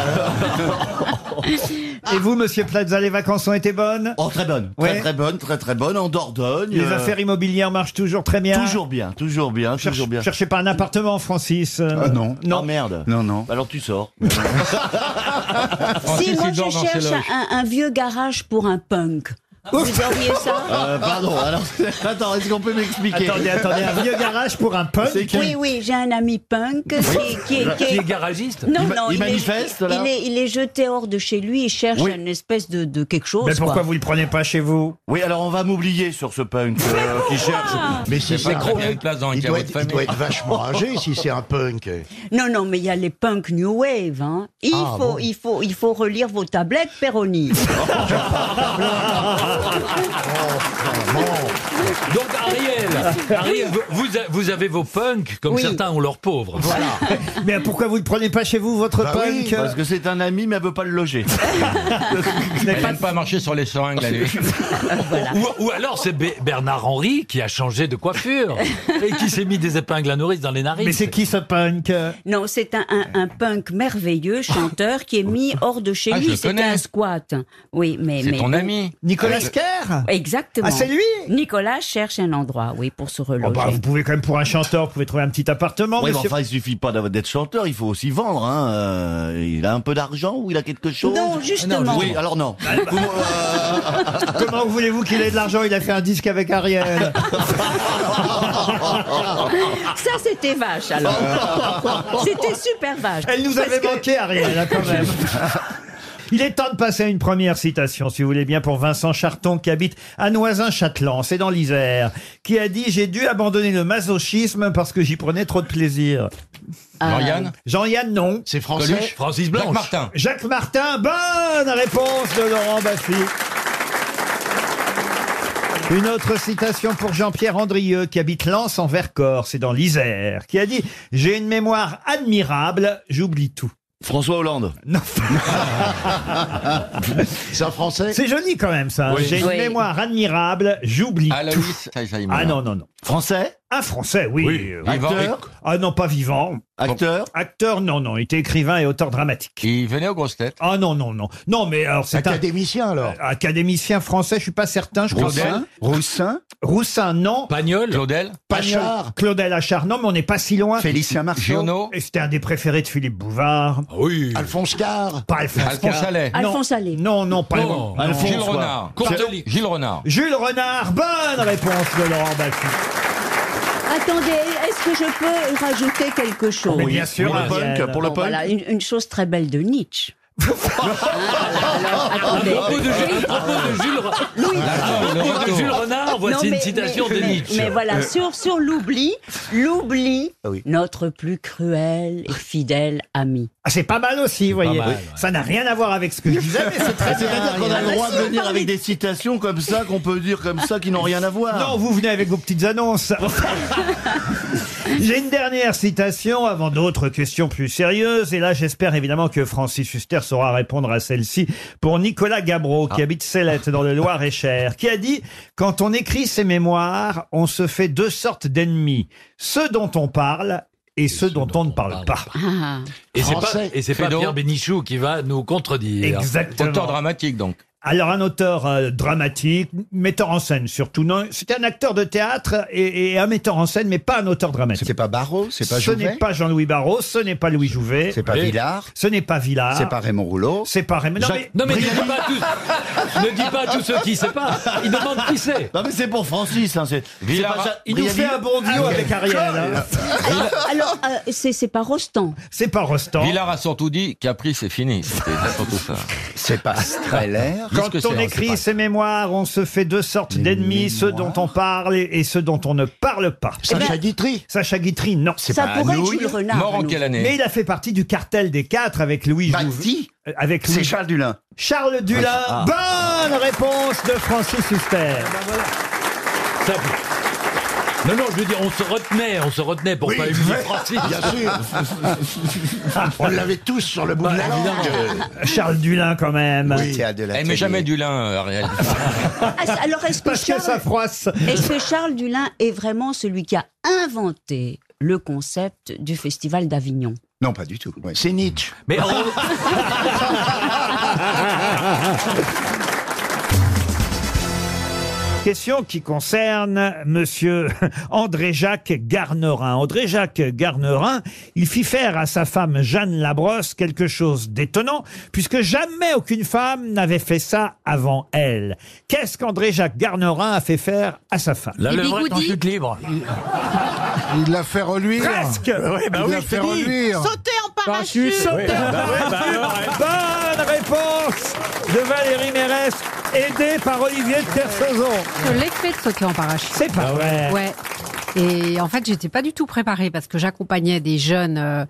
Et vous, Monsieur Plaza, les vacances ont été bonnes Oh, très bonne. Ouais. Très, très bonne, très, très bonne. En Dordogne. Les euh, affaires immobilières marchent toujours très bien. Toujours bien, toujours bien, toujours bien. Cherchez pas un appartement, Francis. euh Ah non. Non, merde. Non, non. Alors tu sors. si, Francis, moi il je dort dans ses cherche loges. un, un vieux garage pour un punk. Vous auriez ça Euh, pardon, alors attends, est-ce qu'on peut m'expliquer Attendez, attendez, un vieux garage pour un punk C'est qui Oui, oui, j'ai un ami punk qui, qui est- qui est- garagiste Non, Il ma- non, il, est- manifeste là il, est, il est jeté hors de chez lui, il cherche Oui. une espèce de, de quelque chose. Mais quoi. pourquoi vous le prenez pas chez vous Oui, alors on va m'oublier sur ce punk euh, qui cherche. Mais si c'est gros, une place dans un il carreau doit de être- il famille. doit être vachement âgé si c'est un punk. Non, non, mais il y a les punk new wave. hein. Il, Ah, faut, bon. il, faut, il faut relire vos tablettes, Péroni. Donc Ariel, Ariel, vous- vous, a- vous avez vos punks comme Oui. certains ont leurs pauvres. Mais pourquoi vous ne prenez pas chez vous votre Bah punk oui, parce que c'est un ami, mais elle veut pas le loger. Elle n'aime pas marcher sur les seringues la nuit. Ou, ou alors c'est Bé- Bernard Henry qui a changé de coiffure et qui s'est mis des épingles à nourrice dans les narines. Mais c'est qui ce punk Non, c'est un, un- un punk merveilleux, chanteur, qui est mis hors de chez Ah, je lui. le C'était connais. un squat. Oui, mais. C'est mais ton bon. ami. Ah, Nicolas Oui. Kerr Exactement. Ah, c'est lui Nicolas cherche un endroit, oui, pour se Oh, reloger. bah, Vous pouvez quand même, pour un chanteur, vous pouvez trouver un petit appartement. Oui, mais monsieur- enfin, il suffit pas d'avoir- d'être chanteur, il faut aussi vendre. Hein. Euh, il a un peu d'argent ou il a quelque chose Ah Non, justement. Oui, alors non. Bah Oh, Comment voulez-vous qu'il ait de l'argent Il a fait un disque avec Ariel. bah, Ça, c'était vache, alors. c'était super vache. Elle nous avait manqué, Ariel, là, quand même. Il est temps de passer à une première citation, si vous voulez bien, pour Vincent Charton, qui habite à Noisin-Châtelan, c'est dans l'Isère, qui a dit « J'ai dû abandonner le masochisme parce que j'y prenais trop de plaisir ». Jean-Yann Jean-Yann, non. C'est français Coluche Francis Blanche. Jacques Martin. Jacques Martin, bonne réponse de Laurent Baffy. Une autre citation pour Jean-Pierre Andrieux, qui habite Lens en Vercors, c'est dans l'Isère, qui a dit « J'ai une mémoire admirable, j'oublie tout ». François Hollande. Non. c'est un français C'est joli quand même ça. Oui. J'ai une Oui. mémoire admirable, j'oublie tout. Aloïs Alzheimer. Ah non, non, non. Français Un français, oui. Oui. Euh, Vivant. Acteur Ah non, pas vivant. Acteur Acteur, non, non. Il était écrivain et auteur dramatique. Il venait aux grosses têtes. Ah non, non, non. Non, mais alors c'est Académicien alors Académicien français, je suis pas certain. Je crois que- Roussin Roussin Roussin, non. Pagnol Claudel Pagnol, Claudel Achard, non, mais on n'est pas si loin. Félicien Marceau Giono Et c'était un des préférés de Philippe Bouvard. Ah Oui. Alphonse Carr Pas Alphonse, Alphonse Carr. Allais. Non. Alphonse Allais. Non, non, pas loin. Non, Alphonse, Gilles quoi. Renard. Courtelis. Gilles Renard. Jules Renard, bonne réponse de Laurent Baffy. Attendez, est-ce que je peux rajouter quelque chose Mais Oh, bien sûr, Pour le Ariel. punk, pour le Bon, punk. Voilà, une, une chose très belle de Nietzsche. Ah, propos de Jules, Ah propos de Jules, Ah, Ah, Ah, propos de Jules Renard, voici Non, mais- une citation mais- de mais- Nietzsche. Mais voilà, Euh, sur, sur l'oubli, l'oubli, notre plus cruel et fidèle ami. Ah, c'est pas mal aussi, vous voyez. mal, ouais. Ça n'a rien à voir avec ce que je disais, mais Ah, c'est très bien. C'est-à-dire qu'on a le droit de venir avec des citations comme ça, qu'on peut dire comme ça, qui n'ont rien à voir. Non, vous venez avec vos petites annonces. J'ai une dernière citation avant d'autres questions plus sérieuses. Et là, j'espère évidemment que Francis Huster saura répondre à celle-ci pour Nicolas Gabreau, Ah. qui habite Célette dans le Loir-et-Cher, qui a dit « Quand on écrit ses mémoires, on se fait deux sortes d'ennemis. Ceux dont on parle et ceux dont on ne parle pas. Ah. Et c'est pas, Français. et c'est pas Fédot. Pierre Bénichou qui va nous contredire. Exactement. dramatique donc. Alors un auteur euh, dramatique, metteur en scène surtout. Non, c'était un acteur de théâtre et, et un metteur en scène, mais pas un auteur dramatique. C'est pas Barrault, c'est pas Ce Jouvet n'est pas Jean-Louis Barrault, ce n'est pas Louis Jouvet. C'est pas Oui. Villard Ce n'est pas Villard. C'est pas Raymond Rouleau. C'est pas Raymond. Non, Jacques- mais, Non, mais ne dis pas tous- ne dis pas tous ceux qui savent pas. Il demande qui c'est. Non, mais c'est pour Francis. Hein, c'est- Villara- c'est pas ça- Il nous Brialy- fait un bon duo Ah, avec quel Ariel, con, hein. là. Alors, alors, euh, c'est c'est pas Rostand. C'est pas Rostand. Villard a surtout dit Caprice, c'est fini. C'était surtout ça. C'est pas Streller. Quand on écrit ses mémoires, on se fait deux sortes d'ennemis, ceux dont on parle et, et ceux dont on ne parle pas. Sacha Eh ben- Guitry. Sacha Guitry, non. C'est Ça pas pourrait être Anouilh. Jules Renard, Mort en Anouilh. quelle année Mais il a fait partie du cartel des quatre avec Louis Jouvet. Euh, Avec Bah, C'est Louis- Charles Dulin. Charles Dulin. Ah. Bonne réponse de Francis Huster. Ça- Non, non, je veux dire, on se retenait, on se retenait pour pas humilier Francis. Bien sûr. on l'avait tous sur le Euh, bout de la langue. Charles Dulin quand même. Eh, Elle met Eh, jamais du lin, euh, Ariel. Ah, c'est- alors est-ce que, Charles, est-ce que Charles Dulin est vraiment celui qui a inventé le concept du Festival d'Avignon Non, pas du tout. C'est Nietzsche. Mais Question qui concerne Monsieur André-Jacques Garnerin. André-Jacques Garnerin, il fit faire à sa femme Jeanne Labrosse quelque chose d'étonnant, puisque jamais aucune femme n'avait fait ça avant elle. Qu'est-ce qu'André-Jacques Garnerin a fait faire à sa femme La levrette en chute libre. Il l'a fait reluire. Presque Ouais, bah Il oui, l'a je fait te dis. reluire. Sauter en parachute. Sauter en parachute. Bonne réponse de Valérie Mérès, aidée par Olivier de Kersauzon. Je l'ai fait de sauter en parachute. C'est pas vrai. Ouais. Et en fait, j'étais pas du tout préparée parce que j'accompagnais des jeunes euh,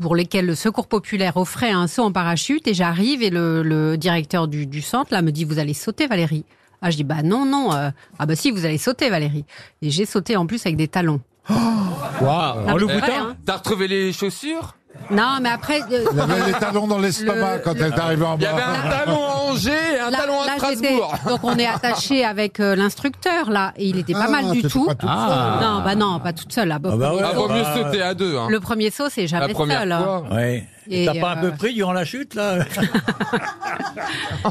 pour lesquels le secours populaire offrait un saut en parachute et j'arrive et le, le directeur du, du centre là me dit vous allez sauter Valérie. Ah je dis bah non non euh, ah bah si vous allez sauter Valérie. Et j'ai sauté en plus avec des talons. Waouh, Eh, En Louboutin hein. T'as retrouvé les chaussures Non mais après euh, Il avait les talons dans l'estomac Le- quand elle est arrivée en bas. Il y avait un talon à Angers et un Là- talon à là, j'étais- Strasbourg. Donc on est attaché avec euh, l'instructeur là et il était pas Ah, mal du t'étais tout. pas toute Ah. seule. Non bah non pas toute seule. Ah Là, bah premier ouais, saut. vaut mieux sauter à deux. Hein. Le premier saut c'est jamais La première seul. hein. fois. Ouais. Et Et, t'as pas un euh, peu pris durant la chute là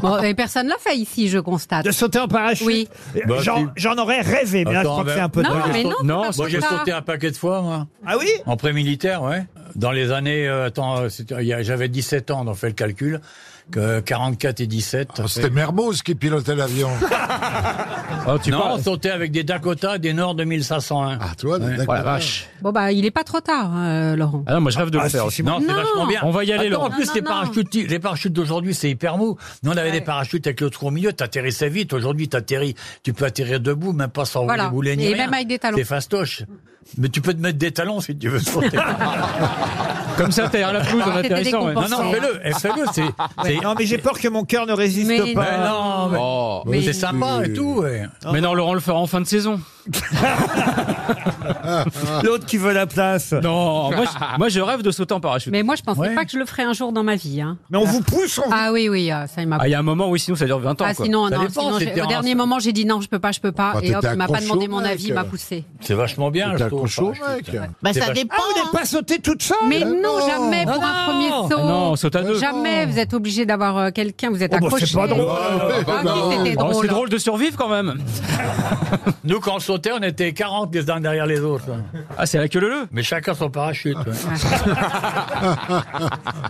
Bon, et personne l'a fait ici je constate. De sauter en parachute Oui. Bah, J'en- si. j'en aurais rêvé, mais là, je crois que c'est un peu Non, dommage. mais non, c'est pas moi pour ben, j'ai ça. sauté un paquet de fois, moi. Ah oui En pré-militaire, ouais. Dans les années, euh, attends, euh, c'était- il y a- j'avais 17 ans, on fait le calcul, que 44 et 17. Ah, C'était Mermoz qui pilotait l'avion. Ah, non, parles- on sautait avec des Dakota et des Nord 2501. Ah, toi, des Dakota. Bon bah il est pas trop tard euh, Laurent. Ah non, moi je rêve de de le le Ah, faire. faire si, aussi. si, bon. Non. On va y aller, Laurent. En plus, Non, les non, non. parachutes, les parachutes d'aujourd'hui, c'est hyper mou. Nous, on avait des parachutes avec le trou au milieu, t'atterrissais vite. Aujourd'hui, t'atterris, tu peux atterrir debout, même pas sans Voilà. rouler boulet ni Et rien. même avec des talons. T'es fastoche. Mais tu peux te mettre des talons si tu veux sauter. Comme ça, t'as la pelouse en C'était atterrissant, ouais. Non, décompensé. non, fais-le, eh, fais-le. C'est, c'est- Non, mais j'ai peur que mon cœur ne résiste Mais pas. non, mais- Oh. mais c'est sympa et tout, ouais. Mais non, Laurent le fera en fin de saison. L'autre qui veut la place. Non, moi je, moi, je rêve de sauter en parachute. Mais moi je pensais Ouais. pas que je le ferais un jour dans ma vie. hein. Mais on vous pousse, Ah oui oui euh, ça il m'a Ah, il y a un moment, oui, sinon ça dure 20 ans. Ah quoi. sinon, Ça non, dépend, sinon, j'ai- c'était au un- dernier moment j'ai dit non, je peux pas, je peux pas, Bah, et hop, t'étais il m'a pas accroché demandé au mon mec, avis, il euh. m'a poussé. C'est vachement bien. T'es le saut en accroché au parachute, mec. ouais. Bah, C'est ça vach- dépend. Ah, vous n'êtes pas sauté toute seule Mais non, jamais pour un premier saut. Ah non, on saute à deux. Jamais, vous êtes obligé d'avoir euh, quelqu'un, vous êtes Oh, bah, accroché. c'est pas drôle. Ah, bah, si, non. c'était Oh, drôle. hein. c'est drôle de survivre quand même. Nous, quand on sautait, on était 40 les uns derrière les autres. Ah, c'est la queue leu Mais chacun son parachute. ouais.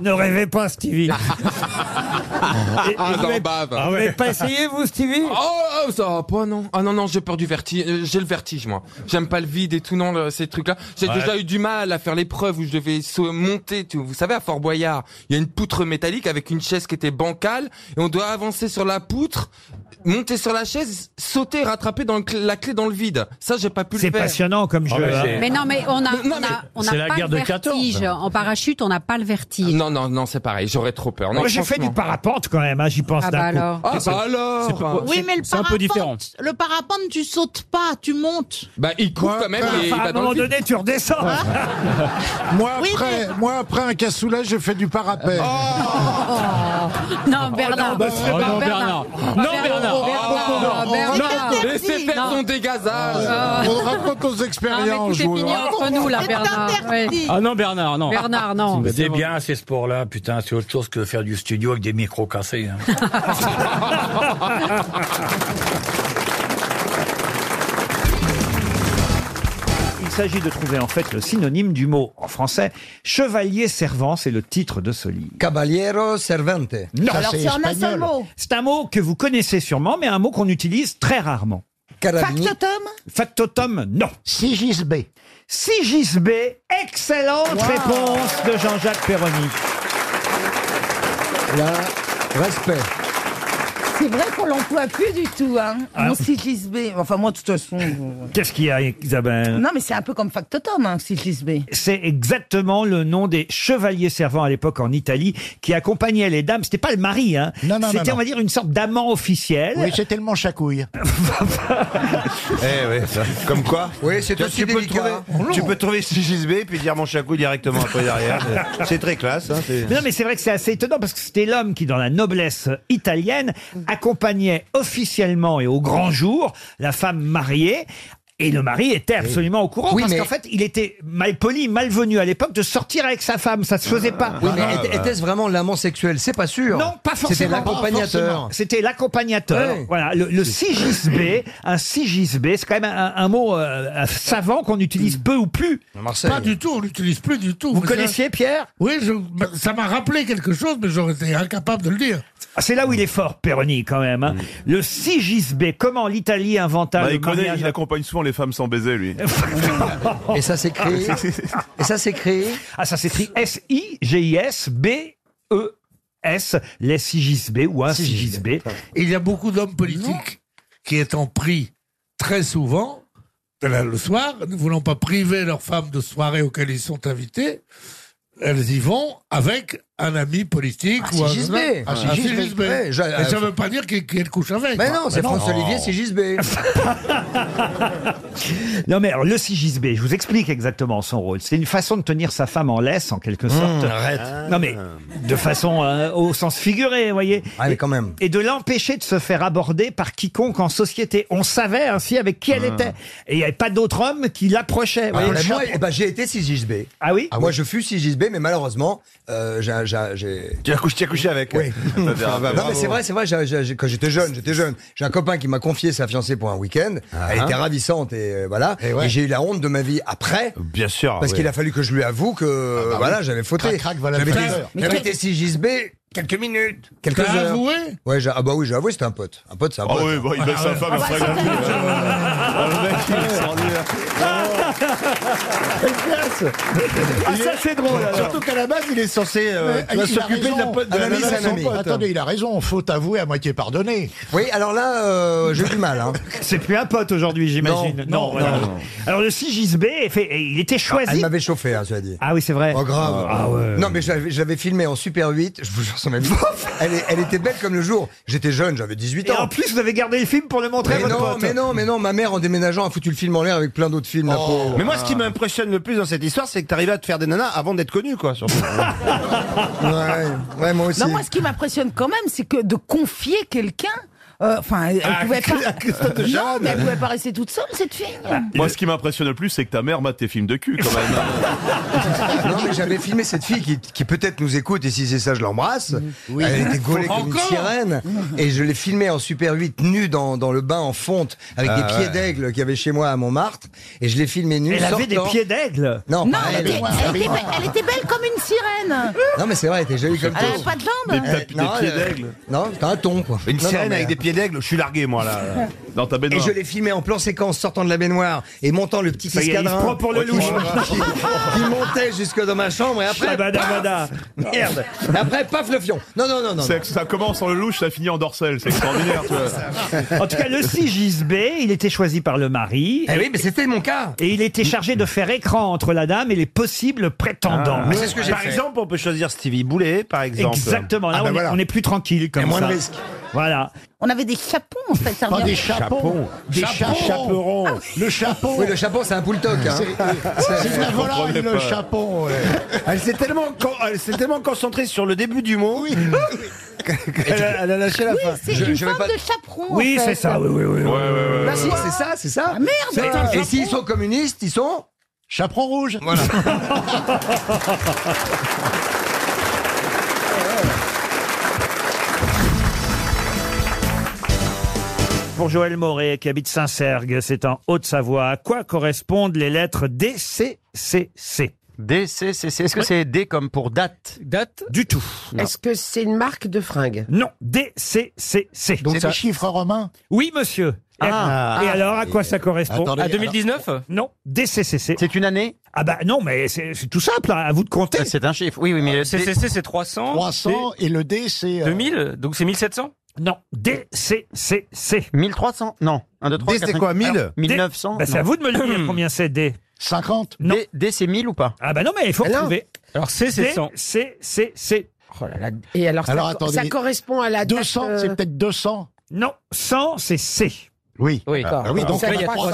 Ne rêvez pas, Stevie. Ah, Et- et vous j'en avez- bave. vous n'avez pas essayé, vous, Stevie oh, oh, ça va pas, non. Ah non, non, j'ai peur du vertige. Euh, J'ai le vertige, moi. J'aime pas le vide et tout, non, le- ces trucs-là. J'ai Ouais. déjà eu du mal à faire l'épreuve où je devais sau- monter, tu- vous savez, à Fort Boyard, il y a une poutre métallique avec une chaise qui était bancale, et on doit avancer sur la poutre, monter sur la chaise, sauter, rattraper dans le cl- la clé dans le vide. Ça, j'ai pas pu le C'est faire. passionnant comme jeu, hein. Mais non, mais on a, Non, on a, on a c'est la pas guerre le de 14. vertige. En parachute, on n'a pas le vertige. Ah, Non, non, non, c'est pareil, j'aurais trop peur. Non, Moi, j'ai fait du franchement. parapente quand même, hein, j'y pense Ah d'un bah coup. alors. Ah bah alors Oui, mais le c'est un peu parapente, différent. Le parapente, tu sautes pas, tu montes. Bah, il court quand même Enfin, et il à va un dans moment le vide. donné, tu redescends. moi, Oui, après, moi, après un cassoulet, j'ai fait du parapet. Oh Oh. Non, Bernard. bah, c'est Oh pas Bernard. non, Bernard. Non, Bernard. Bernard. Oh, Bernard. Non, laissez faire Non. son dégazage. Ah. On raconte nos Non, Ah, mais expériences. tout est fini entre nous, là, Bernard. Ouais. Ah non, Bernard, non. Bernard, non. C'est bien ces sports-là, putain, c'est autre chose que faire du studio avec des micros cassés. hein. Il s'agit de trouver en fait le synonyme du mot en français. Chevalier servant, c'est le titre de ce livre. Caballero Servante. Non, Ça, c'est espagnol. C'est un mot que vous connaissez sûrement, mais un mot qu'on utilise très rarement. Factotum Factotum, non. Sigisbé. Sigisbé, excellente réponse de Jean-Jacques Perroni. Là, respect. C'est vrai qu'on l'emploie plus du tout, hein. Ah. Mon sigisbé. Enfin, moi, de toute façon. Qu'est-ce qu'il y a, Isabelle Non, mais c'est un peu comme factotum, hein, sigisbé. Euh. C'est exactement le nom des chevaliers servants à l'époque en Italie qui accompagnaient les dames. C'était pas le mari, hein. non, C'était, non. on va dire, une sorte d'amant officiel. Oui, c'était le manchacouille. Eh ouais, ça. Comme quoi Oui, c'est Tu- aussi tu peux délicat. trouver- Oh non. tu peux trouver 6JB puis dire mon chacou directement après derrière. C'est- C'est très classe. Hein, c'est- Non, mais c'est vrai que c'est assez étonnant parce que c'était l'homme qui, dans la noblesse italienne, accompagnait officiellement et au grand jour la femme mariée. Et le mari était absolument au courant Oui, parce mais- qu'en fait, il était mal poli, malvenu à l'époque de sortir avec sa femme. Ça se faisait pas. Oui, mais était- était-ce vraiment l'amant sexuel C'est pas sûr. Non, pas forcément. C'était l'accompagnateur. C'était l'accompagnateur. Ouais. Voilà, le, le sigisbé, un sigisbé, c'est quand même un, un mot euh, un savant qu'on utilise peu ou plus. Pas du tout, on l'utilise plus du tout. Vous Mais connaissiez Pierre Oui, je- ça m'a rappelé quelque chose, mais j'aurais été incapable de le dire. Ah, C'est là où il est fort, Perroni, quand même. hein. Le sigisbé, comment l'Italie inventa Bah, le il, connaît, mariage il accompagne souvent les femmes sans baiser, lui. Et ça s'écrit. Et ça s'écrit. Ah, ça s'écrit S-I-G-I-S-B-E-S, les sigisbé ou un sigisbé. Et il y a beaucoup d'hommes politiques qui étant pris très souvent, là, le soir, ne voulant pas priver leurs femmes de soirées auxquelles ils sont invités, elles y vont avec un ami politique Ah, ou un, Sigisbé. un Ah, Sigisbé. Sigisbé. Ouais, j'ai- Mais ça ne veut pas dire qu'elles qu'elles couchent avec. Mais non, c'est François-Olivier Sigisbé. Sigisbé. Non mais alors, le sigisbé, je vous explique exactement son rôle. C'est une façon de tenir sa femme en laisse, en quelque sorte. arrête. Non mais de façon euh, au sens figuré, vous voyez. Ah, mais quand même. Et de l'empêcher de se faire aborder par quiconque en société. On savait ainsi avec qui elle était. Et il n'y avait pas d'autre homme qui l'approchait. vous Ah, voyez. ben, moi, eh ben, j'ai été Sigisbé. Ah oui Moi, je fus Sigisbé, mais malheureusement, euh, j'ai- j'ai- j'ai. Tu as couché, tu as couché avec. Oui. Ah bah, non, bravo. mais c'est vrai, c'est vrai. j'ai- j'ai- j'ai- quand j'étais jeune, j'étais jeune. J'ai un copain qui m'a confié sa fiancée pour un week-end. Elle hein. était ravissante et euh, voilà. Et, j'ai eu la honte de ma vie après. Bien sûr. Parce ouais. qu'il a fallu que je lui avoue que bah voilà, oui. j'avais fauté. Crac, crac, voilà j'avais le été- facteur. j'avais Mais été Sigisbé quelques minutes, quelques T'as heures. avoué Ouais, j'ai- ah bah oui, j'ai avoué, c'était un pote. Un pote, c'est un Ah pote. oui, bah, il baisse sa femme après la nuit. Ah, Oh, le mec, il est extraordinaire. Ah ça c'est drôle. alors. Surtout qu'à la base, il est censé euh, Ouais, tu vois, il a s'occuper de la raison. pote de Un la ami, nana c'est de un son ami. pote. Attendez, il a raison. Faut avouer à moitié pardonner. Oui, alors là, euh, j'ai eu du mal. Hein. C'est plus un pote aujourd'hui, j'imagine. Non, non, voilà. non. Alors le sigisbé, est fait- et il était Ah, Elle choisi. m'avait chauffé, hein, cela dit. Ah oui, c'est vrai. Oh, grave. Ah ouais. Non, mais j'avais j'avais filmé en Super 8. Je vous jure, sur ma vie. elle, est- elle était belle comme le jour. J'étais jeune, j'avais 18 Et ans. en plus, vous avez gardé le film pour le montrer à Mais votre non, pote. mais non, mais non, ma mère en déménageant a foutu le film en l'air avec plein d'autres films. la pauvre. Oh. Mais moi, ce qui m'impressionne le plus dans cette histoire, c'est que t'arrives à te faire des nanas avant d'être connu, quoi. surtout. Ouais, ouais, moi aussi. Non, moi, ce qui m'impressionne quand même, c'est que de confier quelqu'un. euh, Enfin, elle Ah, pouvait pas. à Christophe de non, Chavannes. mais elle pouvait pas rester toute seule, cette fille. Ah, Moi, ce qui m'impressionne le plus, c'est que ta mère mate tes films de cul, quand Bah, même. Ah. Non, mais j'avais filmé cette fille qui, qui peut-être nous écoute et si c'est ça, je l'embrasse. Elle était gaulée comme une Encore sirène. Et je l'ai filmée en Super 8, nue dans, dans le bain en fonte, avec Ah des pieds ouais. d'aigle qu'il y avait chez moi à Montmartre. Et je l'ai filmée nue. Elle avait des sortant. pieds d'aigle. Non, Non, pas elle, elle. était, elle était be- elle était belle comme une sirène. Non, mais c'est vrai, elle était jolie comme Elle tout. avait pas de jambes. Euh, non, pieds euh, d'aigle. Non, c'était un ton, quoi. Une Non, non, sirène mais- euh, avec des pieds d'aigle, je suis largué, moi, là. Dans ta Et baignoire. je l'ai filmé en plan séquence sortant de la baignoire et montant le petit Ça y est, il se escadrin prend pour le qui- hein. louche. Oh, qui, qui montait jusque dans ma chambre et après Shabada paf bada. merde Et après paf le fion non non non non, C'est- Ça commence en le louche, ça finit en dorsel. C'est extraordinaire. tu vois. En tout cas, le 6 Gisbe, il était choisi par le mari. Eh oui, mais c'était mon cas. Et il était chargé de faire écran entre la dame et les possibles prétendants. Ah, mais c'est ce que j'ai Par fait. exemple, on peut choisir Stevie Boulet, par exemple. Exactement. Là, Ah, bah on, est- voilà. on est plus tranquille comme Et moins ça. de risques. Voilà. On avait des chapons, en fait. ça Pas revient- des chapons. Chapons. Des Chapons. cha- chaperons. le chapeau oui le chapeau c'est un poule toc hein. C'est la volaille, le pas. chapon. ouais. Elle s'est tellement, con- elle s'est tellement concentrée sur le début du mot. qu'elle a- elle a lâché la fin. C'est une forme de chaperon. en fait. oui. Euh. Bah si, c'est ça, c'est ça. merde. C'est- Ah, Et s'ils sont communistes, ils sont Chaperon rouge. Voilà. Pour Joël Moret, qui habite Saint-Sergue, c'est en Haute-Savoie. À quoi correspondent les lettres D, C, C, C D, C, C, C. Est-ce que c'est D comme pour date Date Du tout. Est-ce que c'est une marque de fringues Non, D, C, C, C. Donc ça- chiffres romains Oui, monsieur. Et- Ah. et alors, à quoi ça correspond Attendez, À 2019? Non, DCCC. C'est une année Ah, Ah bah non, mais c'est c'est tout simple, hein, à vous de compter. C'est un chiffre, oui, oui, mais. CCC, c'est 300. 300 et le D, c'est. euh, 2000, donc c'est 1700 Non, D, C, C, C. 1300 Non. 1, 2, 3, D, c'est quoi, 1000? 1900 Bah, c'est non. à vous de me le Hmm. dire combien c'est D. 50 Non. D, D, c'est 1000 ou pas Ah bah non, mais il faut Alors retrouver. Alors C, D, C, C, C. Et alors, ça- Oh Alors, ça, attendez. correspond à la date, euh, peut-être 200 Non, 100, c'est C. Oui. Oui, Ah oui, donc là, il y a 300.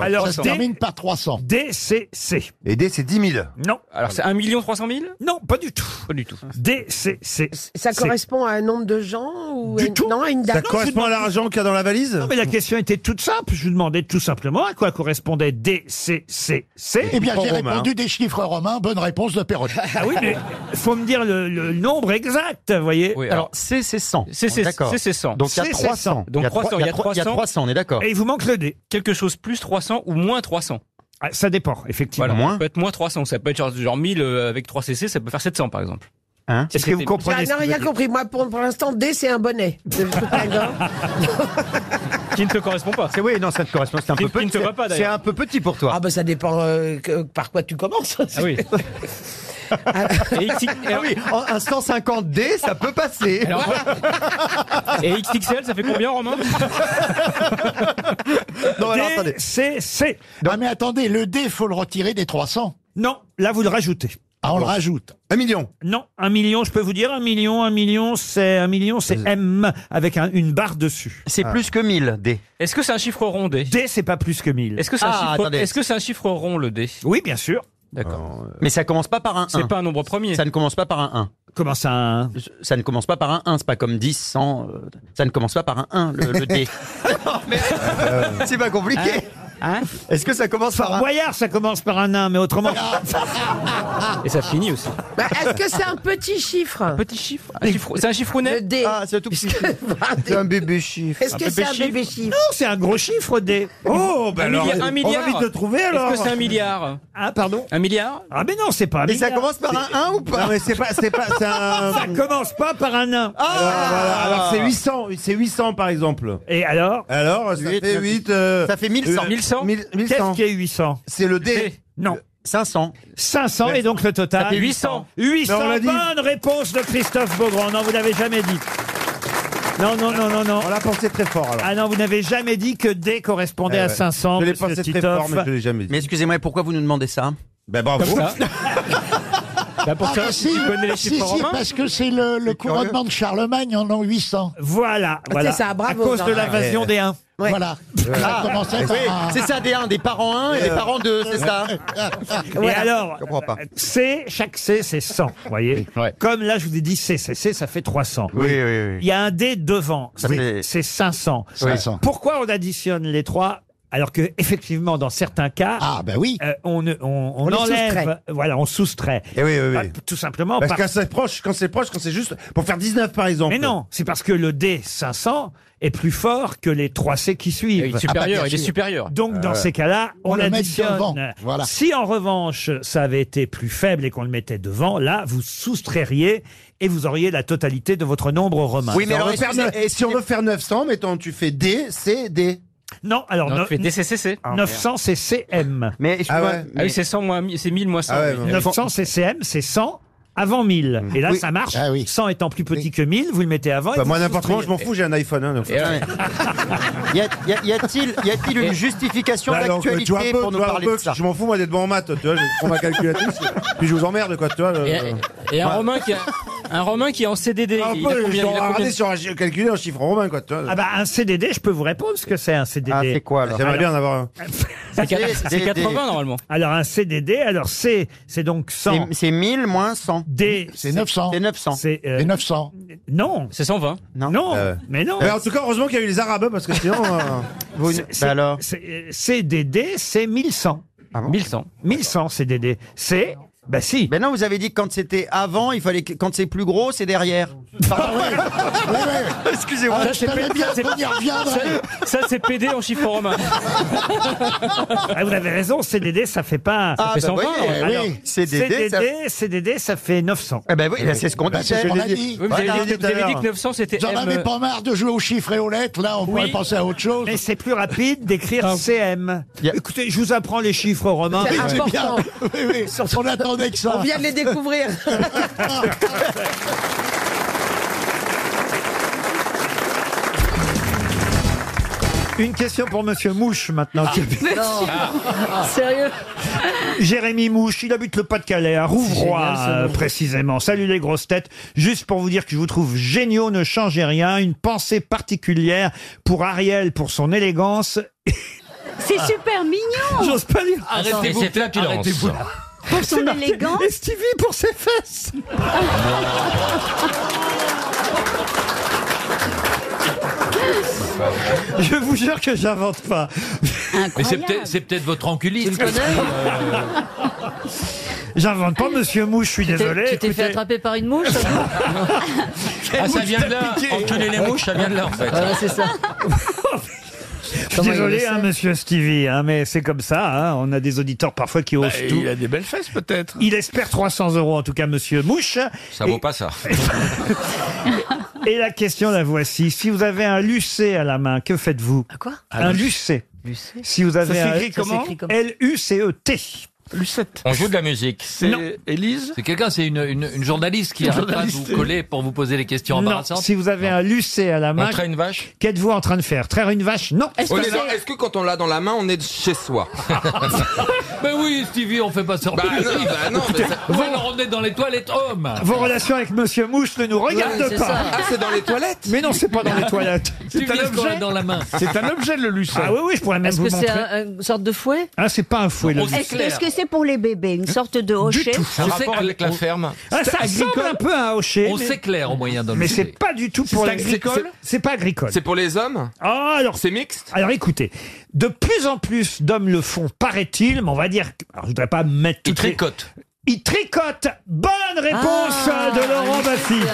Alors, D, par 300. D, C, C. Et D, c'est 10 000. Non. Alors c'est 1 300 000 Non, pas du tout. Pas du tout. D, C, C. ça correspond à un nombre de gens ou à une- non à une date l'argent qu'il y a dans la valise Non, mais la question était toute simple. Je vous demandais tout simplement à quoi correspondait D, C, C, C. Eh bien, j'ai répondu des chiffres romains. Bonne réponse de Perron. Ah oui, mais faut me dire le, le nombre exact, vous voyez. Alors, C, c'est 100. C, c'est- D'accord. C, c'est 100. Donc, il y a C, c'est 100. 300. Donc, 300, il y a trois- 300. 300, on est d'accord. Et il vous manque le D. Quelque chose plus 300 ou moins 300 Ah, ça dépend, effectivement. Voilà, Ça peut être moins 300, ça peut être genre, genre 1000 euh, avec 3 CC, ça peut faire 700 par exemple. Hein Est-ce que vous Ah, comprenez non, rien compris. Moi, pour, pour l'instant, D, c'est un bonnet. De Supergore. Qui ne te correspond pas. C'est oui, non, ça te correspond. C'est un Qui- peu qui petit. ne te va pas, C'est d'ailleurs. un peu petit pour toi. Ah, bah, ça dépend euh, que- par quoi tu commences. Ah oui. Et XI Ah oui, en- un 150D, ça peut passer. Alors, Et XXL, ça fait combien, Romain non, alors, D, attendez. C, C. Non, mais attendez, le D, faut le retirer des 300. Non, là, vous le rajoutez. Ah, on le rajoute. Un million. Non, un million, je peux vous dire, un million, un million, c'est un million, c'est M avec un- une barre dessus. C'est plus que 1000, D. Ah. Est-ce que c'est un chiffre rond, D D, c'est pas plus que 1000. Est-ce que c'est un, Ah, chiffre... attendez. Est-ce que c'est un chiffre rond, le D Oui, bien sûr. D'accord. Euh, Mais ça commence pas par un 1. C'est pas un nombre premier. Ça ne commence pas par un 1. Comment ça un Ça ne commence pas par un 1, c'est pas comme 10, 100. euh, Ça ne commence pas par un 1, le, le D. Euh, c'est pas compliqué. Hein Est-ce que ça commence par un Ah. Boyard, ça commence par un 1, mais autrement. Et ça finit aussi. Bah, Est-ce que c'est un petit chiffre Petit chiffre. Un chiffre- C'est un chiffre Le net D. Ah, c'est tout petit. Est-ce un bébé chiffre. que c'est un bébé chiffre Non, c'est un gros chiffre, D. Oh, Un milliard. Un milliard. Est-ce que c'est un milliard Ah, pardon Un milliard Ah, mais non, c'est pas un Et ça milliard. commence par un 1 ou pas Non, mais c'est pas, c'est pas, c'est un. Ça commence pas par un 1. Ah, Voilà, alors c'est 800, c'est 800 par exemple. Ah. Et alors Alors, ça Huit, euh, fait neuf, 8. Ça fait 1100. 1100 Qu'est-ce qui est 800 C'est le D. Non. 500. 500 et donc le total Ça fait 800. 800 Mais on l'a dit. bonne réponse de Christophe Beaugrand. Non, vous n'avez jamais dit. Non, non, non, non, non. On l'a pensé très fort alors. Ah non, vous n'avez jamais dit que D correspondait Eh à ouais. 500. je l'ai monsieur pensé très Titoff. fort, mais je l'ai jamais dit. Mais excusez-moi, pourquoi vous nous demandez ça Ben bravo. Bah, pour Ah, ça, bah, si, tu connais les si, chiffres si, romains parce que c'est le, le couronnement de Charlemagne en l'an 800. Voilà, voilà. Ah, ça, bravo, à cause de Bernard. l'invasion des 1. Voilà. Ah. Ça commençait Oui, par un- c'est ça, des 1, des parents 1 et Euh. des parents 2, c'est ça Et alors, Ah, comprends pas. C, chaque C, c'est 100, vous voyez Comme là, je vous ai dit C, C, C, ça fait 300. Oui, oui, Il y a un D devant, Ça c'est- fait- c'est 500. 500. Pourquoi on additionne les trois alors que effectivement dans certains cas Ah, ben oui. euh, on, ne- on, on les enlève soustrait. voilà on soustrait Eh oui, oui, oui. Pas- tout simplement Parce par- que c'est proche, quand c'est proche, quand c'est juste pour faire 19 par exemple. mais non c'est parce que le D 500 est plus fort que les 3 C qui Il suivent Ah bah, est supérieur, il est supérieur. donc dans ces cas-là on, Euh, On le met devant, additionne voilà. si en revanche ça avait été plus faible et qu'on le mettait devant là vous soustrairiez et vous auriez la totalité de votre nombre romain Oui, mais Si on alors, veut faire excusez- neuf- si on veut faire 900, mettons, tu fais D, C, D. Non, alors. Non, no- tu fais DCCC. Ah, 900, c'est CM. Mais excuse-moi, Ah ouais, ah oui, mais- c'est 100 moins mi- c'est 1000 moins Ah Ah 100, oui. 900, c'est CM, c'est 100 avant 1000. Mmh. Et là, Oui. ça marche. Ah 100 étant plus petit que 1000, vous le mettez avant. et Bah, vous moi, n'importe comment, je m'en soustrayez. fous, j'ai un iPhone. Hein, donc- Y a- y a- y a-t-il y a-t-il une justification à Bah, alors, tu vois un l'actualité peu, pour nous tu vois un parler peu de ça que Je m'en fous, moi, d'être bon en maths. Tu vois, je prends ma calculatrice, puis je vous emmerde, quoi. Tu vois, Et, euh, et un Bah. ouais. Romain qui a- un Romain qui est en CDD. Ah, Un il a peu, combien- ils ont il a combien- regardé sur un chi- calculé en chiffre romain, quoi. tu vois. Ah bah, un CDD, je peux vous répondre ce que c'est un Ah, CDD. c'est quoi, alors J'aimerais bien en avoir un. C'est quatre- c'est CDD. 80, normalement. Alors un CDD, alors c'est c'est donc 100. C'est- C'est 1000 moins 100. D. C'est 900. C'est 900. C'est euh, 900. Non. C'est 120. Non. Euh. Non, mais non. Mais en tout cas, heureusement qu'il y a eu les Arabes, parce que sinon. euh, C'est- c'est- c'est- euh, CDD, c'est 1100. 1100. 1100 CDD. C'est bah si. Ben non, vous avez dit que quand c'était avant, il fallait que quand c'est plus gros, c'est derrière. Ah Excusez-moi. Ça, c'est P- ça, c'est- ça, ça, c'est PD en chiffre romain. Ah, vous avez raison, CDD, ça fait pas. Ah, ça bah oui, fait 120, eh alors, oui. CDD, CDD, ça- CDD, ça... fait 900. Eh ben oui, là, c'est ce qu'on Bah, disait. c'est ce qu'on a dit. Oui, vous Ouais, avez t'as dit- dit vous tout à avez dit l'heure. que 900 c'était J'en M. avais pas marre de jouer aux chiffres et aux lettres, là, on pourrait penser à autre chose. Ah. Mais c'est plus rapide d'écrire CM. Écoutez, je vous apprends les chiffres romains. Oui, c'est bien. Oui, oui, on attendait que ça. On vient de les découvrir. Une question pour Monsieur Mouche maintenant. Ah, qui habite- Sérieux Jérémy Mouche, il habite le Pas-de-Calais, à Rouvroy C'est génial, ce euh, nom. précisément. Salut les grosses têtes. Juste pour vous dire que je vous trouve géniaux, ne changez rien. Une pensée particulière pour Ariel, pour son élégance. C'est super mignon. J'ose pas lire. Arrêtez-vous. Et c'est là qu'il lance. Arrêtez-vous. Pour son C'est marqué, élégance. Et Stevie pour ses fesses. Je vous jure que j'invente pas. Mais c'est peut-être c'est peut-être votre enculiste. parce que, euh, J'invente pas Monsieur Mouche, je suis Tu t'es- désolé. Tu t'es fait Écoutez, attraper par une mouche Ah, ça vient de là. Enculer les mouches, ça vient de là, en fait. Ah, Voilà, Euh, c'est ça. Je suis désolé, hein, monsieur Stevie, hein, mais c'est comme ça. hein, on a des auditeurs parfois qui Bah, osent tout. Il a des belles fesses, peut-être. Il espère 300 euros, en tout cas, monsieur Mouche. Ça Et- vaut pas ça. Et la question, la voici. Si vous avez un lucé à la main, que faites-vous quoi Un lucé. Si vous avez Ça un- s'écrit Ça comment s'écrit comment L-U-C-E-T. Lucette. On joue de la musique. C'est Élise C'est quelqu'un, c'est une, une, une journaliste qui Une arrête pas de vous journaliste. coller pour vous poser des questions Non, embarrassantes. si vous avez un lucé à la main. On traîne une vache Qu'êtes-vous en train de faire Traire une vache Non. On est dans- Est-ce que quand on l'a dans la main, on est de chez soi Mais oui, Stevie, on fait pas sortir. Bah non, bah non, mais ça- Vous alors on est dans les toilettes hommes. Ah, Vos relations avec Monsieur Mouche ne nous regardent Ouais, c'est pas. ça. Ah, c'est dans les toilettes Mais non, c'est pas dans les toilettes. Tu vises quand on est dans la main. C'est un objet, le lucet. Ah oui, oui, je pourrais même Est-ce vous que c'est montrer. un- une sorte de fouet Ah, c'est pas un fouet, le lucet. Est-ce est-ce que c'est pour les bébés Une sorte de hochet Un rapport avec la ferme. Ah, ça ressemble un peu à un hochet. On mais- s'éclaire au moyen d'un Mais objet. c'est pas du tout C'est pour les- agricole c'est- c'est- C'est pas agricole. C'est pour les hommes Ah, alors. C'est mixte Alors écoutez, de plus en plus d'hommes le font, paraît-il, mais on va dire. que- Alors je voudrais pas mettre. Ils tricotent. Ils tricotent Bonne réponse Ah, de Laurent mais Baffy.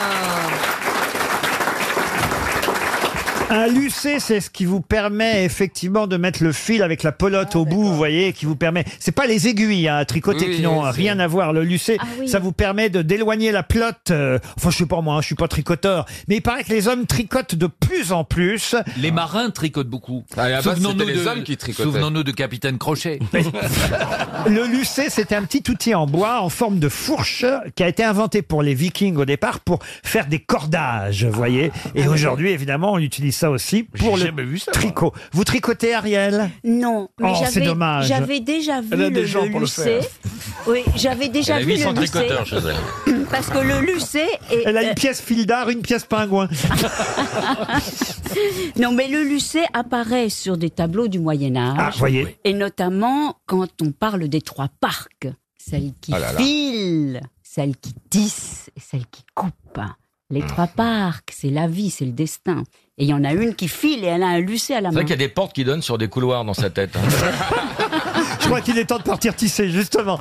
Un lucé, c'est ce qui vous permet effectivement de mettre le fil avec la pelote au bout, vous voyez, qui vous permet. C'est pas les aiguilles hein, à tricoter Oui, qui n'ont oui, c'est- rien à voir. Le lucé, Ah ça vous permet de d'éloigner la pelote. euh, enfin, je sais pas moi, hein, je suis pas tricoteur, mais il paraît que les hommes tricotent de plus en plus. Les marins tricotent beaucoup. à la base, c'était les hommes de, qui tricotaient. souvenons-nous de Capitaine Crochet. Le lucé, c'était un petit outil en bois en forme de fourche qui a été inventé pour les Vikings au départ pour faire des cordages, vous voyez. Et aujourd'hui, évidemment, on utilise ça aussi pour le tricot. Vous tricotez, Ariel Non, mais Oh, c'est j'avais- dommage. j'avais déjà vu Elle a le, des gens le pour le lucé. faire. oui, j'avais déjà vu le lucé. elle. Parce que le lucé est. a une pièce fil d'art, une pièce pingouin. non, mais le lucé apparaît sur des tableaux du Moyen Âge. Ah, voyez. Et notamment quand on parle des trois parcs, celle qui Ah là là. file, celle qui tisse et celle qui coupe. Les trois Mm. parcs, c'est la vie, c'est le destin. Et il y en a une qui file et elle a un lucé à la C'est vrai main. qu'il y a des portes qui donnent sur des couloirs dans sa tête. hein. Je crois qu'il est temps de partir tisser, justement.